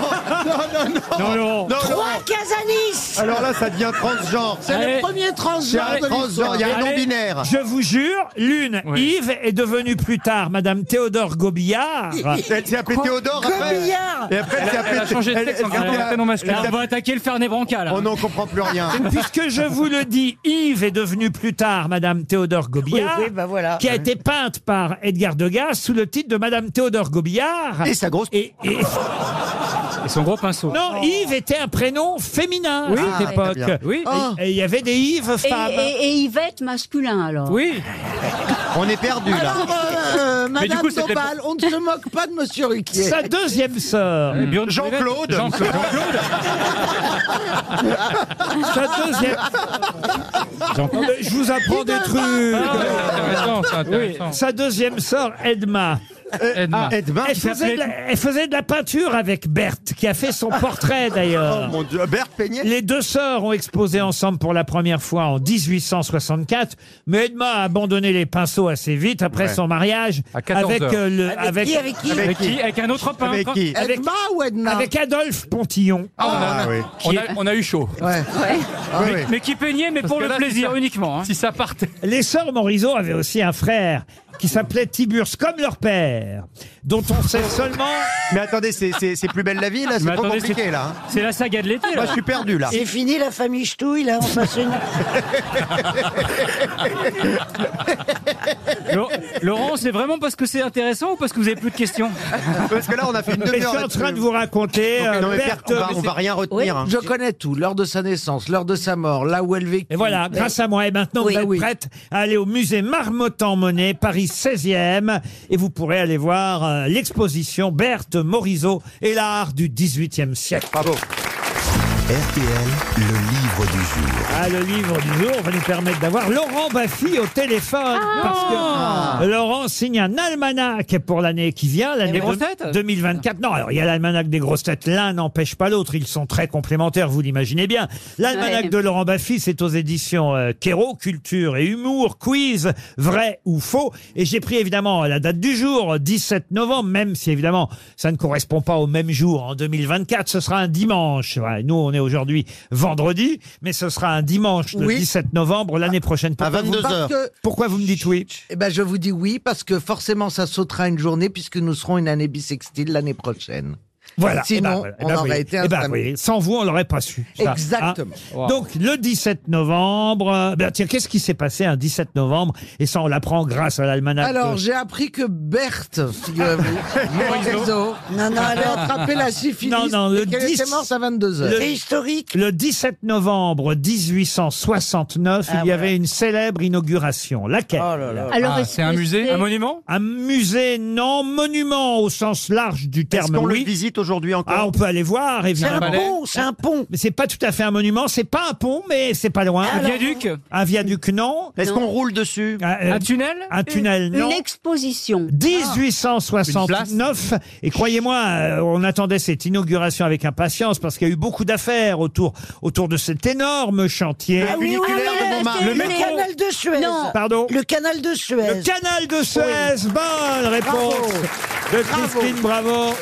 [SPEAKER 3] Non, non, non
[SPEAKER 7] Non, Laurent.
[SPEAKER 3] Non, non.
[SPEAKER 6] Trois Casanis
[SPEAKER 3] Alors là, ça devient transgenre.
[SPEAKER 8] C'est
[SPEAKER 7] Allez.
[SPEAKER 8] le premier
[SPEAKER 3] C'est
[SPEAKER 8] transgenre
[SPEAKER 3] un
[SPEAKER 8] de
[SPEAKER 3] transgenre,
[SPEAKER 8] l'histoire.
[SPEAKER 3] il y a un
[SPEAKER 7] Allez.
[SPEAKER 3] non-binaire.
[SPEAKER 2] Je vous jure, l'une,
[SPEAKER 4] Oui.
[SPEAKER 2] Yves, est devenue plus tard Madame Théodore Gobillard.
[SPEAKER 3] Elle s'est appelée Théodore après.
[SPEAKER 6] Gobillard
[SPEAKER 3] Et après, elle s'est
[SPEAKER 4] Elle a changé de
[SPEAKER 3] appelée
[SPEAKER 4] sexe en
[SPEAKER 3] elle- Oh
[SPEAKER 4] gardant un prénom masculin.
[SPEAKER 7] Là, on va attaquer le Fernet Branca,
[SPEAKER 3] On
[SPEAKER 7] là.
[SPEAKER 3] n'en comprend plus rien.
[SPEAKER 2] Puisque je vous le dis, Yves est devenue plus tard Madame Théodore
[SPEAKER 6] Oui,
[SPEAKER 2] Gobillard,
[SPEAKER 6] oui, bah voilà.
[SPEAKER 2] qui a été peinte par Edgar Degas sous le titre de Madame Théodore Gobillard.
[SPEAKER 3] Et sa grosse.
[SPEAKER 2] Et, et-
[SPEAKER 7] Et son gros pinceau.
[SPEAKER 2] non, Yves était un prénom féminin
[SPEAKER 7] Oui,
[SPEAKER 2] à
[SPEAKER 3] ah, très
[SPEAKER 2] l'époque.
[SPEAKER 7] Oui.
[SPEAKER 2] Et- Ah. Et il y avait des Yves
[SPEAKER 5] Et,
[SPEAKER 2] femmes.
[SPEAKER 5] et- et Yvette masculin, alors.
[SPEAKER 7] Oui.
[SPEAKER 3] On est perdu là.
[SPEAKER 8] Alors, euh,
[SPEAKER 7] du
[SPEAKER 8] Madame
[SPEAKER 7] coup, c'était-
[SPEAKER 8] Dombal, on ne se moque pas de Monsieur Ruquier.
[SPEAKER 2] Sa deuxième sœur,
[SPEAKER 7] Björn
[SPEAKER 3] Jean-Claude.
[SPEAKER 7] Jean-Claude.
[SPEAKER 2] sa deuxième. Je vous apprends des
[SPEAKER 4] Ah,
[SPEAKER 2] trucs.
[SPEAKER 4] c'est intéressant, c'est intéressant.
[SPEAKER 2] Sa deuxième sœur, Edma.
[SPEAKER 4] Edna.
[SPEAKER 3] Edmund.
[SPEAKER 2] Elle faisait, de la, elle faisait de la peinture avec Berthe, qui a fait son portrait
[SPEAKER 3] Oh
[SPEAKER 2] d'ailleurs.
[SPEAKER 3] mon dieu, Berthe Peignet.
[SPEAKER 2] Les deux sœurs ont exposé ensemble pour la première fois en 1864, mais Edma a abandonné les pinceaux assez vite après
[SPEAKER 3] Ouais.
[SPEAKER 2] son mariage
[SPEAKER 4] À 14
[SPEAKER 2] avec
[SPEAKER 4] heures.
[SPEAKER 2] euh, le
[SPEAKER 6] Avec
[SPEAKER 2] avec,
[SPEAKER 6] qui Avec qui
[SPEAKER 7] Avec qui Avec un autre peintre.
[SPEAKER 3] Avec qui
[SPEAKER 2] avec-
[SPEAKER 8] Edma ou Edna
[SPEAKER 2] avec Adolphe Pontillon.
[SPEAKER 4] Ah, on a-
[SPEAKER 3] Ah oui.
[SPEAKER 4] on a- on a eu chaud.
[SPEAKER 8] Ouais.
[SPEAKER 3] Ah oui.
[SPEAKER 7] Mais qui peignait, mais
[SPEAKER 4] Parce
[SPEAKER 7] pour
[SPEAKER 4] que
[SPEAKER 7] le
[SPEAKER 4] là,
[SPEAKER 7] plaisir
[SPEAKER 4] c'est ça.
[SPEAKER 7] uniquement. hein.
[SPEAKER 4] Si ça partait.
[SPEAKER 2] Les sœurs Morisot avaient aussi un frère qui s'appelait Tiburce, comme leur père, dont on sait seulement.
[SPEAKER 3] Mais attendez, c'est- c'est c'est plus belle la vie là,
[SPEAKER 7] Mais
[SPEAKER 3] c'est trop
[SPEAKER 7] attendez,
[SPEAKER 3] compliqué là. hein.
[SPEAKER 7] C'est la saga de l'été,
[SPEAKER 3] Moi
[SPEAKER 7] là.
[SPEAKER 3] je suis perdu là.
[SPEAKER 6] C'est fini la famille Ch'touille, là, on passe une...
[SPEAKER 13] Laurent, c'est vraiment parce que c'est intéressant ou parce que vous avez plus de questions
[SPEAKER 3] Parce que là, on a fait une
[SPEAKER 2] Mais je
[SPEAKER 3] demi-heure
[SPEAKER 2] suis en train
[SPEAKER 3] là-dessus.
[SPEAKER 2] de vous raconter.
[SPEAKER 3] Donc,
[SPEAKER 2] euh,
[SPEAKER 3] non, mais
[SPEAKER 2] Bert-
[SPEAKER 3] Bert, on va- on va rien retenir, hein.
[SPEAKER 14] Je connais tout, l'heure de sa naissance, l'heure de sa mort, là où elle vécut.
[SPEAKER 2] Et voilà, grâce à moi. Et maintenant, vous êtes prête à aller au musée Marmottan-Monet, Paris 16e. Et vous pourrez aller voir euh, l'exposition Berthe Morisot et l'art du 18e siècle. Bravo.
[SPEAKER 1] RTL, le livre du jour.
[SPEAKER 2] Ah, le livre du jour va nous permettre d'avoir Laurent Baffy au téléphone. parce que
[SPEAKER 1] Ah.
[SPEAKER 2] Laurent signe un almanach pour l'année qui vient, l'année
[SPEAKER 13] les
[SPEAKER 2] de-
[SPEAKER 13] grosses têtes
[SPEAKER 2] 2024. Non, alors il y a l'almanach des grosses têtes. L'un n'empêche pas l'autre. Ils sont très complémentaires, vous l'imaginez bien. L'almanach
[SPEAKER 13] Ouais.
[SPEAKER 2] de Laurent Baffy, c'est aux éditions euh, Kéro, Culture et Humour, Quiz, Vrai ou Faux. Et j'ai pris évidemment la date du jour, 17 novembre, même si évidemment ça ne correspond pas au même jour en 2024. Ce sera un dimanche. Voilà, nous, on est aujourd'hui vendredi, mais ce sera un dimanche le
[SPEAKER 14] Oui.
[SPEAKER 2] 17 novembre l'année prochaine.
[SPEAKER 14] À
[SPEAKER 2] Pourquoi vous-
[SPEAKER 14] 22 heures. Parce que-
[SPEAKER 2] Pourquoi vous me dites oui
[SPEAKER 14] Eh ben, je vous dis oui parce que forcément, ça sautera une journée puisque nous serons une année bissextile l'année prochaine.
[SPEAKER 2] Voilà. Eh ben,
[SPEAKER 14] Sinon,
[SPEAKER 2] voilà. Eh
[SPEAKER 14] on
[SPEAKER 2] ben,
[SPEAKER 14] aurait
[SPEAKER 2] oui.
[SPEAKER 14] été un
[SPEAKER 2] Eh ben,
[SPEAKER 14] samedi.
[SPEAKER 2] oui. Sans vous, on l'aurait pas su. ça.
[SPEAKER 14] Exactement.
[SPEAKER 2] Hein
[SPEAKER 14] Wow.
[SPEAKER 2] Donc, le 17 novembre. euh, ben, tiens, qu'est-ce qui s'est passé un 17 novembre Et ça, on l'apprend grâce à l'almanach.
[SPEAKER 14] Alors,
[SPEAKER 2] de-
[SPEAKER 14] j'ai appris que Berthe, figurez-vous,
[SPEAKER 2] Morisot.
[SPEAKER 14] Morisot,
[SPEAKER 2] Non, non,
[SPEAKER 14] avait
[SPEAKER 2] alors-
[SPEAKER 14] attrapé la syphilis
[SPEAKER 2] Non, non, le
[SPEAKER 14] et qu'elle
[SPEAKER 2] 10
[SPEAKER 14] était morte à 22 heures.
[SPEAKER 2] le- Le 17 novembre 1869,
[SPEAKER 14] Ah, Oh
[SPEAKER 2] il y
[SPEAKER 14] voilà.
[SPEAKER 2] avait une célèbre inauguration. Laquelle
[SPEAKER 4] Alors, Ah, est-ce c'est un que musée c'est- Un
[SPEAKER 2] monument Un musée, non, monument au sens large du terme.
[SPEAKER 3] qu'on le
[SPEAKER 2] oui. visite aujourd'hui encore Ah, on peut aller voir, évidemment.
[SPEAKER 3] C'est un palais
[SPEAKER 2] c'est un pont. Mais c'est pas tout à fait un monument, c'est pas un pont, mais c'est pas loin.
[SPEAKER 5] Un Alors- viaduc
[SPEAKER 2] Un viaduc, non.
[SPEAKER 5] Est-ce qu'on roule
[SPEAKER 2] dessus
[SPEAKER 5] Un tunnel
[SPEAKER 2] Un tunnel,
[SPEAKER 5] Une- Ah. une
[SPEAKER 2] non.
[SPEAKER 5] exposition.
[SPEAKER 2] 1869. Et croyez-moi, euh, on attendait cette inauguration avec impatience parce qu'il y a eu beaucoup d'affaires autour, autour de cet énorme chantier.
[SPEAKER 6] Ah oui, oui, oui, oui, c'est le canal de Suez.
[SPEAKER 2] Pardon
[SPEAKER 6] Le canal de Suez.
[SPEAKER 2] Le canal de Suez. Bonne réponse de Christine Bravo.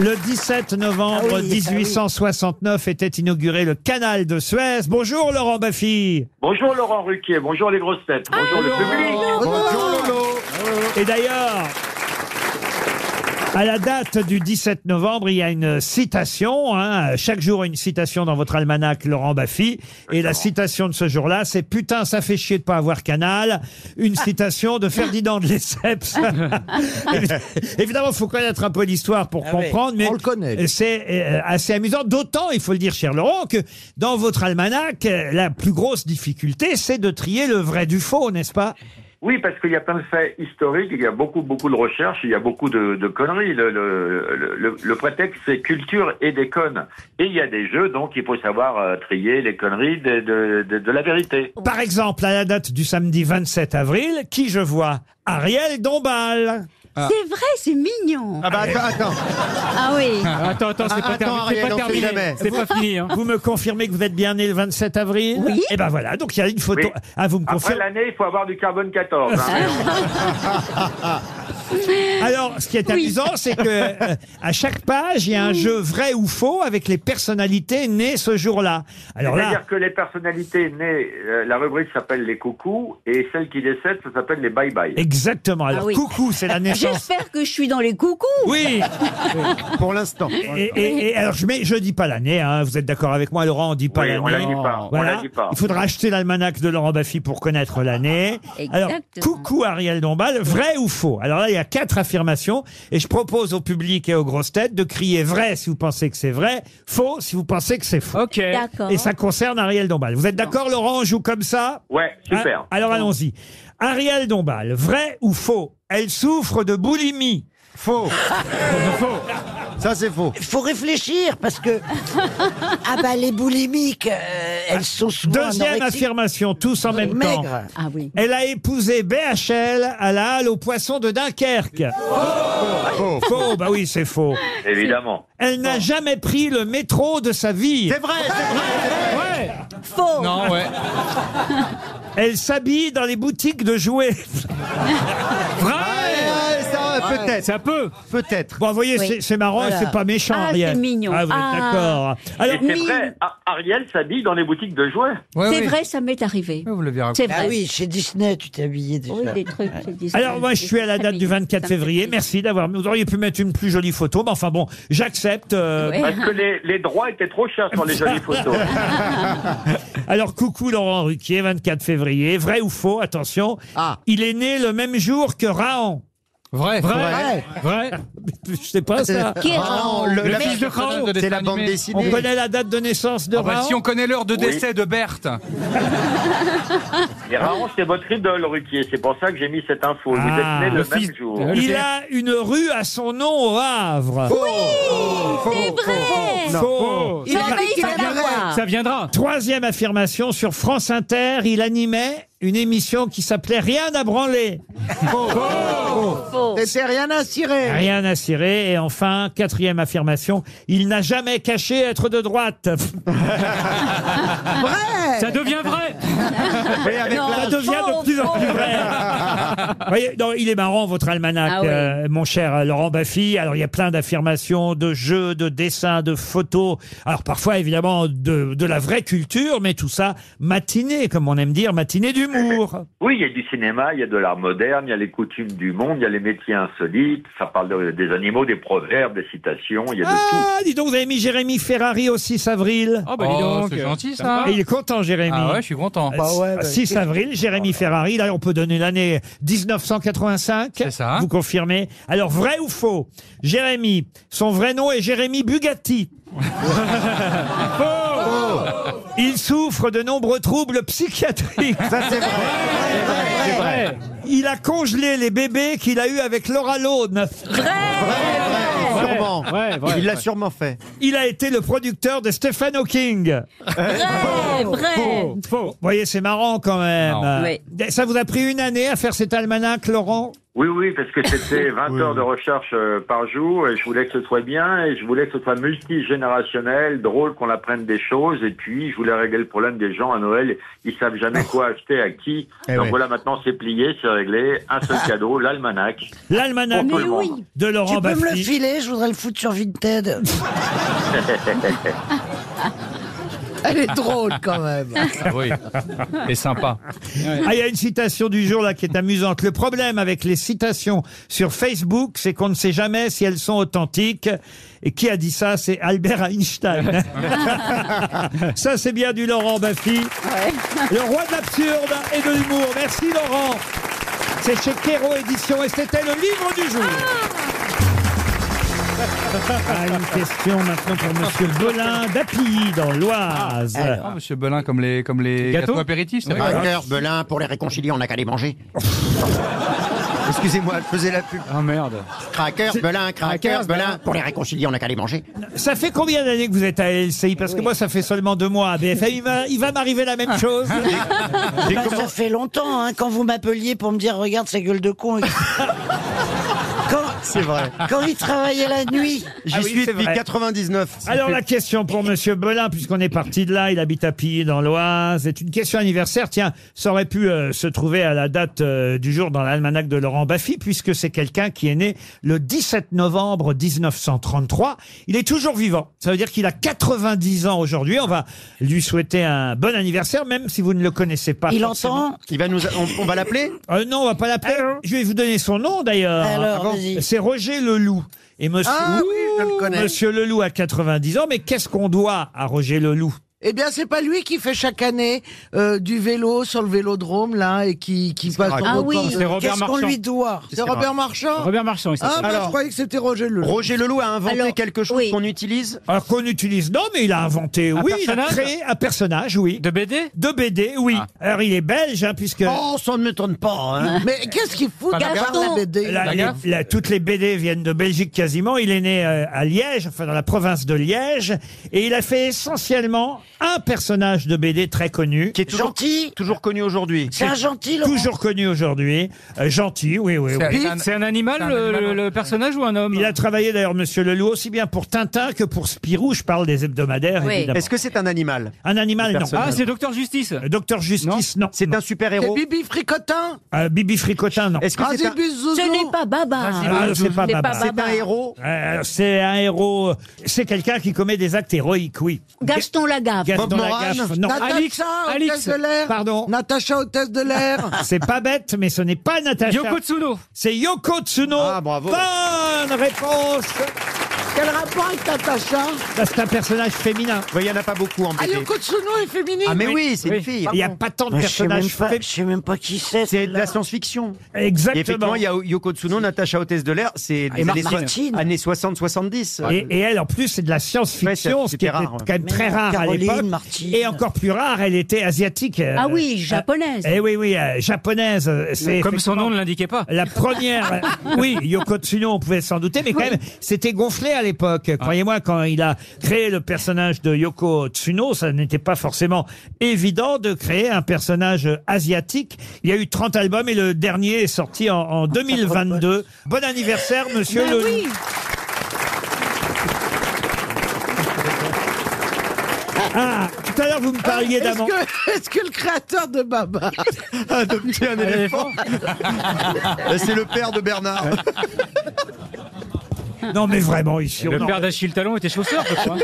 [SPEAKER 2] Le 17 novembre
[SPEAKER 6] Ah oui, ah oui.
[SPEAKER 2] 1869 était inauguré le canal de Suez. Bonjour Laurent Baffy.
[SPEAKER 15] Bonjour Laurent Ruquier, bonjour les grosses têtes,
[SPEAKER 6] Ah.
[SPEAKER 15] bonjour le public.
[SPEAKER 2] Et d'ailleurs, à la date du 17 novembre, il y a une citation. hein. Chaque jour, une citation dans votre almanach, Laurent Baffy. Et la citation de ce jour-là, c'est Putain, ça fait chier de pas avoir canal. Une citation de Ferdinand de Lesseps. Évidemment, il faut connaître un peu l'histoire pour
[SPEAKER 14] Ah ouais,
[SPEAKER 2] comprendre, mais
[SPEAKER 14] on le connaît, lui.
[SPEAKER 2] c'est euh, assez amusant. D'autant, il faut le dire, cher Laurent, que dans votre almanach, euh, la plus grosse difficulté, c'est de trier le vrai du faux, n'est-ce pas
[SPEAKER 15] Oui, parce qu'il y a plein de faits historiques, il y a beaucoup, beaucoup de recherches, il y a beaucoup de, de conneries. Le, le- le- le- le prétexte, c'est culture et des connes. Et il y a des jeux, donc il faut savoir euh, trier les conneries de, de- de- de la vérité.
[SPEAKER 2] Par exemple, à la date du samedi 27 avril, qui je vois Ariel Dombal.
[SPEAKER 5] C'est vrai, c'est mignon.
[SPEAKER 2] Ah bah attends, attends.
[SPEAKER 5] Ah oui.
[SPEAKER 2] Attends,
[SPEAKER 5] attends, c'est pas Attends, terminé, Ariel, c'est pas on sait terminé, jamais. c'est pas fini, hein.
[SPEAKER 2] Vous me confirmez que vous êtes bien né le 27 avril
[SPEAKER 5] Oui.
[SPEAKER 2] Et ben voilà, donc il y a une photo.
[SPEAKER 15] Oui.
[SPEAKER 2] Ah, vous me
[SPEAKER 15] Après
[SPEAKER 2] confirmez
[SPEAKER 15] l'année, il faut avoir du carbone 14. hein, mais on-
[SPEAKER 2] Ah, Alors, ce qui est amusant, c'est que euh, à chaque page, il y a un jeu vrai ou faux avec les personnalités nées ce jour-là. Alors là,
[SPEAKER 15] C'est-à-dire que les personnalités nées, euh, la rubrique s'appelle les coucous, et celles qui décèdent, ça s'appelle les bye-bye.
[SPEAKER 2] exactement. Alors,
[SPEAKER 5] Ah oui.
[SPEAKER 2] coucou, c'est la naissance.
[SPEAKER 5] J'espère que je suis dans les coucous.
[SPEAKER 2] Oui.
[SPEAKER 3] Pour l'instant.
[SPEAKER 2] Et, et- et alors, je mets, je dis pas l'année, hein. vous êtes d'accord avec moi, Laurent, on dit pas
[SPEAKER 15] Oui,
[SPEAKER 2] l'année.
[SPEAKER 15] on la dit pas, on la dit pas.
[SPEAKER 2] Il faudra acheter l'almanach de Laurent Baffy pour connaître l'année. Alors, coucou Ariel Dombal, vrai ou faux Alors là, il y a quatre affirmations et je propose au public et aux grosses têtes de crier vrai si vous pensez que c'est vrai, faux si vous pensez que c'est faux. Ok.
[SPEAKER 15] D'accord.
[SPEAKER 2] Et ça concerne Ariel Dombal. Vous êtes d'accord, Laurent On joue comme ça
[SPEAKER 15] Ouais, super.
[SPEAKER 2] Ah, alors allons-y. Ariel Dombal, vrai ou faux Elle souffre de boulimie. Faux. faux.
[SPEAKER 3] Ça, c'est faux.
[SPEAKER 6] Il faut réfléchir parce que ah bah les boulimiques, euh, elles sont souvent
[SPEAKER 2] Deuxième
[SPEAKER 6] anorexiques.
[SPEAKER 2] affirmation, tous en même temps.
[SPEAKER 6] Maigre.
[SPEAKER 5] Ah oui.
[SPEAKER 2] Elle a épousé BHL à la halle aux poissons de Dunkerque. Faux, faux, bah oui, c'est faux.
[SPEAKER 15] Évidemment.
[SPEAKER 2] Elle n'a jamais pris le métro de sa vie. C'est vrai, c'est vrai.
[SPEAKER 8] Oh.
[SPEAKER 5] Faux.
[SPEAKER 4] Non, ouais.
[SPEAKER 2] Elle s'habille dans les boutiques de jouets.
[SPEAKER 3] Ouais, ça, Peut-être.
[SPEAKER 2] Ça peut. Peut-être. Bon, vous voyez, c'est- c'est marrant et c'est pas méchant,
[SPEAKER 5] Ah,
[SPEAKER 2] Ariel.
[SPEAKER 5] c'est mignon.
[SPEAKER 2] Ah, vous êtes
[SPEAKER 5] Ah.
[SPEAKER 2] d'accord. Alors,
[SPEAKER 15] Et c'est
[SPEAKER 5] mine-
[SPEAKER 15] vrai, Ar- Ariel s'habille dans les boutiques de jouets.
[SPEAKER 5] c'est vrai, ça m'est arrivé.
[SPEAKER 4] vous le verrez.
[SPEAKER 5] C'est vrai.
[SPEAKER 6] Ah oui, chez Disney, tu t'es habillé déjà.
[SPEAKER 5] Oui, des trucs chez Disney.
[SPEAKER 2] Alors moi je suis à la date du 24 février. Merci d'avoir. Vous auriez pu mettre une plus jolie photo, mais enfin bon, j'accepte. euh,
[SPEAKER 15] Parce que les, les droits étaient trop chers sur les jolies photos.
[SPEAKER 2] Alors coucou Laurent Ruquier, 24 février. Vrai ou faux Attention. Il est né le même jour que Raon.
[SPEAKER 4] Vrai.
[SPEAKER 2] Vrai. Ah
[SPEAKER 4] Vrai.
[SPEAKER 2] Je sais pas ça.
[SPEAKER 4] Qui est Raon Le- Le le fils mec de de Raon. personnage de dessin animé.
[SPEAKER 2] On connaît la date de naissance de
[SPEAKER 4] Ah bah,
[SPEAKER 2] Raon.
[SPEAKER 4] si on connaît l'heure de
[SPEAKER 15] Oui.
[SPEAKER 4] décès de Berthe.
[SPEAKER 15] Et Raon, c'est votre idole, Ruquier. C'est pour ça que j'ai mis cette info. Vous
[SPEAKER 2] Ah,
[SPEAKER 15] êtes né le,
[SPEAKER 2] le
[SPEAKER 15] même
[SPEAKER 2] fils-
[SPEAKER 15] jour.
[SPEAKER 2] Il a une rue à son nom au Havre.
[SPEAKER 7] C'est vrai
[SPEAKER 2] Faux.
[SPEAKER 7] Il Non, a- mais il ça va viendra. l'avoir. Ça
[SPEAKER 2] viendra. Troisième affirmation sur France Inter, il animait une émission qui s'appelait Rien à branler.
[SPEAKER 14] C'était rien à cirer.
[SPEAKER 2] Rien à cirer. Et enfin, quatrième affirmation, il n'a jamais caché être de droite.
[SPEAKER 14] Vrai
[SPEAKER 13] Ça devient vrai
[SPEAKER 7] Non,
[SPEAKER 2] ça devient de
[SPEAKER 7] faux,
[SPEAKER 2] plus en
[SPEAKER 7] faux.
[SPEAKER 2] plus vrai. Vous voyez, non, il est marrant votre almanach,
[SPEAKER 7] Ah oui.
[SPEAKER 2] euh, mon cher euh, Laurent Baffy. Alors il y a plein d'affirmations, de jeux, de dessins, de photos. Alors parfois évidemment de, de la vraie culture, mais tout ça matinée, comme on aime dire, matinée d'humour.
[SPEAKER 15] Oui, il y a du cinéma, il y a de l'art moderne, il y a les coutumes du monde, il y a les métiers insolites. Ça parle de- des animaux, des proverbes, des citations. Il y a de tout.
[SPEAKER 2] Ah, dis donc, vous avez mis Jérémy Ferrari au 6 avril.
[SPEAKER 4] bah, dis Oh, donc. c'est gentil, ça.
[SPEAKER 2] Et il est content, Jérémy.
[SPEAKER 4] Ah ouais, je suis content.
[SPEAKER 2] Euh,
[SPEAKER 4] Bah ouais, bah,
[SPEAKER 2] 6 avril, Jérémy Ferrari. Là, on peut donner l'année 1985. C'est ça. Vous confirmez. Alors, vrai ou faux Jérémy, son vrai nom est Jérémy Bugatti. Faux. Il souffre de nombreux troubles psychiatriques.
[SPEAKER 7] Ça, c'est vrai. C'est vrai.
[SPEAKER 2] Il a congelé les bébés qu'il a eus avec Laura Lone.
[SPEAKER 3] Sûrement. Il l'a sûrement fait.
[SPEAKER 2] Il a été le producteur de Stephen Hawking.
[SPEAKER 7] Vrai, vrai. Faux,
[SPEAKER 2] Vous voyez, c'est marrant quand même.
[SPEAKER 15] Marrant.
[SPEAKER 2] Euh, Ça vous a pris une année à faire cet almanach, Laurent
[SPEAKER 15] Oui, oui, parce que c'était 20 heures de recherche euh, par jour et je voulais que ce soit bien et je voulais que ce soit multigénérationnel, drôle qu'on apprenne des choses et puis je voulais régler le problème des gens à Noël. Ils savent jamais quoi acheter à qui.
[SPEAKER 2] Eh
[SPEAKER 15] Donc
[SPEAKER 2] ouais.
[SPEAKER 15] voilà, maintenant c'est plié, c'est réglé. Un seul cadeau, l'almanach.
[SPEAKER 2] L'almanach
[SPEAKER 15] Pour tout le monde.
[SPEAKER 2] de
[SPEAKER 6] Tu
[SPEAKER 2] Laurent
[SPEAKER 6] peux me le
[SPEAKER 2] Baffy.
[SPEAKER 6] filer, je voudrais le foutre sur Vinted.
[SPEAKER 14] Elle est drôle quand même.
[SPEAKER 4] Ah oui. Et sympa.
[SPEAKER 2] Ah, il y a une citation du jour là qui est amusante. Le problème avec les citations sur Facebook, c'est qu'on ne sait jamais si elles sont authentiques. Et qui a dit ça C'est Albert Einstein. ça, c'est bien du Laurent Baffy. Le roi de l'absurde et de l'humour. Merci Laurent. C'est chez Kero Édition et c'était le livre du jour. Ah, une question maintenant pour Monsieur Belin d'Apilly dans l'Oise.
[SPEAKER 4] Ah, Monsieur Belin, comme les, comme les gâteaux, apéritifs, c'est vrai.
[SPEAKER 16] Vainqueur, Ah, Belin, pour les réconcilier, on n'a qu'à les manger. Excusez-moi, je faisais la pub.
[SPEAKER 4] Ah merde.
[SPEAKER 16] Cracker, Belin, cracker, Belin, pour les réconcilier, on n'a qu'à les manger.
[SPEAKER 2] Ça fait combien d'années que vous êtes à LCI Parce que moi, ça fait seulement deux mois à BFM. Il va, il va m'arriver la même chose.
[SPEAKER 6] Bah, Ça fait longtemps, hein, quand vous m'appeliez pour me dire regarde sa gueule de con.
[SPEAKER 3] C'est vrai.
[SPEAKER 6] quand il travaillait la nuit.
[SPEAKER 2] Ah
[SPEAKER 3] J'y suis depuis 99.
[SPEAKER 2] Alors la question pour Monsieur Belin, puisqu'on est parti de là, il habite à Pilly dans l'Oise, c'est une question anniversaire. Tiens, ça aurait pu euh, se trouver à la date euh, du jour dans l'almanach de Laurent Baffy, puisque c'est quelqu'un qui est né le 17 novembre 1933. Il est toujours vivant. Ça veut dire qu'il a 90 ans aujourd'hui. On va lui souhaiter un bon anniversaire, même si vous ne le connaissez pas.
[SPEAKER 6] Il
[SPEAKER 2] forcément.
[SPEAKER 6] entend
[SPEAKER 3] Il va nous, on, on va l'appeler
[SPEAKER 2] Euh, non, on va pas l'appeler. Je vais vous donner son nom d'ailleurs.
[SPEAKER 6] Alors,
[SPEAKER 2] Ah bon
[SPEAKER 6] vas-y.
[SPEAKER 2] C'est Roger Leloup. Et monsieur,
[SPEAKER 14] Ah oui, je le connais.
[SPEAKER 2] monsieur Leloup a 90 ans, mais qu'est-ce qu'on doit à Roger Leloup
[SPEAKER 14] Eh bien, c'est pas lui qui fait chaque année euh, du vélo sur le vélodrome, là, et qui, qui passe
[SPEAKER 13] Skyrock.
[SPEAKER 14] au
[SPEAKER 13] Ah
[SPEAKER 14] record
[SPEAKER 13] oui.
[SPEAKER 14] de-
[SPEAKER 13] C'est Robert
[SPEAKER 14] Qu'est-ce qu'on
[SPEAKER 13] Marchand.
[SPEAKER 14] lui doit
[SPEAKER 13] C'est
[SPEAKER 14] C'est
[SPEAKER 13] Robert-
[SPEAKER 14] Robert Marchand
[SPEAKER 13] Robert Marchand, il s'appelle.
[SPEAKER 14] Ah, bah,
[SPEAKER 13] Alors-
[SPEAKER 14] je croyais que c'était Roger Leloup.
[SPEAKER 3] Roger Leloup a inventé quelque chose qu'on utilise
[SPEAKER 2] Alors qu'on utilise. Non, mais il a inventé, oui, il a
[SPEAKER 3] personnage
[SPEAKER 2] créé un personnage, oui. De BD De BD, oui. Alors il est belge, hein, puisque.
[SPEAKER 16] Oh, ça ne m'étonne pas. hein.
[SPEAKER 14] Mais qu'est-ce qu'il fout
[SPEAKER 16] Pas la
[SPEAKER 14] Gare
[SPEAKER 16] gaffe.
[SPEAKER 14] dans la BD
[SPEAKER 2] La- les- la- toutes les BD viennent de Belgique quasiment. Il est né euh, à Liège, enfin dans la province de Liège, et il a fait essentiellement un personnage de BD très connu. Qui est
[SPEAKER 6] toujours- Gentil
[SPEAKER 2] Toujours connu aujourd'hui.
[SPEAKER 6] C'est un gentil, Laurent
[SPEAKER 2] Toujours connu aujourd'hui. Euh, gentil, oui, oui.
[SPEAKER 13] C'est
[SPEAKER 2] oui.
[SPEAKER 13] un- c'est un animal, hein. le- le- le personnage ou un homme
[SPEAKER 2] Il a travaillé d'ailleurs, monsieur Leloup, aussi bien pour Tintin que pour Spirou. Je parle des hebdomadaires,
[SPEAKER 13] Oui.
[SPEAKER 2] évidemment.
[SPEAKER 13] Est-ce
[SPEAKER 2] que c'est un animal Un animal, non.
[SPEAKER 13] Ah, c'est Docteur Justice.
[SPEAKER 2] Docteur Justice, non. C'est un
[SPEAKER 14] C'est
[SPEAKER 2] super-héros
[SPEAKER 14] Bibi Fricotin
[SPEAKER 2] Bibi Fricotin, non.
[SPEAKER 5] Ce n'est pas Baba.
[SPEAKER 2] Ah, c'est pas
[SPEAKER 5] Ce n'est
[SPEAKER 2] Baba.
[SPEAKER 5] Baba.
[SPEAKER 2] Euh, C'est un héros. C'est quelqu'un qui commet des actes héroïques, oui.
[SPEAKER 5] Gaston
[SPEAKER 14] Ah,
[SPEAKER 5] Lagaffe.
[SPEAKER 2] Gaston Lagaffe, non.
[SPEAKER 14] Natacha, hôtesse de l'air.
[SPEAKER 2] Pardon.
[SPEAKER 14] Natacha, hôtesse de l'air.
[SPEAKER 2] C'est pas bête, mais ce n'est pas Natacha.
[SPEAKER 14] Yoko Tsuno.
[SPEAKER 2] C'est Yoko Tsuno. Ah, bravo. Bonne réponse.
[SPEAKER 14] Quel rapport avec Natacha
[SPEAKER 2] Ça, Bah, c'est un personnage féminin. Il n'y en a pas beaucoup
[SPEAKER 8] Ah,
[SPEAKER 2] en
[SPEAKER 14] Ayoko Ah, Tsuno est féminine.
[SPEAKER 2] Il n'y a pas tant de
[SPEAKER 14] Mais je sais
[SPEAKER 2] personnages
[SPEAKER 14] même pas-
[SPEAKER 2] féminins.
[SPEAKER 6] Je sais même pas qui c'est.
[SPEAKER 3] C'est de la science-fiction.
[SPEAKER 2] Exactement.
[SPEAKER 3] Et effectivement, il y a Yoko Tsuno, Natacha Hôtesse de l'air, c'est
[SPEAKER 2] Et
[SPEAKER 3] des années,
[SPEAKER 2] Martine.
[SPEAKER 3] années 60-70.
[SPEAKER 2] Et, et elle, en plus, c'est de la science-fiction,
[SPEAKER 3] Ouais,
[SPEAKER 2] ce
[SPEAKER 3] c'est-
[SPEAKER 2] qui
[SPEAKER 3] c'était
[SPEAKER 2] était
[SPEAKER 3] rare, ouais.
[SPEAKER 2] quand même très
[SPEAKER 3] Mais
[SPEAKER 2] rare
[SPEAKER 3] Caroline,
[SPEAKER 2] à l'époque.
[SPEAKER 3] Martine.
[SPEAKER 2] Et encore plus rare, elle était asiatique. euh,
[SPEAKER 5] Ah oui,
[SPEAKER 2] euh,
[SPEAKER 5] japonaise.
[SPEAKER 2] Eh oui, oui, euh, japonaise. euh, C'est
[SPEAKER 13] Comme son nom
[SPEAKER 2] effectivement
[SPEAKER 13] ne l'indiquait pas.
[SPEAKER 2] La première, oui, Yoko Tsuno, on pouvait s'en douter, mais quand même, c'était gonflé à
[SPEAKER 14] Ah.
[SPEAKER 2] l'époque. Croyez-moi, quand il a créé le personnage de Yoko Tsuno, ça n'était pas forcément évident de créer un personnage asiatique. Il y a eu 30 albums et le dernier est sorti en, en 2022. Bon anniversaire, monsieur
[SPEAKER 5] Ben
[SPEAKER 2] Leloup.
[SPEAKER 5] oui.
[SPEAKER 2] Ah, tout à l'heure, vous me parliez
[SPEAKER 14] Ah, Est-ce
[SPEAKER 2] d'amant. Ah,
[SPEAKER 14] que, est-ce que le créateur de Baba
[SPEAKER 3] a adopté un éléphant Et C'est le père de Bernard.
[SPEAKER 2] Non, mais vraiment, ici. on
[SPEAKER 13] Le
[SPEAKER 2] en-
[SPEAKER 13] père d'Achille Talon était chausseur, je crois.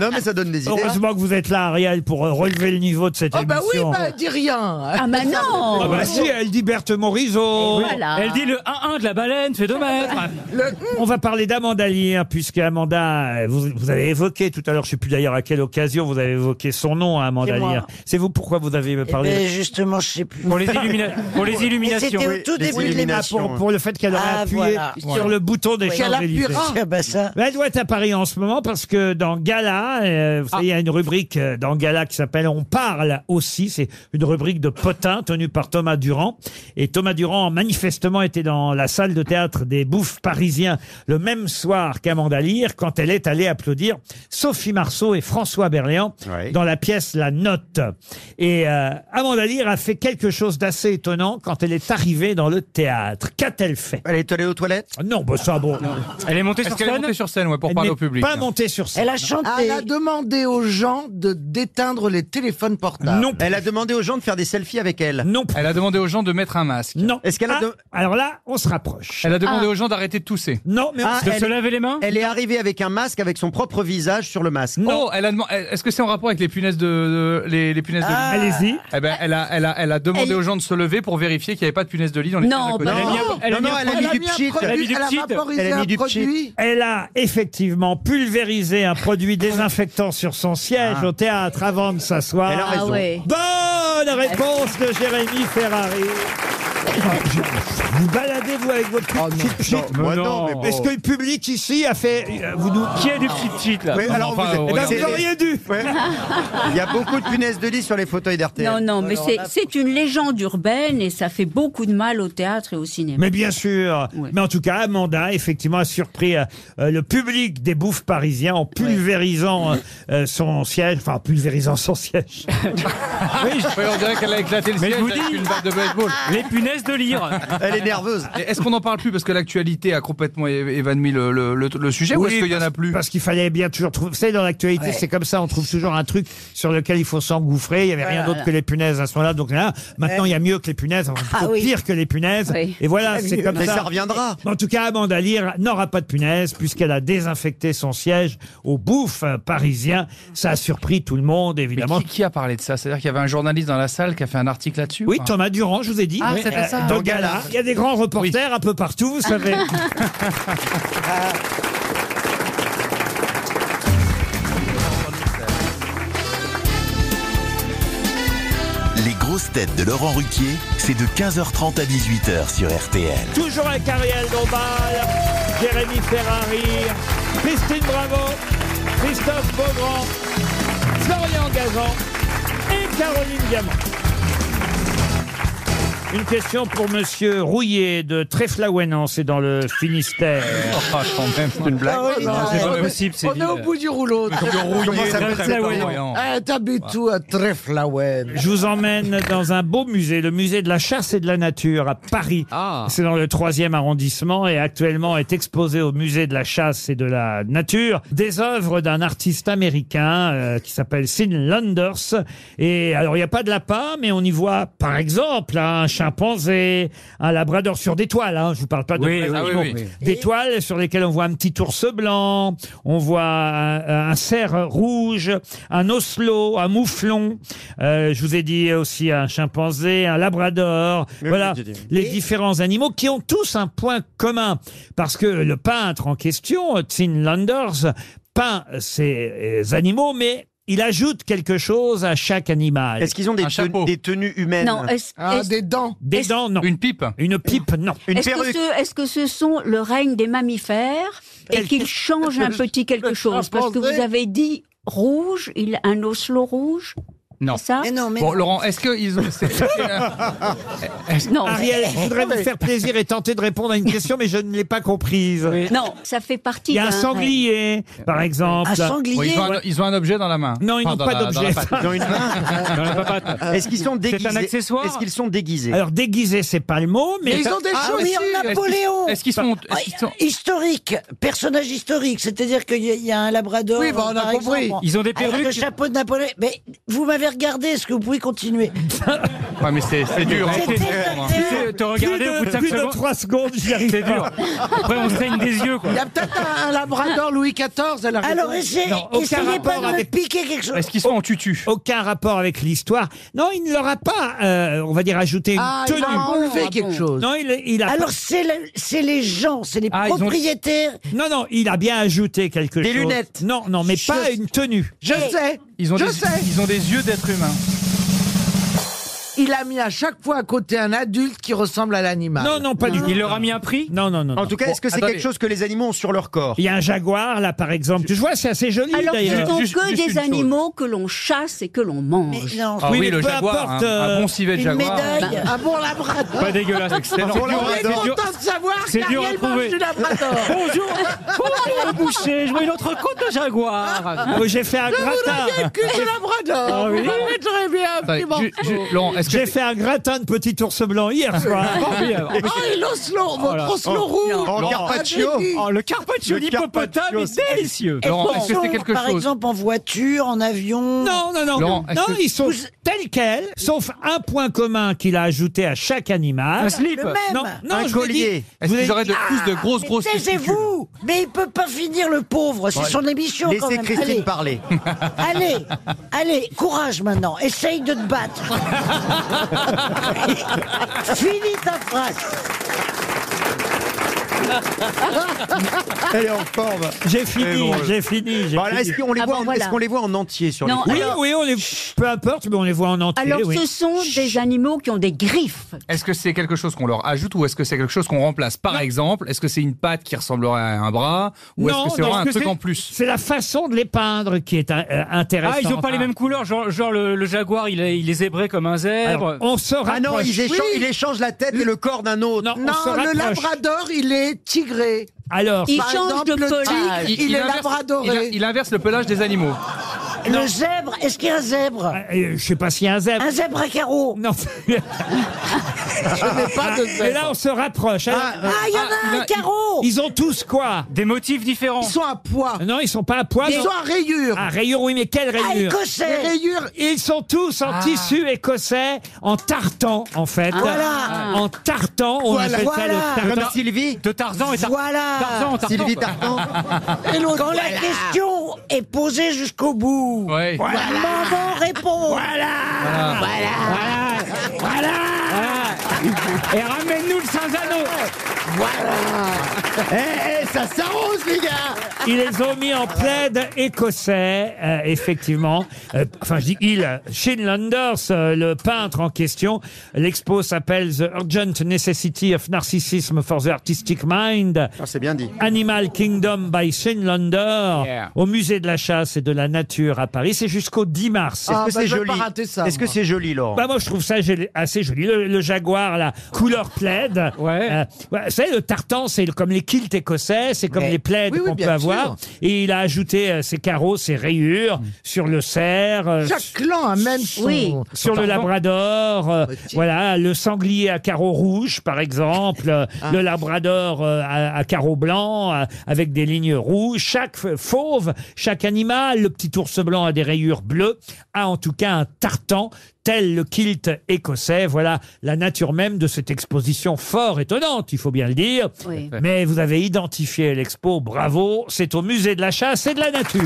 [SPEAKER 3] Non, mais ça donne des idées.
[SPEAKER 2] Heureusement que vous êtes là, Ariel, pour euh, relever le niveau de cette
[SPEAKER 8] Ah,
[SPEAKER 14] Oh bah oui,
[SPEAKER 2] émission.
[SPEAKER 14] bah dis rien.
[SPEAKER 5] Ah bah non.
[SPEAKER 2] Ah bah si, elle dit Berthe Morisot.
[SPEAKER 5] Et voilà. Elle dit
[SPEAKER 13] le 1-1 de la baleine, fait 2 mètres.
[SPEAKER 2] On va parler d'Amanda Lear, puisque Amanda, euh, vous, vous avez évoqué tout à l'heure, je ne sais plus d'ailleurs à quelle occasion, vous avez évoqué son nom, hein, Amanda
[SPEAKER 6] C'est moi.
[SPEAKER 2] Lear. C'est vous pourquoi vous avez parlé
[SPEAKER 6] ben, justement, je sais plus.
[SPEAKER 13] Pour les illumina- pour les
[SPEAKER 6] Mais
[SPEAKER 13] illuminations,
[SPEAKER 6] C'était au
[SPEAKER 13] oui,
[SPEAKER 6] tout
[SPEAKER 13] les hein.
[SPEAKER 6] début de
[SPEAKER 2] Ah,
[SPEAKER 6] l'émission.
[SPEAKER 2] pour, pour le fait qu'elle aurait
[SPEAKER 6] Ah,
[SPEAKER 2] appuyé
[SPEAKER 6] voilà.
[SPEAKER 2] sur
[SPEAKER 6] Voilà.
[SPEAKER 2] le bouton des
[SPEAKER 6] Oui.
[SPEAKER 2] Champs-Élysées.
[SPEAKER 6] Qu'elle appuiera. Ah, bah ça.
[SPEAKER 2] Elle doit être à Paris en ce moment parce que dans Gala, euh, vous savez, il y a une rubrique euh, dans Gala qui s'appelle On parle aussi. C'est une rubrique de potins tenue par Thomas Durand. Et Thomas Durand, manifestement, était dans la salle de théâtre des Bouffes parisiens le même soir qu'Amanda Lear quand elle est allée applaudir Sophie Marceau et François Berléand dans la pièce La Note. Et euh, Amanda Lear a fait quelque chose d'assez étonnant quand elle est arrivée dans le théâtre. Qu'a-t-elle fait Elle est allée aux toilettes Non, bah ça, bon.
[SPEAKER 13] Elle est montée
[SPEAKER 2] Est-ce
[SPEAKER 13] sur
[SPEAKER 2] qu'elle est
[SPEAKER 13] scène
[SPEAKER 2] montée
[SPEAKER 13] sur scène, ouais, pour
[SPEAKER 2] Elle
[SPEAKER 13] parler
[SPEAKER 2] n'est
[SPEAKER 13] au public.
[SPEAKER 2] Pas montée sur scène.
[SPEAKER 14] Elle a demandé aux gens de d'éteindre les téléphones portables.
[SPEAKER 2] Non.
[SPEAKER 3] Elle a demandé aux gens de faire des selfies avec elle.
[SPEAKER 2] Non.
[SPEAKER 8] Oh,
[SPEAKER 13] Elle a demandé aux gens de mettre un masque.
[SPEAKER 2] Non.
[SPEAKER 3] Est-ce qu'elle a
[SPEAKER 13] Ah,
[SPEAKER 3] de-
[SPEAKER 2] Alors là, on se rapproche.
[SPEAKER 13] Elle a demandé
[SPEAKER 3] Ah.
[SPEAKER 13] aux gens d'arrêter de tousser.
[SPEAKER 2] Non,
[SPEAKER 13] Oh, mais on- De se laver les mains
[SPEAKER 3] Elle est arrivée avec un masque, avec son propre visage sur le masque.
[SPEAKER 13] Oh, elle a demandé. Est-ce que c'est en rapport avec les punaises de, de- les, les punaises de
[SPEAKER 3] Ah.
[SPEAKER 13] lit
[SPEAKER 3] Allez-y.
[SPEAKER 13] Eh ben, elle a, elle a, elle a demandé
[SPEAKER 3] Elle-
[SPEAKER 13] aux gens de se lever pour vérifier qu'il n'y avait pas de punaises de lit dans les
[SPEAKER 5] Non,
[SPEAKER 13] pièces à côté.
[SPEAKER 5] bah Elle a mis un- non. elle a
[SPEAKER 3] Non, non, elle a mis du pchit.
[SPEAKER 13] Elle a mis du pchit.
[SPEAKER 2] Elle a mis du pchit. Elle a effectivement pulvérisé un produit désinfectant sur son siège au théâtre avant de s'asseoir.
[SPEAKER 3] Elle a raison. Ah ouais.
[SPEAKER 2] Bah, Bonne réponse de Jérémy Ferrari. Oh, Vous baladez-vous avec votre petit pchit
[SPEAKER 3] mais moi non, mais bon.
[SPEAKER 2] Est-ce que le public ici a fait. euh, Vous nous...
[SPEAKER 13] Oh, Qui a des petites cheats,
[SPEAKER 2] Bah,
[SPEAKER 13] là
[SPEAKER 3] Oui, alors
[SPEAKER 13] Enfin,
[SPEAKER 3] vous, êtes-
[SPEAKER 13] on
[SPEAKER 3] Eh ben,
[SPEAKER 13] regarde.
[SPEAKER 3] vous
[SPEAKER 2] auriez dû.
[SPEAKER 3] Il y a beaucoup de punaises de lit sur les fauteuils d'RTL.
[SPEAKER 5] Non, non, mais c'est- c'est une légende urbaine et ça fait beaucoup de mal au théâtre et au cinéma.
[SPEAKER 2] Mais bien sûr. Mais en tout cas, Amanda, effectivement, a surpris euh, euh, le public des bouffes parisiens en pulvérisant euh, euh, son siège. Enfin, en pulvérisant son siège.
[SPEAKER 13] Oui, je- on dirait qu'elle a éclaté le
[SPEAKER 2] Mais
[SPEAKER 13] siège
[SPEAKER 2] je vous
[SPEAKER 13] avec
[SPEAKER 2] dis-
[SPEAKER 13] une batte de baseball. Les punaises de lire.
[SPEAKER 3] Elle est nerveuse.
[SPEAKER 13] Est-ce qu'on en parle plus parce que l'actualité a complètement é- évanoui le, le- le- le sujet ou
[SPEAKER 2] Oui,
[SPEAKER 13] est-ce qu'il y en a
[SPEAKER 2] parce-
[SPEAKER 13] plus
[SPEAKER 2] Parce qu'il fallait bien toujours trouver. Vous savez, dans l'actualité,
[SPEAKER 13] Ouais.
[SPEAKER 2] c'est comme ça, on trouve toujours un truc sur lequel il faut s'engouffrer. Il n'y avait rien
[SPEAKER 13] Voilà.
[SPEAKER 2] d'autre que les punaises à ce moment-là. Donc là, maintenant,
[SPEAKER 6] Ouais.
[SPEAKER 2] il y a mieux que les punaises, enfin, plutôt pire que les punaises. Et voilà,
[SPEAKER 6] C'est
[SPEAKER 2] c'est
[SPEAKER 6] mieux.
[SPEAKER 2] comme
[SPEAKER 6] Mais
[SPEAKER 2] ça.
[SPEAKER 6] ça reviendra.
[SPEAKER 2] En tout cas, Amanda Lear n'aura pas de punaises puisqu'elle a désinfecté son siège au bouffe parisien. Ça a surpris tout le monde, évidemment.
[SPEAKER 13] Qui, qui a parlé de ça C'est-à-dire qu'il y avait un journaliste dans la salle qui a fait un article là-dessus
[SPEAKER 2] Oui,
[SPEAKER 13] ou pas
[SPEAKER 2] Thomas Durand, je vous ai dit.
[SPEAKER 13] Ah,
[SPEAKER 2] Oui.
[SPEAKER 13] c'était ça.
[SPEAKER 2] Dans
[SPEAKER 13] Dans
[SPEAKER 2] Gala.
[SPEAKER 13] Gala.
[SPEAKER 2] Il y a des grands reporters un peu partout, vous savez.
[SPEAKER 1] Les grosses têtes de Laurent Ruquier, c'est de 15h30 à 18h sur RTL.
[SPEAKER 2] Toujours avec Ariel Dombal, Jérémy Ferrari, Christine Bravo, Christophe Beaugrand, Florian Gazan et Caroline Diamant. Une question pour Monsieur Rouillet de Tréflaouénan, c'est dans le Finistère. Oh, bah, C'est une
[SPEAKER 8] Ah ouais, non, on est- On est au bout du rouleau.
[SPEAKER 2] Mais comment rouiller,
[SPEAKER 8] Comment ça
[SPEAKER 2] très,
[SPEAKER 8] s'appelle
[SPEAKER 2] très
[SPEAKER 8] Tréflaoué
[SPEAKER 2] voyant.
[SPEAKER 8] Eh, T'habites où à Tréflaoué
[SPEAKER 2] Je vous emmène dans un beau musée, le musée de la chasse et de la nature à Paris.
[SPEAKER 13] Ah.
[SPEAKER 2] C'est dans le troisième arrondissement et actuellement est exposé au musée de la chasse et de la nature des œuvres d'un artiste américain euh, qui s'appelle Sin Landers. Et alors il n'y a pas de lapin, mais on y voit par exemple un chimpanzé, un labrador sur des toiles. Hein, je vous parle pas de
[SPEAKER 13] Oui,
[SPEAKER 2] vrais
[SPEAKER 13] oui,
[SPEAKER 2] animaux.
[SPEAKER 13] oui, oui.
[SPEAKER 2] des toiles sur lesquelles on voit un petit ours blanc, on voit un, un cerf rouge, un oslo, un mouflon. Euh, je vous ai dit aussi un chimpanzé, un labrador. voilà
[SPEAKER 3] oui, j'ai dit.
[SPEAKER 2] les différents animaux qui ont tous un point commun parce que le peintre en question, Tsin Landers, peint ces euh, animaux, mais il ajoute quelque chose à chaque animal. Est-ce qu'ils ont des, tenues humaines
[SPEAKER 5] Non, est-ce- Ah, est-ce- des
[SPEAKER 2] dents. Des dents, non. Une pipe. Une pipe, non.
[SPEAKER 5] Est-ce que, ce, est-ce que ce sont le règne des mammifères et qu'ils changent un petit quelque chose Parce que vous avez dit rouge, il un oslo rouge
[SPEAKER 4] Non.
[SPEAKER 5] Ça mais non,
[SPEAKER 4] Bon, Laurent, est-ce que ils ont. c'est-
[SPEAKER 5] Non.
[SPEAKER 2] Ariel, je voudrais vous faire plaisir et tenter de répondre à une question, mais je ne l'ai pas comprise.
[SPEAKER 5] Non, ça fait partie
[SPEAKER 2] Il y a un
[SPEAKER 5] d'un
[SPEAKER 6] hein.
[SPEAKER 2] sanglier, par exemple.
[SPEAKER 4] Bon, ils, ont un, ils ont un objet dans la main.
[SPEAKER 2] Non, ils
[SPEAKER 4] Enfin,
[SPEAKER 2] n'ont
[SPEAKER 4] dans
[SPEAKER 2] pas
[SPEAKER 4] la- dans
[SPEAKER 2] d'objet.
[SPEAKER 4] la patte.
[SPEAKER 16] Est-ce qu'ils sont déguisés Est-ce qu'ils sont déguisés
[SPEAKER 2] Alors déguisés, c'est pas le mot, mais
[SPEAKER 16] Mais ils ont des
[SPEAKER 6] Ah,
[SPEAKER 16] chaussures
[SPEAKER 6] mais Napoléon Ah, Historique, personnage historique, c'est-à-dire qu'il y, a- il y a un labrador.
[SPEAKER 8] Oui, bah, on a
[SPEAKER 6] par
[SPEAKER 8] compris.
[SPEAKER 6] exemple,
[SPEAKER 4] Ils ont des
[SPEAKER 6] avec Le
[SPEAKER 4] perruques.
[SPEAKER 6] chapeau de Napoléon. Mais vous m'avez regardé, est-ce que vous pouvez continuer
[SPEAKER 4] Ouais, mais c'est c'est dur. hein,
[SPEAKER 6] C'est
[SPEAKER 4] faut le
[SPEAKER 6] désagréable.
[SPEAKER 4] comprendre, hein.
[SPEAKER 13] Tu sais, te regarder
[SPEAKER 2] Plus de-
[SPEAKER 13] au bout de 5
[SPEAKER 2] plus de
[SPEAKER 13] secondes.
[SPEAKER 2] 3 secondes, j'y arrive
[SPEAKER 13] C'est
[SPEAKER 2] pas.
[SPEAKER 13] dur. Après, on saigne des yeux, quoi.
[SPEAKER 8] Il y a peut-être un, un labrador Louis XIV. Elle a
[SPEAKER 6] Alors,
[SPEAKER 8] raison.
[SPEAKER 6] essayez,
[SPEAKER 2] Non, aucun
[SPEAKER 6] essayez pas
[SPEAKER 2] rapport
[SPEAKER 6] de me
[SPEAKER 2] avec-
[SPEAKER 6] piquer quelque chose.
[SPEAKER 4] Est-ce qu'ils sont en tutu
[SPEAKER 2] Aucun rapport avec l'histoire. Non, il ne leur a pas, euh, on va dire, ajouté une
[SPEAKER 6] Ah, il
[SPEAKER 2] tenue.
[SPEAKER 6] leur a enlevé Ah quelque bon chose.
[SPEAKER 2] Non, il, il a.
[SPEAKER 6] Alors, c'est le- c'est les gens, c'est les
[SPEAKER 2] Ah, ils ont-
[SPEAKER 6] propriétaires.
[SPEAKER 2] Non, non, il a bien ajouté quelque
[SPEAKER 6] Des
[SPEAKER 2] chose.
[SPEAKER 6] lunettes.
[SPEAKER 2] Non, non, mais pas une tenue.
[SPEAKER 8] Je sais.
[SPEAKER 4] Ils ont,
[SPEAKER 8] je
[SPEAKER 4] des,
[SPEAKER 8] sais.
[SPEAKER 4] ils ont des yeux d'être humain.
[SPEAKER 8] Il a mis à chaque fois à côté un adulte qui ressemble à l'animal.
[SPEAKER 2] Non, non,
[SPEAKER 16] Ah.
[SPEAKER 2] pas du tout.
[SPEAKER 13] Il leur a mis un prix
[SPEAKER 2] Non, non, non.
[SPEAKER 16] En
[SPEAKER 2] non.
[SPEAKER 16] tout cas, est-ce que c'est
[SPEAKER 2] Attendez.
[SPEAKER 16] quelque chose que les animaux ont sur leur corps
[SPEAKER 2] Il y a un jaguar, là, par exemple. Tu vois, c'est assez joli,
[SPEAKER 5] Alors, ce
[SPEAKER 2] d'ailleurs.
[SPEAKER 5] sont que des animaux que l'on chasse et que l'on mange.
[SPEAKER 4] Ah oui,
[SPEAKER 2] mais
[SPEAKER 4] le
[SPEAKER 2] peu
[SPEAKER 4] jaguar,
[SPEAKER 2] importe,
[SPEAKER 4] un- un
[SPEAKER 2] euh,
[SPEAKER 4] bon civet de
[SPEAKER 2] une
[SPEAKER 4] jaguar.
[SPEAKER 6] médaille.
[SPEAKER 17] Bah,
[SPEAKER 8] Ah bon, labrador
[SPEAKER 4] Pas dégueulasse, excellent.
[SPEAKER 8] On
[SPEAKER 4] C'est
[SPEAKER 8] est
[SPEAKER 4] dur.
[SPEAKER 8] content de savoir
[SPEAKER 13] C'est dur à
[SPEAKER 8] qu'Ariel mange
[SPEAKER 13] trouver.
[SPEAKER 8] du labrador.
[SPEAKER 13] Bonjour, bonjour le boucher, je vois une autre côte de
[SPEAKER 7] Ah,
[SPEAKER 8] Ah.
[SPEAKER 13] jaguar.
[SPEAKER 2] Euh, J'ai fait un
[SPEAKER 8] Je voudrais bien
[SPEAKER 2] gratin.
[SPEAKER 8] une cuisse de labrador.
[SPEAKER 13] Ah oui.
[SPEAKER 8] Je voudrais bien un
[SPEAKER 4] Attendez,
[SPEAKER 8] petit
[SPEAKER 4] ju- ju-
[SPEAKER 8] morceau.
[SPEAKER 4] Laurent, est-ce que
[SPEAKER 2] J'ai fait un gratin de petit ours blanc hier soir. Oh.
[SPEAKER 13] Formidable.
[SPEAKER 8] Oh, et l'oslo, votre
[SPEAKER 13] là.
[SPEAKER 8] oslo rouge
[SPEAKER 3] En
[SPEAKER 8] Ah,
[SPEAKER 3] carpaccio
[SPEAKER 8] j'ai dit.
[SPEAKER 13] Oh, le carpaccio
[SPEAKER 3] Le
[SPEAKER 13] d'hippopotame
[SPEAKER 3] carpaccio,
[SPEAKER 13] est délicieux.
[SPEAKER 6] Est-ce
[SPEAKER 4] Laurent,
[SPEAKER 6] qu'ils
[SPEAKER 4] est-ce que
[SPEAKER 6] sont,
[SPEAKER 4] c'est quelque
[SPEAKER 6] Par
[SPEAKER 4] chose
[SPEAKER 6] exemple, en voiture, en avion.
[SPEAKER 2] Non, non, non.
[SPEAKER 4] Laurent, est-ce
[SPEAKER 2] non,
[SPEAKER 4] que-
[SPEAKER 2] ils sont tels quels, sauf un point commun qu'il a ajouté à chaque animal.
[SPEAKER 13] Un slip.
[SPEAKER 6] Le même.
[SPEAKER 2] Non, non,
[SPEAKER 16] Un
[SPEAKER 2] je vous ai dit-
[SPEAKER 16] collier.
[SPEAKER 2] je
[SPEAKER 4] Est-ce
[SPEAKER 2] vous ai
[SPEAKER 4] qu'ils auraient de plus de grosses,
[SPEAKER 6] ah, Mais
[SPEAKER 4] grosses testicules
[SPEAKER 6] Taisez-vous Mais il peut pas finir le pauvre, c'est
[SPEAKER 16] Ouais.
[SPEAKER 6] son émission quand
[SPEAKER 16] Laissez
[SPEAKER 6] même.
[SPEAKER 16] Christine
[SPEAKER 6] Allez.
[SPEAKER 16] parler.
[SPEAKER 6] Allez, allez, courage maintenant. Essaye de te battre. Finis ta phrase.
[SPEAKER 3] Elle est en forme.
[SPEAKER 2] J'ai fini,
[SPEAKER 3] drôle.
[SPEAKER 2] j'ai fini, j'ai
[SPEAKER 16] Voilà,
[SPEAKER 2] fini.
[SPEAKER 16] est-ce qu'on les,
[SPEAKER 5] Ah
[SPEAKER 16] voit
[SPEAKER 5] bon,
[SPEAKER 16] en-
[SPEAKER 5] voilà.
[SPEAKER 16] est-ce qu'on les voit en entier sur
[SPEAKER 5] Non,
[SPEAKER 16] les
[SPEAKER 2] Oui,
[SPEAKER 5] alors-
[SPEAKER 2] oui, on les, peu importe, mais on les voit en entier.
[SPEAKER 5] Alors,
[SPEAKER 2] oui.
[SPEAKER 5] ce sont des animaux qui ont des griffes.
[SPEAKER 4] Est-ce que c'est quelque chose qu'on leur ajoute ou est-ce que c'est quelque chose qu'on remplace Par exemple, est-ce que c'est une patte qui ressemblerait à un bras ou est-ce
[SPEAKER 2] Non,
[SPEAKER 4] que c'est
[SPEAKER 2] non,
[SPEAKER 4] vraiment un
[SPEAKER 2] parce que
[SPEAKER 4] truc
[SPEAKER 2] c'est-
[SPEAKER 4] en plus
[SPEAKER 2] C'est la façon de les peindre qui est euh, intéressante.
[SPEAKER 13] Ah, ils ont pas les mêmes couleurs, genre, genre le, le jaguar, il est, il est zébré comme un
[SPEAKER 2] Alors,
[SPEAKER 13] zèbre.
[SPEAKER 2] on se
[SPEAKER 16] Ah
[SPEAKER 2] rapproche.
[SPEAKER 16] non, ils échangent,
[SPEAKER 8] Oui.
[SPEAKER 16] ils échangent la tête et le corps d'un autre.
[SPEAKER 2] on
[SPEAKER 8] Non,
[SPEAKER 2] se
[SPEAKER 8] le
[SPEAKER 2] rapproche.
[SPEAKER 8] labrador, il est tigré.
[SPEAKER 2] Alors,
[SPEAKER 5] Ils
[SPEAKER 8] Par
[SPEAKER 5] changent
[SPEAKER 8] exemple,
[SPEAKER 5] de
[SPEAKER 8] le
[SPEAKER 5] pelage.
[SPEAKER 8] tigre, il, est
[SPEAKER 4] Ah, inverse-
[SPEAKER 8] labradoré.
[SPEAKER 4] il a- il inverse le pelage des animaux.
[SPEAKER 6] Le zèbre, est-ce qu'il y a un zèbre
[SPEAKER 2] euh, je sais pas s'il y a un zèbre.
[SPEAKER 6] Un zèbre à carreaux
[SPEAKER 2] Non.
[SPEAKER 8] Je n'ai pas de
[SPEAKER 2] Mais
[SPEAKER 8] zèbre.
[SPEAKER 2] là, on se rapproche. Alors,
[SPEAKER 6] Ah, il y en a un à carreaux
[SPEAKER 2] Ils ont tous quoi Ah,
[SPEAKER 13] Des motifs différents.
[SPEAKER 8] Ils sont à poids.
[SPEAKER 2] Non, ils sont pas à poil.
[SPEAKER 8] Ils sont à rayures.
[SPEAKER 2] Ah, rayures, oui, mais quelle
[SPEAKER 6] Ah,
[SPEAKER 2] rayure
[SPEAKER 8] Les
[SPEAKER 6] écossais
[SPEAKER 8] rayures. Ah.
[SPEAKER 2] Ils sont tous en tissu écossais, en tartan, en fait.
[SPEAKER 6] Ah. Voilà.
[SPEAKER 2] En tartan, on
[SPEAKER 6] Voilà.
[SPEAKER 2] appelle ça le
[SPEAKER 6] Voilà.
[SPEAKER 2] tartan.
[SPEAKER 16] Comme Sylvie,
[SPEAKER 13] De Tarzan et Tar-
[SPEAKER 6] Voilà.
[SPEAKER 13] Tarzan, Tarzan.
[SPEAKER 16] Sylvie
[SPEAKER 13] quoi.
[SPEAKER 16] Tartan.
[SPEAKER 8] Et l'autre.
[SPEAKER 6] Quand la question est posée jusqu'au bout,
[SPEAKER 4] Ouais.
[SPEAKER 6] maman répond.
[SPEAKER 13] Et ramène-nous le Saint-Zanon
[SPEAKER 2] Eh, eh, ça s'arrose, les gars Ils les ont mis en plaid écossais, euh, effectivement. Euh, enfin, je dis il. Shin Landers, euh, le peintre en question. L'expo s'appelle The Urgent Necessity of Narcissism for the Artistic Mind.
[SPEAKER 3] Ah, C'est bien dit.
[SPEAKER 2] Animal Kingdom by Shane Lander
[SPEAKER 3] Yeah.
[SPEAKER 2] au musée de la chasse et de la nature à Paris. C'est jusqu'au 10 mars.
[SPEAKER 14] Ah, bah, je veux pas rater ça, moi.
[SPEAKER 2] joli, Laurent bah, Moi, je trouve ça gé- assez joli. Le, le jaguar, la couleur plaid. Ouais. ouais, vous savez, le tartan, c'est le- comme les kilts écossais, c'est comme les plaids
[SPEAKER 14] Oui, oui,
[SPEAKER 2] qu'on
[SPEAKER 14] bien
[SPEAKER 2] peut avoir.
[SPEAKER 14] sûr. Mm.
[SPEAKER 2] Et il a ajouté euh, ses carreaux, ses rayures sur le cerf. euh,
[SPEAKER 14] Chaque clan a même son...
[SPEAKER 2] oui, sur le labrador, euh, voilà, le sanglier à carreaux rouges, par exemple, euh,
[SPEAKER 14] Ah.
[SPEAKER 2] le labrador euh, à, à carreaux blancs, euh, avec des lignes rouges, chaque f- fauve, chaque animal, le petit ours blanc a des rayures bleues, a en tout cas un tartan, tel le kilt écossais. Voilà la nature même de cette exposition fort étonnante, il faut bien le dire.
[SPEAKER 5] Oui.
[SPEAKER 2] Mais vous avez identifié l'expo, bravo, c'est au musée de la chasse et de la nature.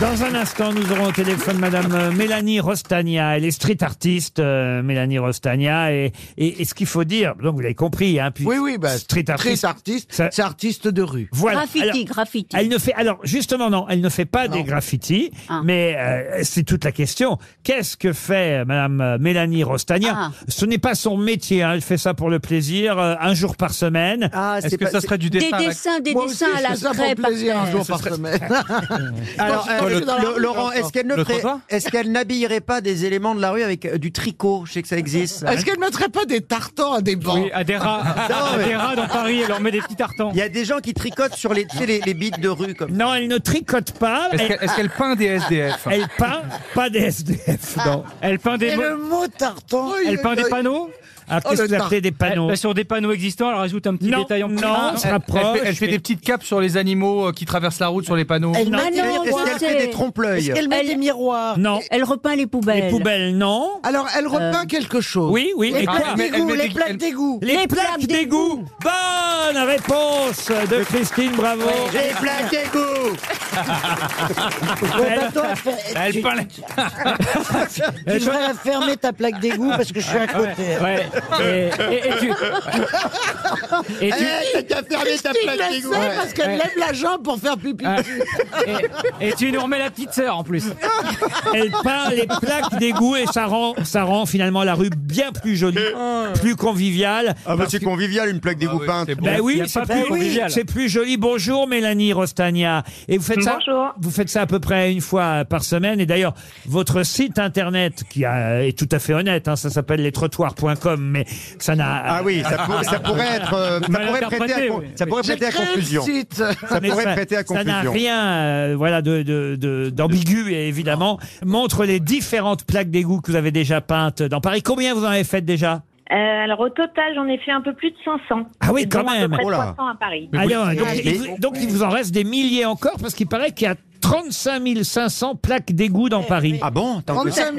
[SPEAKER 2] Dans un instant, nous aurons au téléphone Madame euh, Mélanie Rostagna. Elle est street artiste, euh, Mélanie Rostagna. Et, et- et ce qu'il faut dire, donc vous l'avez compris, hein, puis
[SPEAKER 14] Oui, oui, bah,
[SPEAKER 2] street artiste,
[SPEAKER 14] c'est artiste de rue.
[SPEAKER 2] Voilà.
[SPEAKER 5] Graffiti,
[SPEAKER 2] Alors,
[SPEAKER 5] graffiti.
[SPEAKER 2] Elle ne fait alors justement non, elle ne fait pas des graffitis,
[SPEAKER 5] Ah.
[SPEAKER 2] mais euh, c'est toute la question. Qu'est-ce que fait euh, Madame euh, Mélanie Rostagna
[SPEAKER 5] Ah.
[SPEAKER 2] Ce n'est pas son métier. hein, elle fait ça pour le plaisir, euh, un jour par semaine.
[SPEAKER 14] Est-ce Ah, c'est que pas- ça serait du
[SPEAKER 5] Des dessin à la- dessins, des Moi dessins aussi, à je la fais ça pour craie par plaisir un terre. jour par
[SPEAKER 14] semaine.
[SPEAKER 16] Alors,
[SPEAKER 14] Quand je
[SPEAKER 16] euh,
[SPEAKER 14] suis dans la
[SPEAKER 16] le-
[SPEAKER 14] rue,
[SPEAKER 16] Laurent,
[SPEAKER 14] j'entends.
[SPEAKER 16] est-ce qu'elle ne
[SPEAKER 14] Le
[SPEAKER 16] ferait-
[SPEAKER 14] trottoir
[SPEAKER 16] est-ce qu'elle n'habillerait pas des éléments de la rue avec euh, du tricot Je sais que ça existe.
[SPEAKER 14] Est-ce qu'elle mettrait pas des tartans à des bancs
[SPEAKER 16] Oui, à des rats. À des rats dans Paris, elle leur met
[SPEAKER 14] des petits tartans.
[SPEAKER 16] Il y a des gens qui tricotent sur les, tu sais, les, les bites de rue comme.
[SPEAKER 2] Non, elle ne tricote pas.
[SPEAKER 4] Est-ce qu'elle- est-ce qu'elle peint des SDF
[SPEAKER 2] Elle peint pas des SDF, non.
[SPEAKER 13] Elle peint des
[SPEAKER 8] Ah. Et
[SPEAKER 13] mo-
[SPEAKER 8] le mot tartan.
[SPEAKER 13] Elle peint
[SPEAKER 14] Euh,
[SPEAKER 13] des panneaux
[SPEAKER 8] Oh,
[SPEAKER 2] Alors, qu'est-ce
[SPEAKER 13] le
[SPEAKER 2] que vous
[SPEAKER 13] tar-
[SPEAKER 2] appelez des panneaux
[SPEAKER 13] Eh, bah, Sur des panneaux existants, elle rajoute un petit détail en plus.
[SPEAKER 4] Ah, elle- Elle fait, elle fait des petites capes sur les animaux euh, qui traversent la route sur les panneaux.
[SPEAKER 13] Elle met des Est-ce qu'elle
[SPEAKER 5] miroirs. fait des trompe-l'œil Est-ce qu'elle met
[SPEAKER 14] des miroirs
[SPEAKER 2] Non.
[SPEAKER 5] Elle repeint les poubelles.
[SPEAKER 2] Les poubelles, non.
[SPEAKER 14] Alors, elle repeint quelque chose.
[SPEAKER 2] Euh, Oui, oui.
[SPEAKER 14] Les
[SPEAKER 2] mais
[SPEAKER 14] plaques
[SPEAKER 2] quoi
[SPEAKER 14] d'égout, les plaques d'égout.
[SPEAKER 2] Les, plaques, d'égout. Bonne réponse de Christine, bravo.
[SPEAKER 16] J'ai plein d'égout
[SPEAKER 6] Ouais, bah, toi, fais-
[SPEAKER 4] Elle
[SPEAKER 6] tu-
[SPEAKER 4] peint les-
[SPEAKER 6] bah, Tu devrais fermer ta plaque d'égout parce que je suis à côté.
[SPEAKER 13] Ouais. Et- et- et tu- Et tu-
[SPEAKER 8] Eh, t'as qu'à fermer ta
[SPEAKER 14] Christine
[SPEAKER 8] plaque
[SPEAKER 14] le
[SPEAKER 8] d'égout.
[SPEAKER 14] sait parce qu'elle
[SPEAKER 13] Ouais.
[SPEAKER 14] lève la jambe pour faire pipi.
[SPEAKER 13] Ah. Et, et tu nous remets la petite sœur en plus.
[SPEAKER 2] Elle peint les plaques d'égout et ça rend, ça rend finalement la rue bien plus jolie, plus conviviale.
[SPEAKER 3] Ah, bah, c'est convivial, une
[SPEAKER 16] Ah
[SPEAKER 3] plaque d'égout peinte.
[SPEAKER 14] Bah
[SPEAKER 2] Ben
[SPEAKER 3] Il y
[SPEAKER 2] oui,
[SPEAKER 3] a
[SPEAKER 2] c'est
[SPEAKER 3] pas
[SPEAKER 2] plus,
[SPEAKER 3] plus convivial.
[SPEAKER 2] c'est plus joli. Bonjour Mélanie Rostagna. Et vous faites ça, vous faites ça à peu près une fois par semaine. Et d'ailleurs, votre site internet qui a- est tout à fait honnête, hein, ça s'appelle lestrottoirs.com, mais ça n'a.
[SPEAKER 3] Ah oui, ça, pour- ça pourrait être, euh, ça pourrait prêter à, con- ça pourrait prêter à confusion. Ça
[SPEAKER 2] Mais
[SPEAKER 3] pourrait prêter à
[SPEAKER 2] Ça n'a
[SPEAKER 3] confusion.
[SPEAKER 2] rien, euh, voilà, de, de- de- d'ambigu et évidemment. Montre les différentes plaques d'égout que vous avez déjà peintes dans Paris. Combien vous en avez faites déjà
[SPEAKER 11] Euh, alors au total, j'en ai fait un peu plus de 500.
[SPEAKER 2] Ah oui,
[SPEAKER 11] Et
[SPEAKER 2] quand
[SPEAKER 11] dont à peu
[SPEAKER 2] même.
[SPEAKER 11] près
[SPEAKER 2] Oh là.
[SPEAKER 11] 300 à Paris.
[SPEAKER 2] Alors, donc,
[SPEAKER 11] Ouais.
[SPEAKER 2] il, vous- donc, il vous en reste des milliers encore parce qu'il paraît qu'il y a 35 500 plaques d'égout
[SPEAKER 11] Euh,
[SPEAKER 2] dans Paris.
[SPEAKER 16] Ah bon
[SPEAKER 14] 35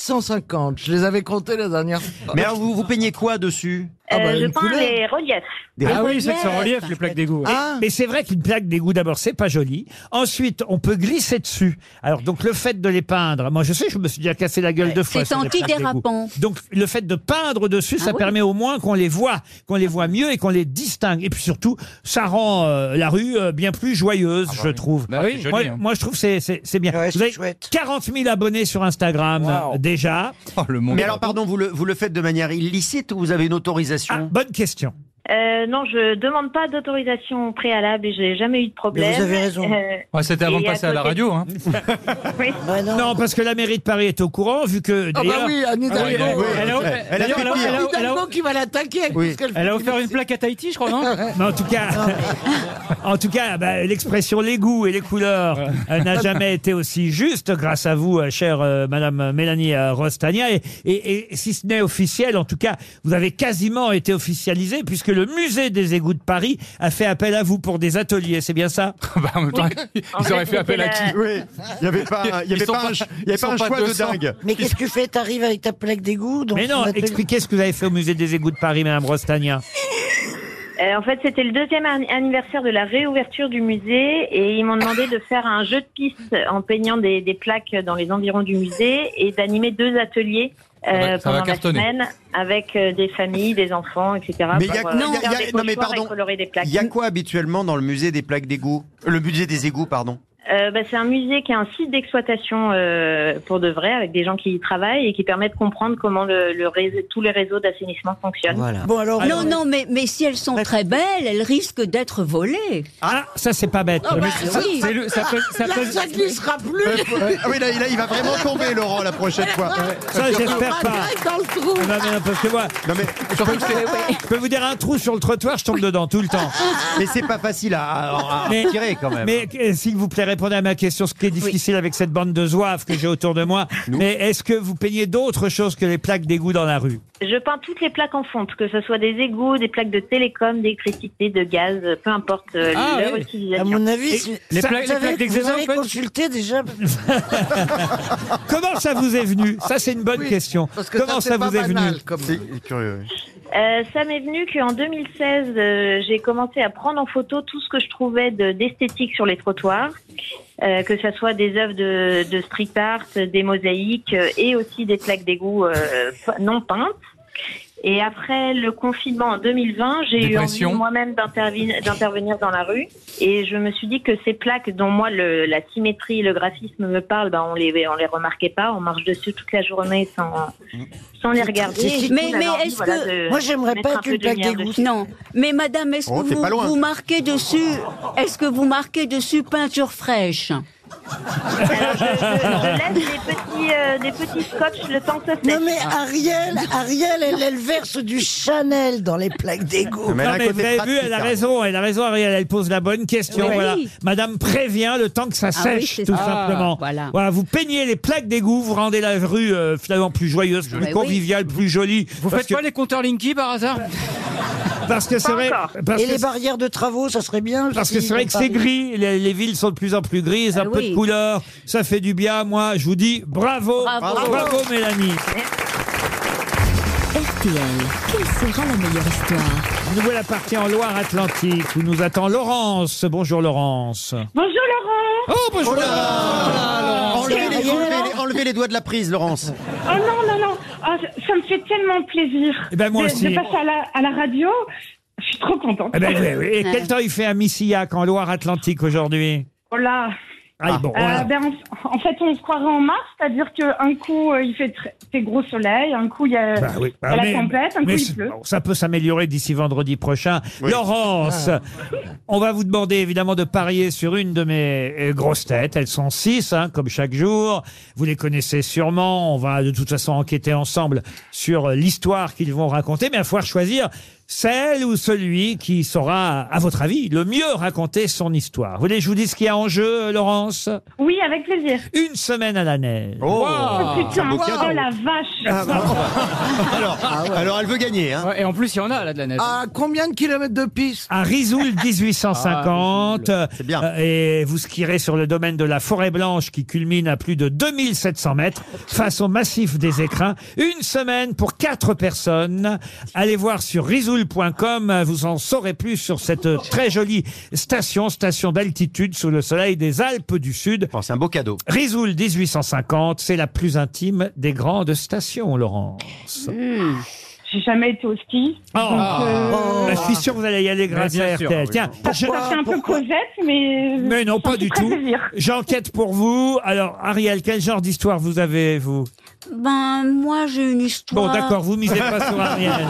[SPEAKER 14] 450, je les avais comptés la dernière fois.
[SPEAKER 16] Mais alors, vous, vous peignez quoi dessus
[SPEAKER 14] Ah bah,
[SPEAKER 11] Euh, je
[SPEAKER 14] une
[SPEAKER 11] peins
[SPEAKER 14] couleur.
[SPEAKER 11] les reliefs.
[SPEAKER 13] Ah oui, c'est que c'est en relief les plaques d'égout.
[SPEAKER 2] Mais-
[SPEAKER 16] Ah.
[SPEAKER 2] Mais c'est vrai qu'une plaque d'égout, d'abord, c'est pas joli. Ensuite, on peut glisser dessus. Alors, donc, le fait de les peindre, moi, je sais, je me suis déjà cassé la gueule deux fois.
[SPEAKER 5] C'est
[SPEAKER 2] sur les plaques
[SPEAKER 5] antidérapant.
[SPEAKER 2] d'égout. Donc, le fait de peindre dessus,
[SPEAKER 16] Ah
[SPEAKER 2] ça
[SPEAKER 5] oui.
[SPEAKER 2] permet au moins qu'on les voit, qu'on les voit mieux et qu'on les distingue. Et puis surtout, ça rend euh, la rue euh, bien plus joyeuse, je trouve.
[SPEAKER 4] Bah oui, c'est
[SPEAKER 2] moi,
[SPEAKER 4] joli, hein.
[SPEAKER 2] moi, je trouve que c'est- c'est c'est bien. Vous avez 40 000 abonnés sur Instagram, euh, déjà.
[SPEAKER 4] Oh,
[SPEAKER 16] Mais alors, pardon, vous le, vous le faites de manière illicite ou vous avez une autorisation
[SPEAKER 2] Ah, Bonne question.
[SPEAKER 11] Euh, non, je demande pas d'autorisation préalable et j'ai jamais eu de problème.
[SPEAKER 16] Mais
[SPEAKER 11] Euh,
[SPEAKER 16] vous avez raison.
[SPEAKER 17] Euh,
[SPEAKER 4] Ouais, C'était avant
[SPEAKER 11] et
[SPEAKER 4] de passer à la
[SPEAKER 11] côté-
[SPEAKER 4] radio. Hein.
[SPEAKER 16] Bah
[SPEAKER 2] non. parce que la mairie de Paris est au courant, vu que.
[SPEAKER 14] Ah bah
[SPEAKER 2] d'ailleurs-
[SPEAKER 14] oui, Anne Hidalgo.
[SPEAKER 13] Elle a- elle a-
[SPEAKER 14] D'ailleurs,
[SPEAKER 13] elle a- elle a-
[SPEAKER 14] Anne Hidalgo qui va l'attaquer avec tout ce qu'elle fait.
[SPEAKER 13] Elle a offert une plaque à Tahiti, je crois, non
[SPEAKER 2] Mais en tout cas, en tout cas, bah, l'expression les goûts et les couleurs euh, n'a jamais été aussi juste grâce à vous, euh, chère euh, Madame Mélanie euh, Rostagna. Et, et- et si ce n'est officiel, en tout cas, vous avez quasiment été officialisé puisque le musée des égouts de Paris a fait appel à vous pour des ateliers. C'est bien ça
[SPEAKER 4] Bah, en même temps,
[SPEAKER 11] En fait, c'était la-
[SPEAKER 3] Oui, il n'y avait pas, il
[SPEAKER 4] Ils
[SPEAKER 3] y avait
[SPEAKER 4] sont
[SPEAKER 3] pas,
[SPEAKER 4] pas-
[SPEAKER 3] un, ch- il y avait
[SPEAKER 4] ils
[SPEAKER 3] pas
[SPEAKER 4] sont
[SPEAKER 3] un
[SPEAKER 4] pas
[SPEAKER 3] choix
[SPEAKER 4] 200.
[SPEAKER 3] de dingue.
[SPEAKER 6] Mais qu'est-ce que tu fais T'arrives avec ta plaque d'égout donc
[SPEAKER 2] Mais
[SPEAKER 6] on
[SPEAKER 2] non,
[SPEAKER 6] va te-
[SPEAKER 2] expliquez ce que vous avez fait au musée des égouts de Paris, Madame Rostagna.
[SPEAKER 17] Euh, en fait, c'était le deuxième an- anniversaire de la réouverture du musée et ils m'ont demandé de faire un jeu de piste en peignant des, des plaques dans les environs du musée et d'animer deux ateliers euh,
[SPEAKER 3] Ça va- ça va
[SPEAKER 17] pendant la
[SPEAKER 3] cartonner.
[SPEAKER 17] semaine avec euh, des familles, des enfants, etc.
[SPEAKER 3] Mais il y a-
[SPEAKER 17] pour, euh,
[SPEAKER 3] non,
[SPEAKER 17] faire
[SPEAKER 3] il y a-
[SPEAKER 17] des
[SPEAKER 3] non, mais
[SPEAKER 17] pochoirs et
[SPEAKER 3] pardon.
[SPEAKER 17] colorer des plaques.
[SPEAKER 3] Il y a quoi habituellement dans le musée des plaques d'égout Le budget des égouts, pardon.
[SPEAKER 17] Euh, bah, c'est un musée qui est un site d'exploitation euh, pour de vrai, avec des gens qui y travaillent et qui permet de comprendre comment le, le réseau- tous les réseaux d'assainissement fonctionnent.
[SPEAKER 5] non, non, mais, mais si elles sont très belles, elles risquent d'être volées.
[SPEAKER 2] Ah, ça c'est pas bête.
[SPEAKER 5] Ah, bah, Mais c'est- oui. c'est le- ça peut- ça Là, peut- ça
[SPEAKER 8] glissera plus.
[SPEAKER 3] ah oui, là, là, il va vraiment tomber, Laurent, la prochaine fois.
[SPEAKER 2] Ça, j'espère pas. Non, mais non, parce que moi,
[SPEAKER 3] je, peux,
[SPEAKER 2] je peux vous dire un trou sur le trottoir, je tombe dedans tout le temps.
[SPEAKER 3] Mais c'est pas facile à, à- à tirer quand même.
[SPEAKER 2] Mais euh, s'il vous plaît, répondez à ma question, ce qui est difficile avec cette bande de zouaves que j'ai autour de moi. Mais est-ce que vous peignez d'autres choses que les plaques d'égout dans la rue
[SPEAKER 17] Bah, Je peins toutes les plaques en fonte, que ce soit des égouts, des plaques de télécom, d'électricité, de gaz, euh, peu importe euh,
[SPEAKER 6] Ah,
[SPEAKER 17] leur
[SPEAKER 6] oui.
[SPEAKER 17] utilisation.
[SPEAKER 6] À mon avis, c'est- ça- vous avez- Vous
[SPEAKER 17] d'examen,
[SPEAKER 6] avez consulté déjà
[SPEAKER 2] Comment ça vous est venu Ça, c'est une bonne
[SPEAKER 6] Oui,
[SPEAKER 2] question.
[SPEAKER 6] parce que ça,
[SPEAKER 2] Comment
[SPEAKER 6] c'est
[SPEAKER 2] ça,
[SPEAKER 6] pas
[SPEAKER 2] vous est
[SPEAKER 6] banal,
[SPEAKER 2] venu
[SPEAKER 3] C'est curieux. oui.
[SPEAKER 17] Euh, ça m'est venu qu'en 2016, euh, j'ai commencé à prendre en photo tout ce que je trouvais de- d'esthétique sur les trottoirs, euh, que ce soit des œuvres de, de street art, des mosaïques euh, et aussi des plaques d'égout euh, pe- non peintes. Et après le confinement en 2020, j'ai eu envie
[SPEAKER 4] Dépression.
[SPEAKER 17] moi-même d'intervi- d'intervenir dans la rue. Et je me suis dit que ces plaques dont moi le- la symétrie, le graphisme me parle, ben on les, on les remarquait pas, on marche dessus toute la journée sans, sans les regarder. Et du coup,
[SPEAKER 5] Mais,
[SPEAKER 17] j'avais
[SPEAKER 5] mais
[SPEAKER 17] envie,
[SPEAKER 5] est-ce
[SPEAKER 17] voilà,
[SPEAKER 5] que.
[SPEAKER 17] de mettre un peu de lumière dessus.
[SPEAKER 5] Non. Mais madame, est-ce
[SPEAKER 17] Oh,
[SPEAKER 5] que
[SPEAKER 17] t'es
[SPEAKER 5] vous,
[SPEAKER 17] pas loin.
[SPEAKER 5] vous marquez dessus. Est-ce que vous marquez dessus peinture fraîche
[SPEAKER 17] Je laisse des petits, euh, des petits scotch le temps que ça sèche.
[SPEAKER 6] Non mais Ariel, Ariel, elle, elle verse du Chanel dans les plaques d'égout.
[SPEAKER 2] Non, mais vous avez vu, elle
[SPEAKER 3] hein.
[SPEAKER 2] a raison, elle a raison, Ariel, elle pose la bonne question.
[SPEAKER 6] Oui.
[SPEAKER 2] Voilà. Madame prévient le temps que ça
[SPEAKER 6] Ah oui,
[SPEAKER 2] sèche,
[SPEAKER 6] c'est
[SPEAKER 2] tout
[SPEAKER 6] ça. Ah,
[SPEAKER 2] simplement.
[SPEAKER 6] voilà.
[SPEAKER 2] vous peignez les plaques d'égout, vous rendez la rue euh, finalement plus joyeuse, plus
[SPEAKER 13] Mais oui.
[SPEAKER 2] conviviale, plus jolie.
[SPEAKER 13] Vous
[SPEAKER 2] Parce
[SPEAKER 13] faites
[SPEAKER 2] que-
[SPEAKER 13] pas les compteurs Linky par hasard
[SPEAKER 2] Parce que c'est vrai. parce
[SPEAKER 6] Et
[SPEAKER 2] que-
[SPEAKER 6] les barrières de travaux, ça serait bien.
[SPEAKER 2] Parce
[SPEAKER 6] aussi,
[SPEAKER 2] que c'est vrai que
[SPEAKER 6] dans
[SPEAKER 2] c'est
[SPEAKER 6] Paris.
[SPEAKER 2] gris, les, les villes sont de plus en plus grises, un
[SPEAKER 6] Ah
[SPEAKER 2] peu
[SPEAKER 6] oui.
[SPEAKER 2] de couleur, ça fait du bien. Moi, je vous dis bravo,
[SPEAKER 10] Bravo.
[SPEAKER 2] bravo, Mélanie.
[SPEAKER 10] RTL, quelle sera la meilleure histoire
[SPEAKER 2] Nous voilà partis en Loire-Atlantique où nous attend Laurence. Bonjour Laurence.
[SPEAKER 17] Bonjour Laurent.
[SPEAKER 2] Oh bonjour
[SPEAKER 3] là
[SPEAKER 2] là.
[SPEAKER 3] Enlevez les,
[SPEAKER 2] Ariel,
[SPEAKER 3] enlevez les- enlevez les doigts de la prise, Laurence.
[SPEAKER 18] Oh non, non, non. Ah, ça- ça me fait tellement plaisir
[SPEAKER 2] Eh ben, moi
[SPEAKER 18] de,
[SPEAKER 2] aussi.
[SPEAKER 18] de passer à la, à la radio. Je suis trop contente.
[SPEAKER 2] Eh ben, oui, oui. Et quel temps il fait à Missillac en Loire-Atlantique aujourd'hui
[SPEAKER 18] Oh là.
[SPEAKER 2] Ah, bon,
[SPEAKER 18] Euh,
[SPEAKER 2] voilà.
[SPEAKER 18] ben, en, en fait, on se croirait en mars, c'est-à-dire qu'un coup, euh, il fait très, fait gros soleil, un coup, il y a,
[SPEAKER 2] Bah oui.
[SPEAKER 18] il y a
[SPEAKER 2] Ah, mais-
[SPEAKER 18] Euh, la tempête, un coup,
[SPEAKER 2] mais
[SPEAKER 18] il
[SPEAKER 2] c'est-
[SPEAKER 18] pleut.
[SPEAKER 2] bon, ça peut s'améliorer d'ici vendredi prochain. Laurence,
[SPEAKER 3] Ah.
[SPEAKER 2] on va vous demander évidemment de parier sur une de mes euh, grosses têtes. Elles sont six, hein, comme chaque jour. Vous les connaissez sûrement. On va de toute façon enquêter ensemble sur euh, l'histoire qu'ils vont raconter. Mais il va falloir choisir celle ou celui qui saura, à votre avis, le mieux raconter son histoire. Vous voulez que je vous dise ce qu'il y a en jeu, euh, Laurence
[SPEAKER 18] Oui, avec plaisir.
[SPEAKER 2] Une semaine à la neige.
[SPEAKER 18] Oh, putain, oh la
[SPEAKER 2] Ah,
[SPEAKER 18] vache.
[SPEAKER 2] bah, oh.
[SPEAKER 3] alors, alors, elle veut gagner. Hein.
[SPEAKER 13] et en plus, il y en a là de la neige.
[SPEAKER 14] À combien de kilomètres de piste
[SPEAKER 2] à Risoul 1850. Euh, Et vous skierez sur le domaine de la Forêt Blanche qui culmine à plus de 2700 mètres face au massif des Écrins. Une semaine pour quatre personnes. Allez voir sur risoul.com. Vous en saurez plus sur cette très jolie station, station d'altitude sous le soleil des Alpes du Sud.
[SPEAKER 3] C'est un beau cadeau.
[SPEAKER 2] Risoul 1850, c'est la plus intime des grandes stations, Laurent.
[SPEAKER 18] Mmh. J'ai jamais été au ski. donc, euh,
[SPEAKER 2] Bah, Oh. je suis sûr que vous allez y aller grâce
[SPEAKER 13] Mais bien
[SPEAKER 2] à
[SPEAKER 13] sûr,
[SPEAKER 2] RTL.
[SPEAKER 13] oui.
[SPEAKER 2] Tiens, je-
[SPEAKER 18] ça fait un peu Cosette, mais. euh,
[SPEAKER 2] mais non,
[SPEAKER 18] ça me
[SPEAKER 2] pas
[SPEAKER 18] fait
[SPEAKER 2] du
[SPEAKER 18] très
[SPEAKER 2] tout.
[SPEAKER 18] plaisir.
[SPEAKER 2] J'enquête pour vous. Alors, Ariel, quel genre d'histoire vous avez, vous
[SPEAKER 5] Ben, moi, j'ai une histoire.
[SPEAKER 2] Bon, d'accord, vous misez pas sur Ariel.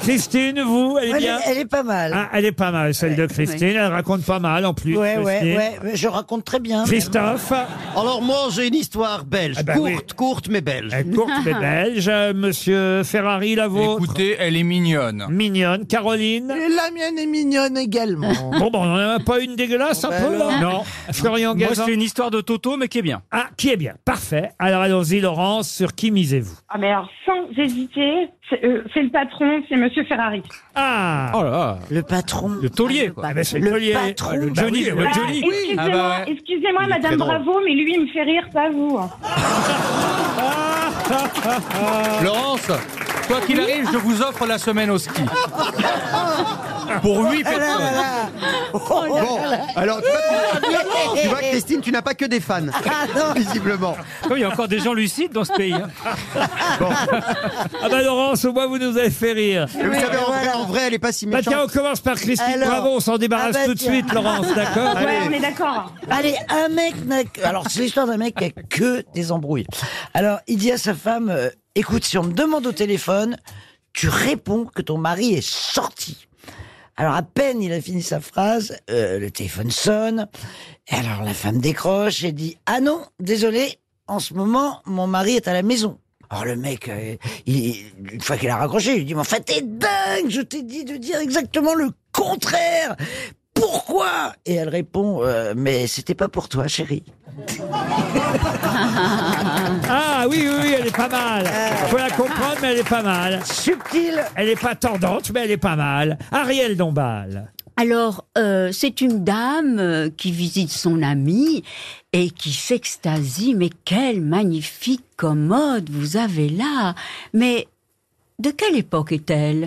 [SPEAKER 2] Christine, vous, elle est
[SPEAKER 6] Elle est,
[SPEAKER 2] bien
[SPEAKER 6] elle est pas mal.
[SPEAKER 2] Ah, Elle est pas mal, celle de Christine.
[SPEAKER 6] ouais.
[SPEAKER 2] Elle raconte pas mal, en plus.
[SPEAKER 6] ouais,
[SPEAKER 2] Christine.
[SPEAKER 6] ouais, ouais. mais Je raconte très bien.
[SPEAKER 2] Christophe
[SPEAKER 3] Alors moi j'ai une histoire belge,
[SPEAKER 2] Ah bah
[SPEAKER 3] courte,
[SPEAKER 2] oui.
[SPEAKER 3] courte mais belge.
[SPEAKER 2] Elle courte mais belge. Euh, Monsieur Ferrari, la vôtre
[SPEAKER 4] Écoutez, elle est mignonne.
[SPEAKER 2] Mignonne. Caroline
[SPEAKER 14] Et la mienne est mignonne également.
[SPEAKER 2] Bon, bon, on n'en a pas une dégueulasse,
[SPEAKER 6] Bah,
[SPEAKER 2] un peu, là Non. Florian
[SPEAKER 13] Moi,
[SPEAKER 2] Gazan
[SPEAKER 13] c'est une histoire de Toto, mais qui est bien.
[SPEAKER 2] Ah, qui est bien. Parfait. Alors, allons-y, Laurence. Sur qui misez-vous
[SPEAKER 18] Ah, mais alors, sans hésiter, c'est euh, c'est le patron, c'est Monsieur Ferrari.
[SPEAKER 2] Ah
[SPEAKER 13] Oh là là.
[SPEAKER 6] Le patron.
[SPEAKER 13] Le taulier, quoi.
[SPEAKER 2] Ah, ben, c'est
[SPEAKER 6] Le
[SPEAKER 2] collier.
[SPEAKER 6] patron.
[SPEAKER 13] Ah, le
[SPEAKER 2] Bah
[SPEAKER 13] Johnny,
[SPEAKER 2] oui,
[SPEAKER 13] le
[SPEAKER 2] bah,
[SPEAKER 13] Johnny.
[SPEAKER 18] Excusez-moi,
[SPEAKER 13] Ah bah ouais.
[SPEAKER 18] excusez-moi,
[SPEAKER 13] Il est
[SPEAKER 18] Madame
[SPEAKER 13] très drôle.
[SPEAKER 18] Bravo, mais lui, il me fait rire, pas vous.
[SPEAKER 2] Ah, ah, ah.
[SPEAKER 4] Laurence, Quoi qu'il arrive, je vous offre la semaine au ski. Pour 8
[SPEAKER 8] Ah là
[SPEAKER 4] personnes.
[SPEAKER 8] là
[SPEAKER 14] Oh,
[SPEAKER 8] Oh,
[SPEAKER 3] Bon, alors tu vois, tu vois, Christine, tu n'as pas que des fans,
[SPEAKER 14] Ah,
[SPEAKER 3] visiblement.
[SPEAKER 13] Il y a encore des gens lucides dans ce pays. hein.
[SPEAKER 2] Ah bah Laurence, au moins vous nous avez fait rire.
[SPEAKER 3] Mais vous savez, en vrai, en vrai, elle est pas si
[SPEAKER 2] Bah
[SPEAKER 3] méchante.
[SPEAKER 2] tiens, on commence par Christine
[SPEAKER 6] Alors.
[SPEAKER 2] Bravo, on s'en débarrasse
[SPEAKER 6] Ah bah
[SPEAKER 2] tout de
[SPEAKER 6] tiens.
[SPEAKER 2] suite, Laurence, d'accord
[SPEAKER 6] Ouais,
[SPEAKER 2] Allez.
[SPEAKER 6] on est
[SPEAKER 18] d'accord.
[SPEAKER 6] Allez, un mec n'a que- Alors, c'est l'histoire d'un mec qui a que des embrouilles. Alors, il dit à sa femme euh, Écoute, si on me demande au téléphone, tu réponds que ton mari est sorti. Alors, à peine il a fini sa phrase, euh, le téléphone sonne. Et alors, la femme décroche et dit Ah non, désolé, en ce moment, mon mari est à la maison. Alors, le mec, euh, il- une fois qu'il a raccroché, il lui dit Mais en fait, t'es dingue Je t'ai dit de dire exactement le contraire pourquoi Et elle répond, euh, mais c'était pas pour toi, chérie.
[SPEAKER 2] Ah oui, oui, oui, elle est pas mal. Faut la comprendre, mais elle est pas mal.
[SPEAKER 6] Subtile.
[SPEAKER 2] Elle est pas tordante, mais elle est pas mal. Ariel Dombal.
[SPEAKER 5] Alors, euh, c'est une dame euh, qui visite son amie et qui s'extasie. Mais quelle magnifique commode vous avez là Mais de quelle époque est-elle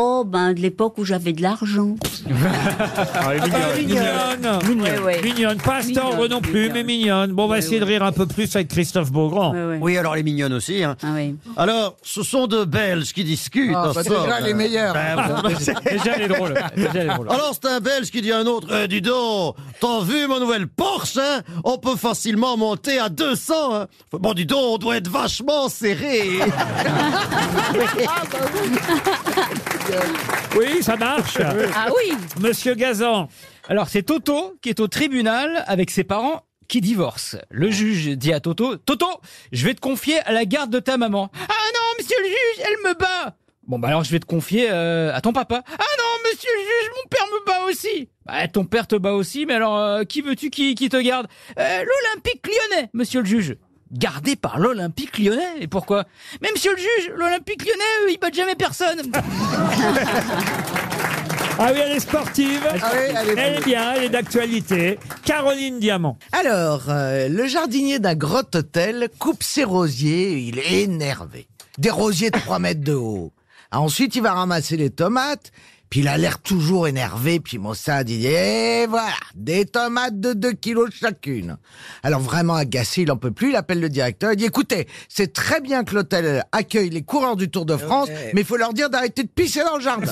[SPEAKER 5] Oh, ben, de l'époque où j'avais de l'argent.
[SPEAKER 2] Ah bah, mignonne. Mignonne. Pas à se tordre non plus, mais mignonne. Bon, on va essayer de rire un peu plus avec Christophe Beaugrand.
[SPEAKER 16] Oui, alors les mignonnes aussi. hein. Alors, ce sont de belles qui discutent.
[SPEAKER 14] Ah,
[SPEAKER 16] en
[SPEAKER 14] bah,
[SPEAKER 16] somme.
[SPEAKER 14] déjà, les meilleures.
[SPEAKER 16] Ben, bon, c'est-
[SPEAKER 14] Déjà, les drôles. Déjà, les drôles.
[SPEAKER 16] Alors, c'est un belge qui dit à un autre Eh, Dis donc, t'as vu ma nouvelle Porsche hein On peut facilement monter à 200. hein. Bon, dis donc, on doit être vachement serré.
[SPEAKER 2] Oui, ça marche.
[SPEAKER 13] Ah
[SPEAKER 5] oui.
[SPEAKER 2] Monsieur Gazan.
[SPEAKER 13] Alors, c'est Toto qui est au tribunal avec ses parents qui divorcent. Le juge dit à Toto Toto, je vais te confier à la garde de ta maman. Ah non, monsieur le juge, elle me bat Bon, bah alors je vais te confier euh, à ton papa. Ah non, monsieur le juge, mon père me bat aussi Bah, ton père te bat aussi, mais alors euh, qui veux-tu qui, qui te garde Euh, L'Olympique lyonnais, monsieur le juge Gardé par l'Olympique lyonnais Et pourquoi Mais monsieur le juge, l'Olympique lyonnais, eux, ils battent jamais personne
[SPEAKER 2] Ah oui, elle est sportive.
[SPEAKER 13] Ah oui, elle est bonne.
[SPEAKER 2] elle est bien, elle est d'actualité. Caroline Diamant.
[SPEAKER 14] Alors, euh, le jardinier d'un grand hôtel coupe ses rosiers, il est énervé. Des rosiers de 3 mètres de haut. Ah, ensuite, il va ramasser les tomates, puis il a l'air toujours énervé, puis Mossad, il dit, et voilà, des tomates de 2 kilos chacune. Alors vraiment agacé, il en peut plus, il appelle le directeur, il dit, écoutez, c'est très bien que l'hôtel accueille les coureurs du Tour de France, mais il faut leur dire d'arrêter de pisser dans le jardin.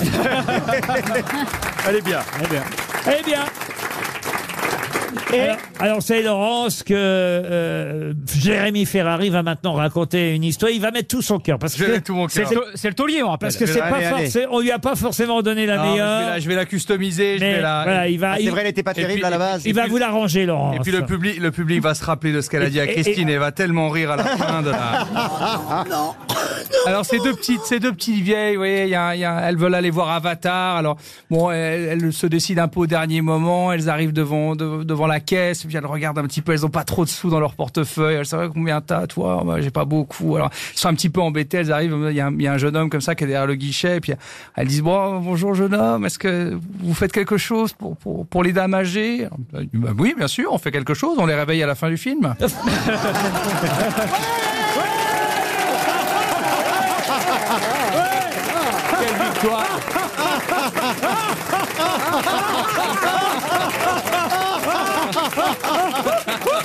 [SPEAKER 3] Elle est bien.
[SPEAKER 2] Eh bien. Eh bien. Alors, alors, c'est Laurence que euh, Jérémy Ferrari va maintenant raconter une histoire. Il va mettre tout son cœur parce
[SPEAKER 4] Je
[SPEAKER 2] que
[SPEAKER 4] mets tout mon
[SPEAKER 2] c'est-
[SPEAKER 4] cœur.
[SPEAKER 2] c'est-
[SPEAKER 13] C'est le taulier, on rappelle.
[SPEAKER 2] parce que c'est pas
[SPEAKER 4] Allez, allez.
[SPEAKER 2] forcé- on lui a pas forcément donné la
[SPEAKER 4] Non, mais je vais
[SPEAKER 2] meilleure.
[SPEAKER 4] la- je vais la customiser. je
[SPEAKER 2] Mais
[SPEAKER 4] vais la-
[SPEAKER 2] voilà, il va- Ah, c'est il- vrai, elle était pas
[SPEAKER 4] Et
[SPEAKER 2] terrible
[SPEAKER 4] puis-
[SPEAKER 2] à la base. il va vous la ranger, Laurence.
[SPEAKER 4] Et puis le public, le public va se rappeler de ce qu'elle a dit à
[SPEAKER 2] Et- et-
[SPEAKER 4] Christine et, va tellement rire à la fin de la.
[SPEAKER 8] non.
[SPEAKER 4] Alors ces deux petites, ces deux petites vieilles, vous voyez, il y a un- il y a un- elles veulent aller voir Avatar. Alors bon, elles, elles se décident un peu au dernier moment. Elles arrivent devant de- devant la caisse, puis elles regardent un petit peu. Elles ont pas trop de sous dans leur portefeuille. Elles savent Ah, combien t'as, toi Moi, J'ai pas beaucoup. Alors elles sont un petit peu embêtées. Elles arrivent. Il y, a un- il y a un jeune homme comme ça qui est derrière le guichet. Et puis elles disent bon, bonjour jeune homme. Est-ce que vous faites quelque chose pour pour, pour les dames âgées Alors, il dit, Bah Oui, bien sûr, on fait quelque chose. On les réveille à la fin du film. Quelle victoire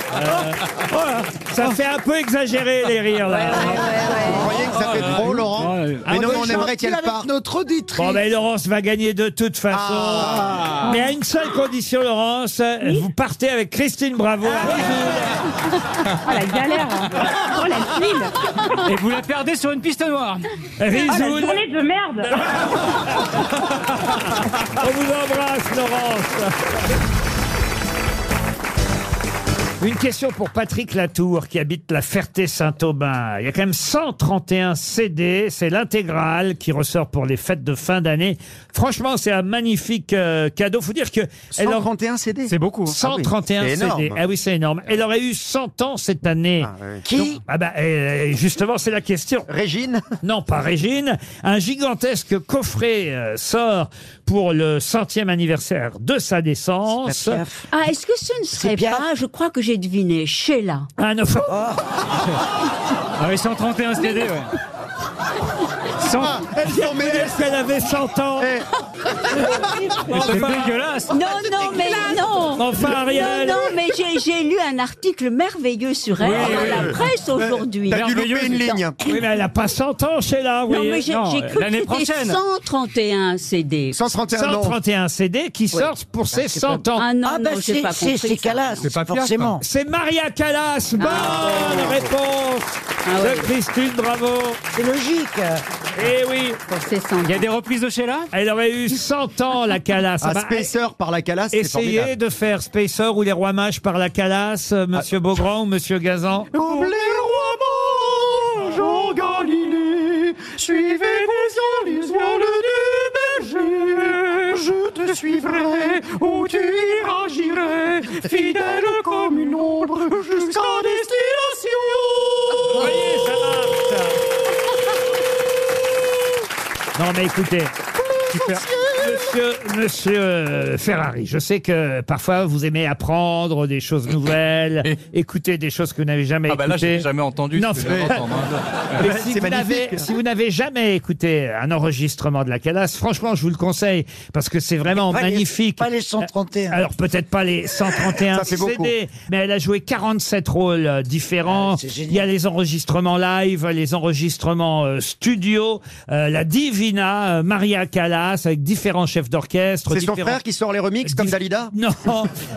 [SPEAKER 2] Voilà. Euh, oh, Ça fait un peu exagéré les rires là.
[SPEAKER 3] Vous croyez que ça fait trop, Laurent Mais non, mais on aimerait qu'elle parte.
[SPEAKER 14] Notre auditrice.
[SPEAKER 2] Bon, ben Laurence va gagner de toute façon. Mais à une seule condition, Laurence, vous partez avec Christine Bravo.
[SPEAKER 14] Ah,
[SPEAKER 18] Oh la galère Oh la tuile
[SPEAKER 13] Et vous la perdez sur une piste noire.
[SPEAKER 7] Ah,
[SPEAKER 18] Oh, la journée de merde
[SPEAKER 2] On vous embrasse, Laurence. Une question pour Patrick Latour qui habite la Ferté-Saint-Aubin. Il y a quand même 131 CD, c'est l'intégrale qui ressort pour les fêtes de fin d'année. Franchement, c'est un magnifique euh, cadeau. Faut dire que elle aura-
[SPEAKER 3] 131 CD.
[SPEAKER 13] C'est beaucoup. Ah
[SPEAKER 2] 131
[SPEAKER 3] C'est
[SPEAKER 2] CD.
[SPEAKER 3] énorme.
[SPEAKER 2] Ah oui, c'est énorme. Elle aurait eu 100 ans cette année.
[SPEAKER 3] Qui
[SPEAKER 2] Donc- Ah bah, euh, justement, c'est la question.
[SPEAKER 3] Régine
[SPEAKER 2] Non, pas Régine. Un gigantesque coffret euh, sort pour le centième anniversaire de sa naissance.
[SPEAKER 5] Ah, est-ce que ce ne serait pas, je crois que j'ai deviné, Sheila Oh.
[SPEAKER 2] Un enfant.
[SPEAKER 13] Ah oui, 131 CD, ouais.
[SPEAKER 2] 100
[SPEAKER 16] Elles sont
[SPEAKER 2] Pierre Ménès, elle avait 100 ans.
[SPEAKER 13] Mais c'est
[SPEAKER 2] Enfin.
[SPEAKER 13] dégueulasse.
[SPEAKER 5] Non, non, mais non.
[SPEAKER 2] Enfin, Ariel.
[SPEAKER 5] Non, non, mais j'ai- j'ai lu un article merveilleux sur elle
[SPEAKER 2] Oui,
[SPEAKER 5] dans
[SPEAKER 2] oui, Bah,
[SPEAKER 5] la
[SPEAKER 2] oui.
[SPEAKER 5] presse aujourd'hui.
[SPEAKER 2] Oui, mais elle a pas 100 ans, Sheila. vous
[SPEAKER 5] Non, mais
[SPEAKER 2] voyez.
[SPEAKER 5] j'ai j'ai cru que c'était 131 CD.
[SPEAKER 2] 131, non. 131 CD qui sortent pour ses 100 ans.
[SPEAKER 5] Ah non, Ah, bah, non, j'ai c'est- pas c'est- compris c'est ça. Ah, Calas,
[SPEAKER 2] C'est pas Piaf,
[SPEAKER 5] forcément.
[SPEAKER 2] hein. C'est Maria Callas. Bonne réponse
[SPEAKER 5] Ah,
[SPEAKER 2] de Christine, bravo. C'est logique. Eh oui.
[SPEAKER 13] Il y a des reprises de Sheila
[SPEAKER 2] Elle aurait eu 100 ans, la Callas.
[SPEAKER 3] Ah,
[SPEAKER 2] Bah,
[SPEAKER 3] Spacer par la calasse, c'est
[SPEAKER 2] Essayez
[SPEAKER 3] formidable.
[SPEAKER 2] de faire Spacer ou les rois mages par la Callas, euh, monsieur Beaugrand ou monsieur Gazan.
[SPEAKER 16] Comme les rois mages
[SPEAKER 2] Oh.
[SPEAKER 16] en Galilée, suivez les illusions du berger. Je te suivrai où tu iras, j'irai, fidèle comme une ombre jusqu'à destination.
[SPEAKER 2] Voyez, ça marche. Non, mais écoutez. super. Monsieur, monsieur euh, Ferrari, je sais que parfois vous aimez apprendre des choses nouvelles, écouter des choses que vous n'avez jamais
[SPEAKER 4] Ah bah là,
[SPEAKER 2] écoutées.
[SPEAKER 4] j'ai jamais entendu
[SPEAKER 2] Non,
[SPEAKER 4] ce que je viens
[SPEAKER 2] c'est-
[SPEAKER 4] d'entendre, hein.
[SPEAKER 2] Mais
[SPEAKER 4] Ouais,
[SPEAKER 2] si,
[SPEAKER 4] c'est
[SPEAKER 2] vous n'avez-
[SPEAKER 4] magnifique.
[SPEAKER 2] si vous n'avez jamais écouté un enregistrement de la Calas, franchement, je vous le conseille parce que c'est vraiment
[SPEAKER 6] Mais pas les-
[SPEAKER 2] magnifique. pas les 131. Alors peut-être pas les 131
[SPEAKER 16] Ça fait beaucoup.
[SPEAKER 2] CD, mais elle a joué 47 rôles euh, différents. Il y a les enregistrements live, les enregistrements euh, studio, euh, la Divina, euh, Maria Callas avec différents chefs d'orchestre.
[SPEAKER 3] C'est son
[SPEAKER 2] différents-
[SPEAKER 3] frère qui sort les remixes comme Dalida
[SPEAKER 2] Non,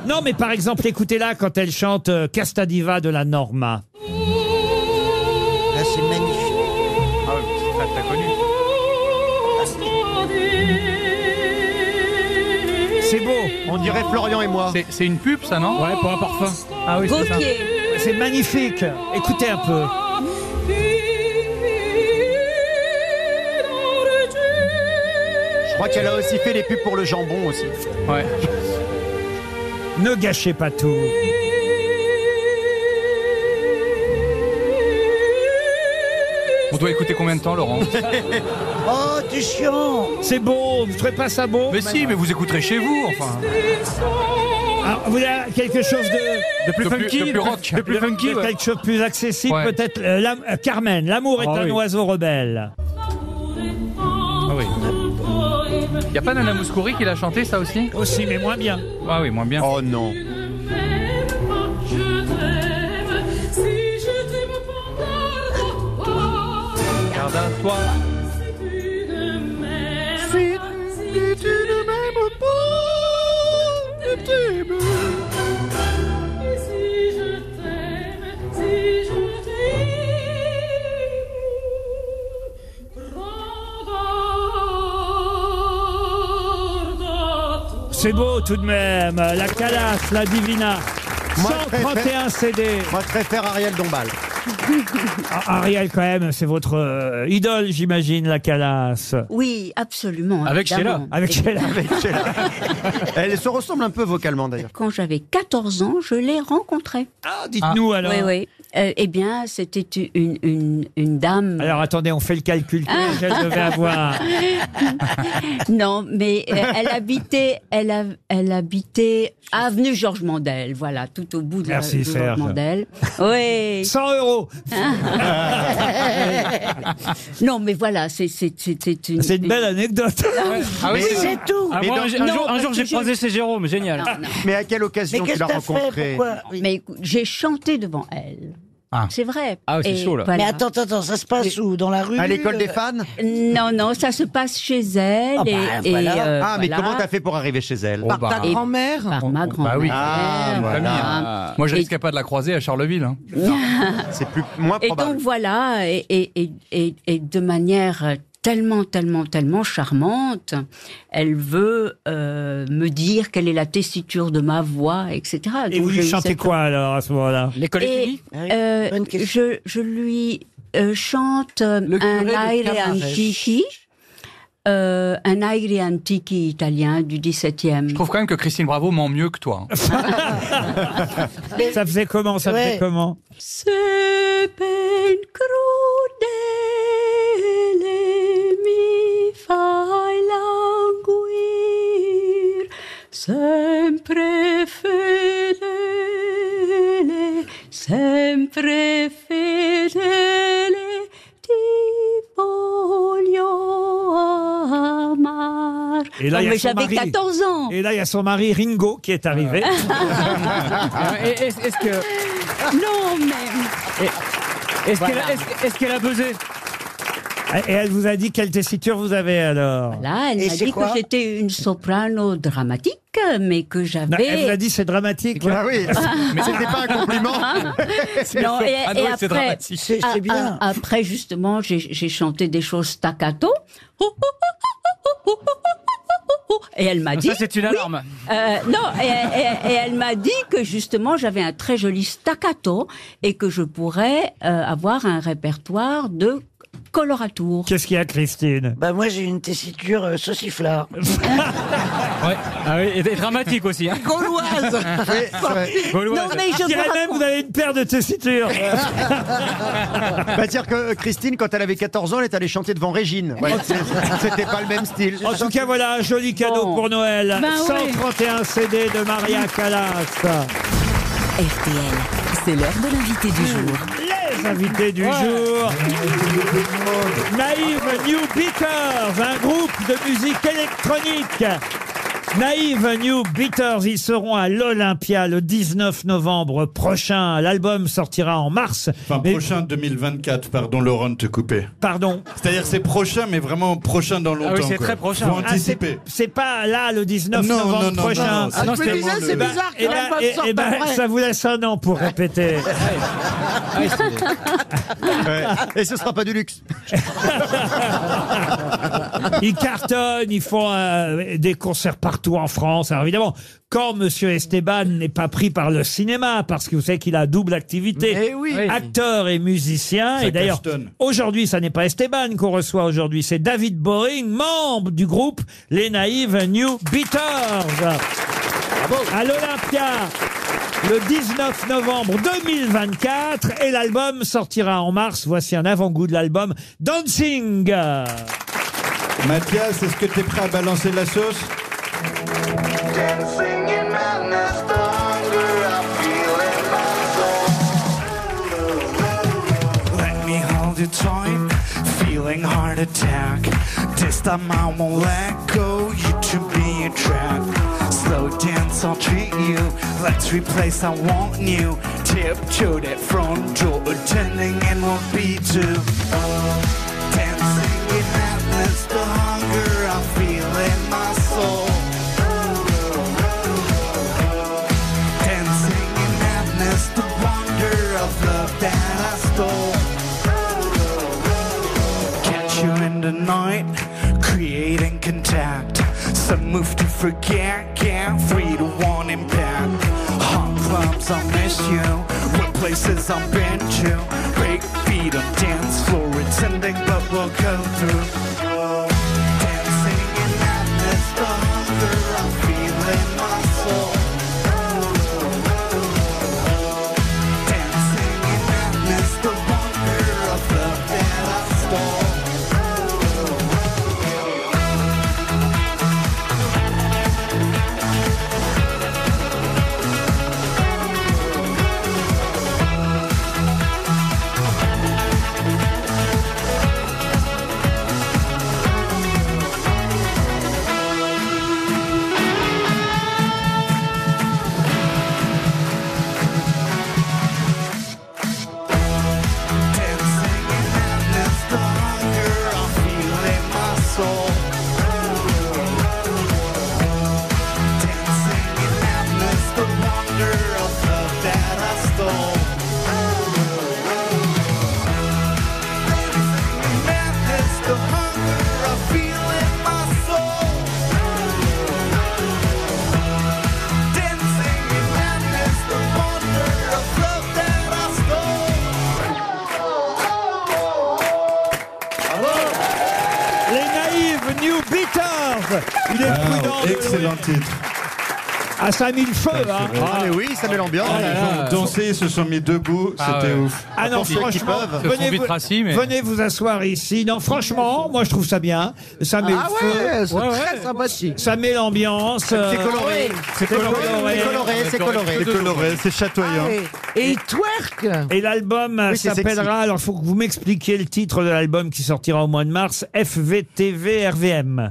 [SPEAKER 2] non, mais par exemple, écoutez-la quand elle chante euh, Castadiva de la Norma.
[SPEAKER 6] Là, c'est magnifique.
[SPEAKER 4] Ah ouais, c'est très, très connu.
[SPEAKER 3] C'est beau, on dirait Florian et moi.
[SPEAKER 4] C'est- C'est une pub, ça, non Ouais, pour un parfum. Ah oui, c'est ça.
[SPEAKER 5] Gauthier.
[SPEAKER 2] C'est magnifique. Écoutez un peu.
[SPEAKER 3] Je crois qu'elle a aussi fait les pubs pour le jambon aussi.
[SPEAKER 4] Ouais.
[SPEAKER 2] Ne gâchez pas tout.
[SPEAKER 4] On doit écouter combien de temps, Laurent
[SPEAKER 6] Oh, t'es chiant
[SPEAKER 2] C'est beau, vous trouvez pas ça beau
[SPEAKER 4] Mais si, mais vous écouterez chez vous, enfin.
[SPEAKER 2] Ah, vous voulez quelque chose de,
[SPEAKER 4] De plus De plus- funky, de plus de plus- rock. de plus funky, ouais.
[SPEAKER 2] Quelque chose de plus accessible,
[SPEAKER 4] Ouais.
[SPEAKER 2] peut-être. euh, l'am- euh, Carmen, l'amour est
[SPEAKER 4] Ah
[SPEAKER 2] un
[SPEAKER 4] oui.
[SPEAKER 2] oiseau rebelle.
[SPEAKER 4] Ah oui. Y a pas Nana Mouskouri qui l'a chanté, ça aussi
[SPEAKER 2] Aussi, mais moins bien.
[SPEAKER 4] Ah oui, moins bien.
[SPEAKER 3] Oh non.
[SPEAKER 4] Garde à toi.
[SPEAKER 16] Si tu ne m'aimes pas, tu t'aimes.
[SPEAKER 2] C'est beau tout de même. La Calas, la Divina.
[SPEAKER 3] Moi,
[SPEAKER 2] 131 CD.
[SPEAKER 3] Moi, je préfère Ariel Dombal.
[SPEAKER 2] Ah, Ariel, quand même, c'est votre euh, idole, j'imagine, la Calas.
[SPEAKER 5] Oui, absolument. évidemment.
[SPEAKER 2] Avec Sheila.
[SPEAKER 3] Elle se ressemble un peu vocalement d'ailleurs.
[SPEAKER 5] Quand j'avais 14 ans, je l'ai rencontrée.
[SPEAKER 2] Ah, dites-nous alors.
[SPEAKER 5] Oui, oui. Euh, eh bien, c'était une, une, une dame. Ah.
[SPEAKER 2] Alors attendez, on fait le calcul.
[SPEAKER 16] Ah.
[SPEAKER 2] Quel âge elle devait avoir
[SPEAKER 5] non, mais euh, elle habitait, elle, a- elle habitait avenue Georges Mandel, voilà, tout au bout de la-
[SPEAKER 2] Merci,
[SPEAKER 5] de Georges
[SPEAKER 2] Serge.
[SPEAKER 5] Mandel. Oui.
[SPEAKER 2] 100 euros.
[SPEAKER 5] non, mais voilà, c'est c'est- c'est- c'est une.
[SPEAKER 2] C'est une belle anecdote.
[SPEAKER 13] Ah oui, c'est-
[SPEAKER 5] tout.
[SPEAKER 13] Ah, moi, un jour- un jour,
[SPEAKER 5] parce
[SPEAKER 13] j'ai
[SPEAKER 5] que je-
[SPEAKER 13] croisé chez Jérôme, génial.
[SPEAKER 3] Mais à quelle occasion tu l'as rencontrée
[SPEAKER 5] Mais écoute, j'ai chanté devant elle.
[SPEAKER 13] Ah.
[SPEAKER 5] C'est vrai.
[SPEAKER 13] Ah, c'est
[SPEAKER 5] Et
[SPEAKER 13] chaud, là.
[SPEAKER 6] Mais
[SPEAKER 5] voilà.
[SPEAKER 6] attends, attends, attends, ça se passe où Dans la rue
[SPEAKER 3] À l'école des fans
[SPEAKER 5] Non, non, ça se passe chez elle.
[SPEAKER 3] Ah, bah,
[SPEAKER 5] et, et,
[SPEAKER 3] voilà.
[SPEAKER 5] euh,
[SPEAKER 3] Ah, mais
[SPEAKER 5] voilà.
[SPEAKER 3] comment t'as fait pour arriver chez elle
[SPEAKER 4] Oh, bah.
[SPEAKER 5] Et-
[SPEAKER 6] grand-mère
[SPEAKER 5] Par ma grand-mère.
[SPEAKER 4] Bah oui.
[SPEAKER 3] Ah,
[SPEAKER 4] Famille,
[SPEAKER 3] voilà.
[SPEAKER 4] hein. Moi, je risquais pas de la croiser à Charleville. hein.
[SPEAKER 3] C'est plus, moins
[SPEAKER 5] Et
[SPEAKER 3] probable.
[SPEAKER 5] donc voilà, et, et- et- et- et de manière tellement, tellement, tellement charmante, elle veut euh, me dire quelle est la tessiture de ma voix, etc.
[SPEAKER 2] Et
[SPEAKER 5] Donc,
[SPEAKER 2] vous
[SPEAKER 5] j'ai
[SPEAKER 2] lui
[SPEAKER 5] eu
[SPEAKER 2] chantez
[SPEAKER 5] cette-
[SPEAKER 2] quoi alors à ce moment-là
[SPEAKER 5] Et,
[SPEAKER 2] Ah
[SPEAKER 5] euh, je, je lui euh, chante euh, un
[SPEAKER 6] curé de
[SPEAKER 5] aire
[SPEAKER 6] Camarès.
[SPEAKER 5] antichi, euh, un aire antichi italien du XVIIe.
[SPEAKER 4] Je trouve quand même que Christine Bravo ment mieux que toi. hein.
[SPEAKER 2] Ça faisait comment Ça faisait
[SPEAKER 5] Ouais.
[SPEAKER 2] comment
[SPEAKER 5] Se pen crudele mi fai languir, sempre fedele, sempre fedele ti voglio
[SPEAKER 2] Et là,
[SPEAKER 5] Non,
[SPEAKER 2] il y a
[SPEAKER 5] mais
[SPEAKER 2] son
[SPEAKER 5] j'avais
[SPEAKER 2] mari.
[SPEAKER 5] 14 ans.
[SPEAKER 2] Et là, il y a son mari Ringo qui est arrivé.
[SPEAKER 13] Est-ce que.
[SPEAKER 5] Non, mais.
[SPEAKER 13] Et- Est-ce qu'elle
[SPEAKER 5] Voilà.
[SPEAKER 13] est-ce- est-ce qu'elle a buzzé
[SPEAKER 2] Et elle vous a dit quelle tessiture vous avez alors
[SPEAKER 5] Là, elle
[SPEAKER 2] Et
[SPEAKER 5] m'a
[SPEAKER 2] c'est
[SPEAKER 5] dit que
[SPEAKER 2] quoi
[SPEAKER 5] j'étais une soprano dramatique, mais que j'avais.
[SPEAKER 2] Non, Elle vous a dit c'est dramatique.
[SPEAKER 5] Ah oui,
[SPEAKER 2] mais
[SPEAKER 5] c'était pas un compliment. Non, et, et après, ah,
[SPEAKER 6] C'est- c'est
[SPEAKER 5] a-
[SPEAKER 6] bien.
[SPEAKER 5] a- après, justement, j'ai j'ai chanté des choses staccato. Et elle m'a
[SPEAKER 13] Ça,
[SPEAKER 5] dit.
[SPEAKER 13] c'est une
[SPEAKER 5] oui.
[SPEAKER 13] alarme.
[SPEAKER 5] Euh, non, et, et- et elle m'a dit que justement, j'avais un très joli staccato et que je pourrais euh, avoir un répertoire de coloratour.
[SPEAKER 2] Qu'est-ce qu'il y a, Christine
[SPEAKER 6] Bah moi j'ai une tessiture euh, sauciflard.
[SPEAKER 13] Ouais. Ah oui, et et dramatique aussi. hein.
[SPEAKER 6] Gauloise.
[SPEAKER 13] Oui, c'est vrai. Gauloise.
[SPEAKER 5] Non, mais je vous
[SPEAKER 2] dirais même
[SPEAKER 5] raconte-
[SPEAKER 2] vous avez une paire de tessitures.
[SPEAKER 3] Bah, dire
[SPEAKER 16] euh,
[SPEAKER 3] que Christine, quand elle avait 14 ans, elle est allée chanter devant Régine. C'était pas le même style.
[SPEAKER 2] En tout cas, voilà un joli cadeau pour Noël.
[SPEAKER 3] Ben oui.
[SPEAKER 2] 131 CD de Maria Callas.
[SPEAKER 10] RTL, c'est l'heure de l'invité du jour.
[SPEAKER 2] Les invités du jour. Naïve New Beaters, un groupe de musique électronique. Naïve New Beaters, ils seront à l'Olympia le 19 novembre prochain. L'album sortira en mars.
[SPEAKER 19] Enfin, prochain 2024, pardon Laurent de te couper.
[SPEAKER 2] Pardon
[SPEAKER 19] C'est-à-dire c'est prochain, mais vraiment prochain dans longtemps. quoi. Faut
[SPEAKER 2] Ah,
[SPEAKER 19] anticiper.
[SPEAKER 2] c'est- c'est pas là le 19
[SPEAKER 19] Non,
[SPEAKER 2] novembre
[SPEAKER 19] non, non,
[SPEAKER 2] prochain.
[SPEAKER 19] non, non, Ah, je me c'est disais, vraiment c'est le- bizarre
[SPEAKER 2] Eh
[SPEAKER 19] que
[SPEAKER 2] ben,
[SPEAKER 19] l'album
[SPEAKER 2] eh-
[SPEAKER 19] sorte
[SPEAKER 2] eh ben,
[SPEAKER 19] après.
[SPEAKER 2] ça vous laisse un an pour répéter.
[SPEAKER 5] Ah
[SPEAKER 3] Et ce sera pas du luxe.
[SPEAKER 2] ils cartonnent, ils font euh, des concerts partout en France. Alors évidemment, quand Monsieur Esteban n'est pas pris par le cinéma, parce que vous savez qu'il a double activité,
[SPEAKER 19] Eh oui.
[SPEAKER 2] acteur et musicien,
[SPEAKER 19] Ça
[SPEAKER 2] et d'ailleurs
[SPEAKER 19] cartonne.
[SPEAKER 2] aujourd'hui, ça n'est pas Esteban qu'on reçoit aujourd'hui, c'est David Boring, membre du groupe Les Naïves New Beaters. À l'Olympia le 19 novembre 2024 et l'album sortira en mars. Voici un avant-goût de l'album Dancing.
[SPEAKER 19] Mathias, est-ce que t'es prêt à balancer la sauce
[SPEAKER 20] Let me hold you tight, feeling heart attack. This time I won't let go, you to be a track. Slow dance, I'll treat you. Let's replace, I want you. Tiptoe that front door, attending and we'll be two. Dancing in madness, the hunger I feel in my soul. Dancing in madness, the wonder of love that I stole. Catch you in the night, creating contact. Some move to forget, can't free to one impact. Hot clubs, I miss you. What places I've been to. Break beat on dance floor, it's ending, but we'll go through. Dancing in madness, the hunger I feel in my soul. Dancing in madness, the wonder of love that I stole.
[SPEAKER 2] Les naïves New Beaters. Il est prudent. de-
[SPEAKER 19] Excellent titre.
[SPEAKER 2] Ah, ça a mis le feu, hein.
[SPEAKER 3] Ah, mais oui, ça met l'ambiance.
[SPEAKER 19] Ah, les gens ont dansé, ils se sont mis debout,
[SPEAKER 2] Ah
[SPEAKER 19] c'était
[SPEAKER 2] ouais.
[SPEAKER 19] ouf.
[SPEAKER 2] Ah non, franchement, venez vous, venez vous asseoir ici. Non, franchement, moi je trouve ça bien. Ça met
[SPEAKER 14] Ah
[SPEAKER 2] le feu.
[SPEAKER 14] ouais, c'est très sympathique.
[SPEAKER 2] Ça met l'ambiance. euh,
[SPEAKER 14] coloré.
[SPEAKER 2] C'est
[SPEAKER 14] C'est
[SPEAKER 2] coloré. Ah
[SPEAKER 14] coloré, c'est coloré, c'est coloré.
[SPEAKER 3] C'est coloré, c'est
[SPEAKER 5] Ah
[SPEAKER 3] chatoyant.
[SPEAKER 2] Et il twerk Et l'album euh,
[SPEAKER 3] Oui, c'est sexy.
[SPEAKER 2] s'appellera, alors faut que vous m'expliquiez le titre de l'album qui sortira au mois de mars, FVTV RVM.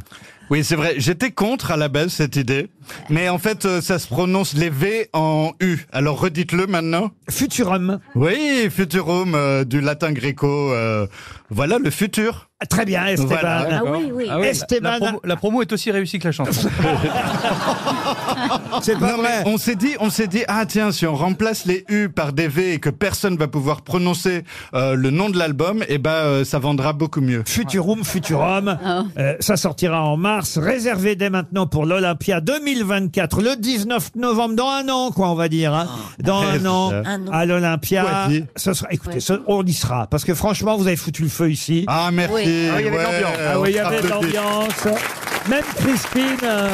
[SPEAKER 19] Oui, c'est vrai. J'étais contre à la base cette idée. Mais en fait, euh, ça se prononce les V en U. Alors redites-le maintenant.
[SPEAKER 2] Futurum.
[SPEAKER 19] Oui, futurum, euh, du latin gréco. euh, voilà le futur.
[SPEAKER 2] Très bien, Esteban. Ah oui, oui. Esteban.
[SPEAKER 4] La, promo, la promo est aussi réussie que la chanson.
[SPEAKER 2] C'est pas
[SPEAKER 19] Non, mais On s'est dit, on s'est dit, ah tiens, si on remplace les U par des V et que personne va pouvoir prononcer euh, le nom de l'album, eh ben euh, ça vendra beaucoup mieux.
[SPEAKER 2] Futurum, Futurum. Euh, ça sortira en mars. Réservé dès maintenant pour l'Olympia 2024, le 19 novembre, dans un an, quoi, on va dire. hein. Dans un
[SPEAKER 19] merde.
[SPEAKER 2] an,
[SPEAKER 19] Un an.
[SPEAKER 2] à l'Olympia.
[SPEAKER 19] Ouais, dis.
[SPEAKER 2] Ce sera, écoutez, ce- on y sera. Parce que franchement, vous avez foutu le feu ici.
[SPEAKER 19] Ah, merci. Oui. Ah oui, il y avait de Ouais, l'ambiance.
[SPEAKER 2] Ah oui, il y
[SPEAKER 19] on
[SPEAKER 2] avait de
[SPEAKER 19] s'applaudit.
[SPEAKER 2] l'ambiance. Même Christine. euh,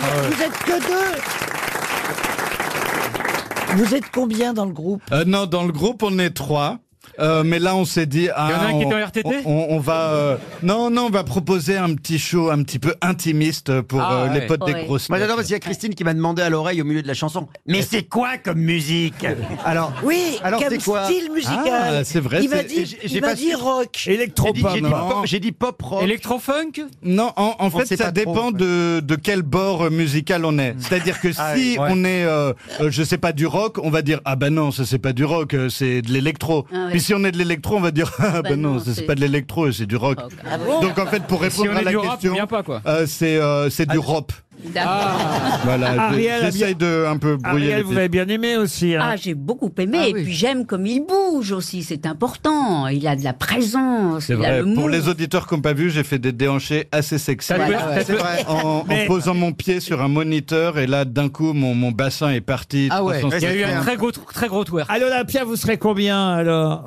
[SPEAKER 13] Ah
[SPEAKER 6] bien, Vous êtes que deux Vous êtes combien dans le groupe
[SPEAKER 19] Euh, non, dans le groupe, on est trois. Euh, mais là, on s'est dit, ah,
[SPEAKER 13] Il y en a un
[SPEAKER 19] on,
[SPEAKER 13] qui est en RTT
[SPEAKER 19] on, on va, euh, non, non, on va proposer un petit show un petit peu intimiste pour
[SPEAKER 16] Ah,
[SPEAKER 19] euh,
[SPEAKER 16] ouais.
[SPEAKER 19] les potes
[SPEAKER 16] Ouais.
[SPEAKER 19] des grosses.
[SPEAKER 16] Moi,
[SPEAKER 19] têtes.
[SPEAKER 16] j'adore parce qu'il y a Christine qui m'a demandé à l'oreille au milieu de la chanson. Mais c'est quoi comme musique Alors
[SPEAKER 6] Oui,
[SPEAKER 16] alors
[SPEAKER 6] comme
[SPEAKER 16] c'est quoi
[SPEAKER 6] style musical.
[SPEAKER 16] Ah, c'est vrai,
[SPEAKER 6] Il m'a
[SPEAKER 16] c'est-
[SPEAKER 6] dit,
[SPEAKER 16] j'ai- j'ai
[SPEAKER 6] il
[SPEAKER 16] pas
[SPEAKER 6] m'a
[SPEAKER 16] su-
[SPEAKER 6] dit rock.
[SPEAKER 19] J'ai dit- j'ai dit
[SPEAKER 16] Non.
[SPEAKER 19] pop-
[SPEAKER 16] J'ai dit pop rock.
[SPEAKER 13] Electrofunk
[SPEAKER 19] Non, en, en
[SPEAKER 16] On
[SPEAKER 19] fait,
[SPEAKER 16] sait pas
[SPEAKER 19] ça
[SPEAKER 16] trop,
[SPEAKER 19] dépend
[SPEAKER 16] ouais.
[SPEAKER 19] de, de quel bord euh, musical on est. C'est-à-dire que si
[SPEAKER 16] Ah oui, ouais.
[SPEAKER 19] on est, euh, euh, je sais pas, du rock, on va dire ah ben non, ça c'est pas du rock, euh, c'est de l'électro.
[SPEAKER 16] Ah ouais.
[SPEAKER 19] Puis si on est de l'électro, on va dire ah
[SPEAKER 6] Bah
[SPEAKER 19] ben non, ça c'est pas de l'électro, c'est du rock.
[SPEAKER 16] Ah bon
[SPEAKER 19] Donc en fait, pour
[SPEAKER 13] Et si
[SPEAKER 19] répondre
[SPEAKER 13] on est
[SPEAKER 19] à la
[SPEAKER 13] du rap,
[SPEAKER 19] question,
[SPEAKER 13] on vient pas, quoi.
[SPEAKER 19] euh, c'est euh, c'est du rap. Voilà, j'ai-
[SPEAKER 2] Ah, Ariel a
[SPEAKER 19] j'essaye de un peu brouiller. les
[SPEAKER 2] Ariel, Ah, vous
[SPEAKER 19] pistes.
[SPEAKER 2] avez bien aimé aussi. hein.
[SPEAKER 5] Ah, j'ai beaucoup aimé. Et puis j'aime comme il bouge aussi, c'est important. Il a de la présence,
[SPEAKER 19] C'est
[SPEAKER 5] il a
[SPEAKER 19] vrai.
[SPEAKER 5] le move.
[SPEAKER 19] Pour les auditeurs qui n'ont pas vu, j'ai fait des déhanchés assez sexy.
[SPEAKER 5] T'as Voilà, fait- ouais.
[SPEAKER 19] C'est vrai. En, en
[SPEAKER 5] Mais-
[SPEAKER 19] posant mon pied sur un moniteur et là, d'un coup, mon, mon bassin est parti.
[SPEAKER 13] Ah ouais,
[SPEAKER 19] 360.
[SPEAKER 13] il y a eu un très gros, très gros twerk.
[SPEAKER 2] À l'Olympia, vous serez combien alors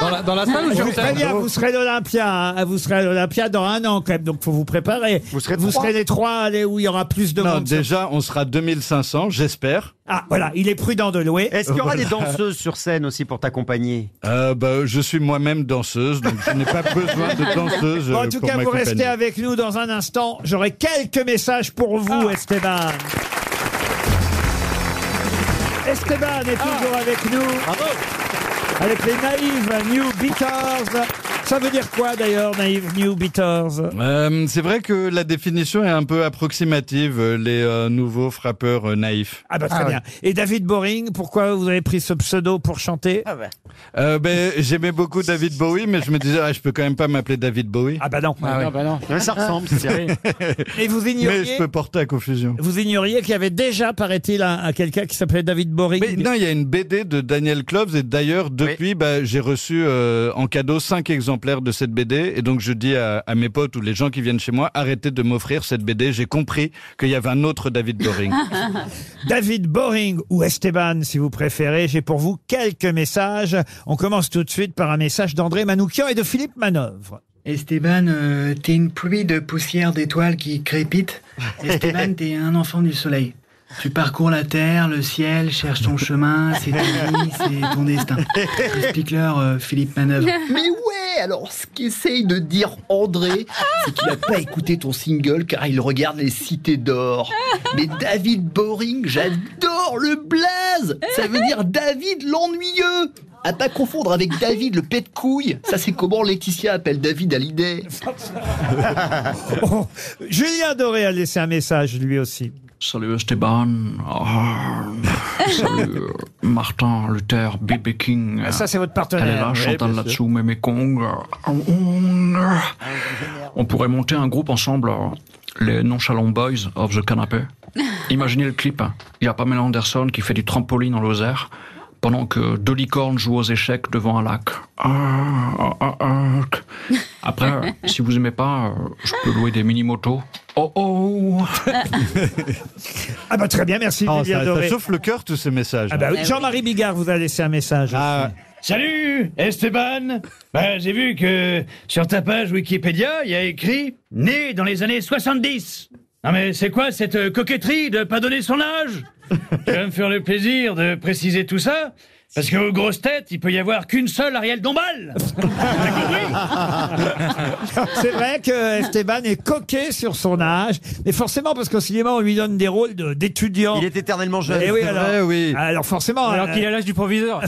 [SPEAKER 13] Dans la, dans la salle ou
[SPEAKER 2] Je
[SPEAKER 13] sur
[SPEAKER 2] vous
[SPEAKER 13] scène
[SPEAKER 2] préviens, vous serez à l'Olympia. hein. Vous serez à l'Olympia dans un an quand même, donc faut vous préparer. Vous serez,
[SPEAKER 19] trois.
[SPEAKER 2] les trois allez, où il y aura plus de
[SPEAKER 19] Non,
[SPEAKER 2] monde. sur-
[SPEAKER 19] déjà, on sera 2500, j'espère.
[SPEAKER 2] Ah, voilà, il est prudent de louer.
[SPEAKER 16] Est-ce qu'il y aura des danseuses sur scène aussi pour t'accompagner
[SPEAKER 19] Euh, bah, je suis moi-même danseuse, donc je n'ai pas besoin de danseuse.
[SPEAKER 2] Bon, en
[SPEAKER 19] euh,
[SPEAKER 2] tout
[SPEAKER 19] pour
[SPEAKER 2] cas, vous restez
[SPEAKER 19] m'accompagner.
[SPEAKER 2] avec nous dans un instant. J'aurai quelques messages pour vous,
[SPEAKER 16] Ah.
[SPEAKER 2] Esteban. Esteban est
[SPEAKER 16] Ah.
[SPEAKER 2] toujours avec nous. Avec les naïves New Beaters. Ça veut dire quoi d'ailleurs, naïve New Beaters
[SPEAKER 19] Euh, c'est vrai que la définition est un peu approximative, euh, les euh, nouveaux frappeurs euh, naïfs.
[SPEAKER 2] Ah bah très bien. Et David Boring, pourquoi vous avez pris ce pseudo pour chanter
[SPEAKER 19] Euh, ben, J'aimais beaucoup David Bowie, mais je me disais, ah, je peux quand même pas m'appeler David Bowie.
[SPEAKER 2] Ah bah non.
[SPEAKER 19] ouais.
[SPEAKER 16] Ça ressemble, c'est
[SPEAKER 2] Et vous ignoriez
[SPEAKER 19] Mais je peux porter à confusion.
[SPEAKER 2] Vous ignoriez qu'il y avait déjà, paraît-il, un, un quelqu'un qui s'appelait David Boring.
[SPEAKER 19] Mais non, il y a une BD de Daniel Kloves et d'ailleurs depuis, bah, j'ai reçu euh, en cadeau 5 exemplaires de cette BD et donc je dis à, à mes potes ou les gens qui viennent chez moi, arrêtez de m'offrir cette BD. J'ai compris qu'il y avait un autre David Boring.
[SPEAKER 2] Ah. David Boring ou Esteban, si vous préférez. J'ai pour vous quelques messages. On commence tout de suite par un message d'André Manoukian et de Philippe Manœuvre.
[SPEAKER 21] Esteban, euh, t'es une pluie de poussière d'étoiles qui crépite. Esteban, t'es un enfant du soleil. Tu parcours la terre, le ciel, cherche ton chemin, c'est ta vie, c'est ton destin. Explique-leur, euh, Philippe Manœuvre.
[SPEAKER 22] Mais ouais, Eh, alors ce qu'essaye de dire André, c'est qu'il n'a pas écouté ton single car il regarde les cités d'or. Mais David Boring, j'adore le blaze Ça veut dire David l'ennuyeux À pas confondre avec David le pet de couille. Ça, c'est comment Laetitia appelle David Hallyday.
[SPEAKER 2] Oh, Julien Doré a laissé un message, lui aussi.
[SPEAKER 23] Salut Esteban. Ah, salut Martin Luther, B.B. King.
[SPEAKER 2] Ah, ça, c'est votre partenaire.
[SPEAKER 23] Elle est là,
[SPEAKER 2] Oui,
[SPEAKER 23] Chantal
[SPEAKER 2] bien
[SPEAKER 23] Latsou,
[SPEAKER 2] sûr.
[SPEAKER 23] Mémé Kong. Ah, On pourrait monter un groupe ensemble, euh, les Nonchalant Boys of the Canapé. Imaginez le clip. hein. Il y a Pamela Anderson qui fait du trampoline en Lozère pendant que deux licornes jouent aux échecs devant un lac. Ah, ah, ah, ah. Après, si vous aimez pas, euh, je peux louer des mini-motos. Oh oh
[SPEAKER 2] Ah bah très bien, merci
[SPEAKER 19] Oh,
[SPEAKER 2] Julien
[SPEAKER 19] ça, ça
[SPEAKER 2] Doré.
[SPEAKER 19] chauffe le cœur tous ces messages.
[SPEAKER 2] Ah bah oui, Ah Jean-Marie Bigard vous a laissé un message.
[SPEAKER 24] Salut, Esteban. Ben, J'ai vu que sur ta page Wikipédia, il y a écrit né dans les années 70. Non mais c'est quoi cette euh, coquetterie de pas donner son âge Je vais me faire le plaisir de préciser tout ça. Parce que aux grosses têtes, il peut y avoir qu'une seule Ariel Dombal.
[SPEAKER 5] Ah.
[SPEAKER 2] C'est vrai que Esteban est coquet sur son âge, mais forcément parce qu'au cinéma on lui donne des rôles de- d'étudiant. Il est éternellement
[SPEAKER 3] jeune.
[SPEAKER 2] Et oui,
[SPEAKER 3] C'est
[SPEAKER 2] alors,
[SPEAKER 3] vrai, oui.
[SPEAKER 2] alors forcément.
[SPEAKER 3] Alors qu'il
[SPEAKER 13] a l'âge du proviseur.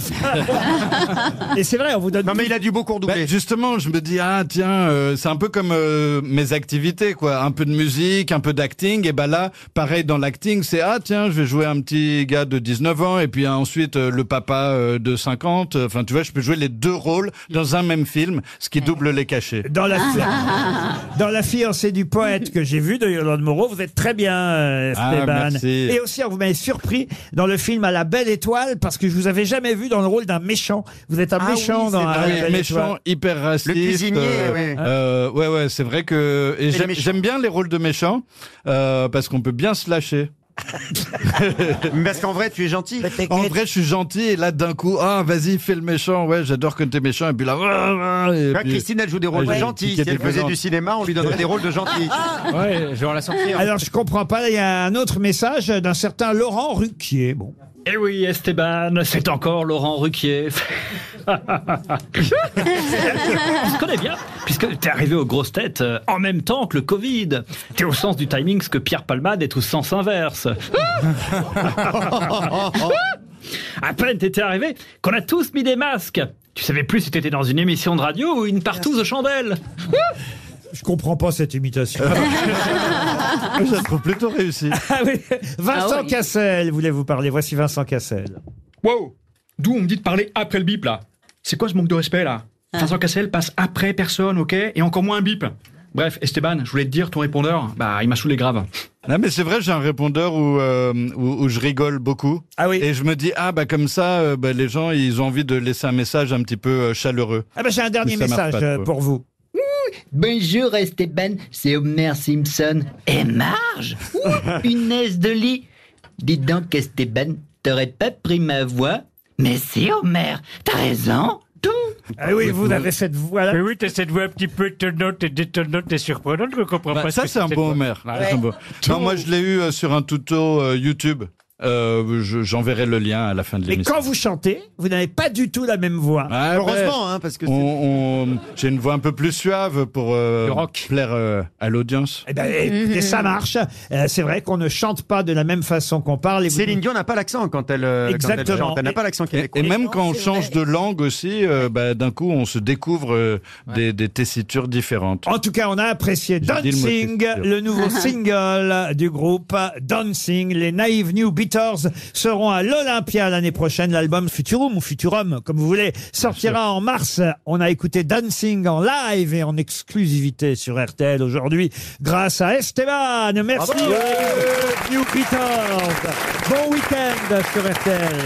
[SPEAKER 2] Et c'est vrai, on vous donne.
[SPEAKER 19] Non,
[SPEAKER 3] mais il a du beau cours doublé.
[SPEAKER 19] Bah, justement, je me dis, ah, tiens, euh, c'est un peu comme euh, mes activités, quoi. Un peu de musique, un peu d'acting. Et ben là, pareil, dans l'acting, c'est, ah, tiens, je vais jouer un petit gars de 19 ans, et puis hein, ensuite, euh, le papa euh, de 50. Enfin, tu vois, je peux jouer les deux rôles dans un même film, ce qui double les cachets.
[SPEAKER 2] Mmh. Dans la,
[SPEAKER 5] Ah.
[SPEAKER 2] dans la fiancée du poète que j'ai vu de Yolande Moreau, vous êtes très bien, euh,
[SPEAKER 19] Ah,
[SPEAKER 2] Esteban.
[SPEAKER 19] merci.
[SPEAKER 2] Et aussi, vous m'avez surpris dans le film à la Belle Étoile parce que je vous avais jamais vu dans le rôle d'un méchant. Vous êtes un
[SPEAKER 19] Ah
[SPEAKER 2] méchant
[SPEAKER 19] oui,
[SPEAKER 2] dans
[SPEAKER 19] c'est
[SPEAKER 2] la
[SPEAKER 19] vrai.
[SPEAKER 2] Belle
[SPEAKER 19] méchant,
[SPEAKER 2] Étoile.
[SPEAKER 19] hyper raciste.
[SPEAKER 2] Le cuisinier,
[SPEAKER 19] euh,
[SPEAKER 2] ouais.
[SPEAKER 19] euh, ouais, ouais, c'est vrai que et
[SPEAKER 2] Et les
[SPEAKER 19] j'aime
[SPEAKER 2] méchants.
[SPEAKER 19] j'aime bien les rôles de méchants euh, parce qu'on peut bien se lâcher.
[SPEAKER 3] Parce qu'en vrai, tu es gentil.
[SPEAKER 19] En vrai, je suis gentil et là, d'un coup, ah, vas-y, fais le méchant. Ouais, j'adore quand t'es méchant. Et puis là, ah, ah, et
[SPEAKER 3] Ah,
[SPEAKER 19] puis-
[SPEAKER 3] Christine, elle joue des rôles
[SPEAKER 19] Ouais,
[SPEAKER 3] de
[SPEAKER 19] j'ai
[SPEAKER 3] gentils.
[SPEAKER 19] piqué
[SPEAKER 3] Si elle
[SPEAKER 19] des
[SPEAKER 3] faisait
[SPEAKER 19] plaisantes.
[SPEAKER 3] du cinéma, on lui donnerait des rôles de gentils.
[SPEAKER 13] Ouais, je vais en la sortir.
[SPEAKER 2] Alors, je comprends pas. Il y a un autre message d'un certain Laurent Ruquier. Bon.
[SPEAKER 9] Eh oui, Esteban, c'est encore Laurent Ruquier. On se connaît bien, puisque t'es arrivé aux grosses têtes euh, en même temps que le Covid. T'es au sens du timing ce que Pierre Palmade est au sens inverse. à peine t'étais arrivé qu'on a tous mis des masques. Tu savais plus si t'étais dans une émission de radio ou une partouze aux chandelles.
[SPEAKER 2] Je comprends pas cette
[SPEAKER 19] Je
[SPEAKER 2] imitation.
[SPEAKER 19] la Ah, trouve plutôt réussie.
[SPEAKER 2] Vincent
[SPEAKER 9] Ah ouais.
[SPEAKER 2] Cassel voulait vous parler. Voici Vincent Cassel.
[SPEAKER 9] Wow D'où on me dit de parler après le bip là C'est quoi ce manque de respect là Vincent Cassel passe après personne, ok Et encore moins un bip Bref, Esteban, je voulais te dire, ton répondeur, bah il m'a saoulé grave.
[SPEAKER 19] Non mais c'est vrai, j'ai un répondeur où, euh, où, où je rigole beaucoup.
[SPEAKER 2] Ah oui.
[SPEAKER 19] Et je me dis ah bah comme ça, euh, bah, les gens ils ont envie de laisser un message un petit peu euh, chaleureux.
[SPEAKER 2] Ah bah j'ai un dernier
[SPEAKER 19] Où ça marche
[SPEAKER 2] message
[SPEAKER 19] pas trop.
[SPEAKER 2] euh, pour vous.
[SPEAKER 22] Hmm,
[SPEAKER 7] Bonjour Esteban, c'est Homer Simpson. Et marge
[SPEAKER 22] Hmm,
[SPEAKER 7] Ouh, Une aise de lit Dis donc Esteban, Ben, t'aurais pas pris ma voix Mais si Homer, t'as raison
[SPEAKER 2] Ah oui, vous avez cette voix là.
[SPEAKER 12] oui, t'as cette voix un petit peu étonnante et détonnante et surprenante, je comprends
[SPEAKER 19] Bah,
[SPEAKER 12] pas. ce
[SPEAKER 19] ça
[SPEAKER 12] que
[SPEAKER 19] c'est un
[SPEAKER 12] cette
[SPEAKER 19] bon
[SPEAKER 12] voix.
[SPEAKER 19] Homer.
[SPEAKER 12] Ouais.
[SPEAKER 19] C'est un bon- Non moi je l'ai eu euh, sur un tuto euh, YouTube. Euh, je- J'enverrai le lien à la fin de
[SPEAKER 2] Mais
[SPEAKER 19] l'émission.
[SPEAKER 2] quand vous chantez, vous n'avez pas du tout la même voix. hein,
[SPEAKER 19] Ah, ouais. On- on- j'ai une voix un peu plus suave pour euh, plaire euh, à l'audience.
[SPEAKER 2] Eh ben, écoutez, ça marche. Euh, c'est vrai qu'on ne chante pas de la même façon qu'on parle.
[SPEAKER 3] Céline Dion n'a pas l'accent quand elle, euh, quand elle
[SPEAKER 2] Exactement.
[SPEAKER 3] chante. Elle n'a
[SPEAKER 2] Et-
[SPEAKER 3] pas l'accent
[SPEAKER 19] Et,
[SPEAKER 3] québécois.
[SPEAKER 19] et même quand on change de langue aussi, euh, bah, d'un coup, on se découvre euh, des, des tessitures différentes.
[SPEAKER 2] En tout cas, on a apprécié
[SPEAKER 19] dit le mot
[SPEAKER 2] Dancing,
[SPEAKER 19] tessitures.
[SPEAKER 2] le nouveau single du groupe Dancing. Les Naive New Beaters seront à l'Olympia l'année prochaine. L'album Futurum ou Futurum, comme vous voulez, sortira en mars. On a écouté Dancing en live et en exclusivité sur RTL aujourd'hui grâce à Esteban. Merci.
[SPEAKER 19] Ah,
[SPEAKER 8] Bravo.
[SPEAKER 2] les New Beaters. Bon week-end sur RTL.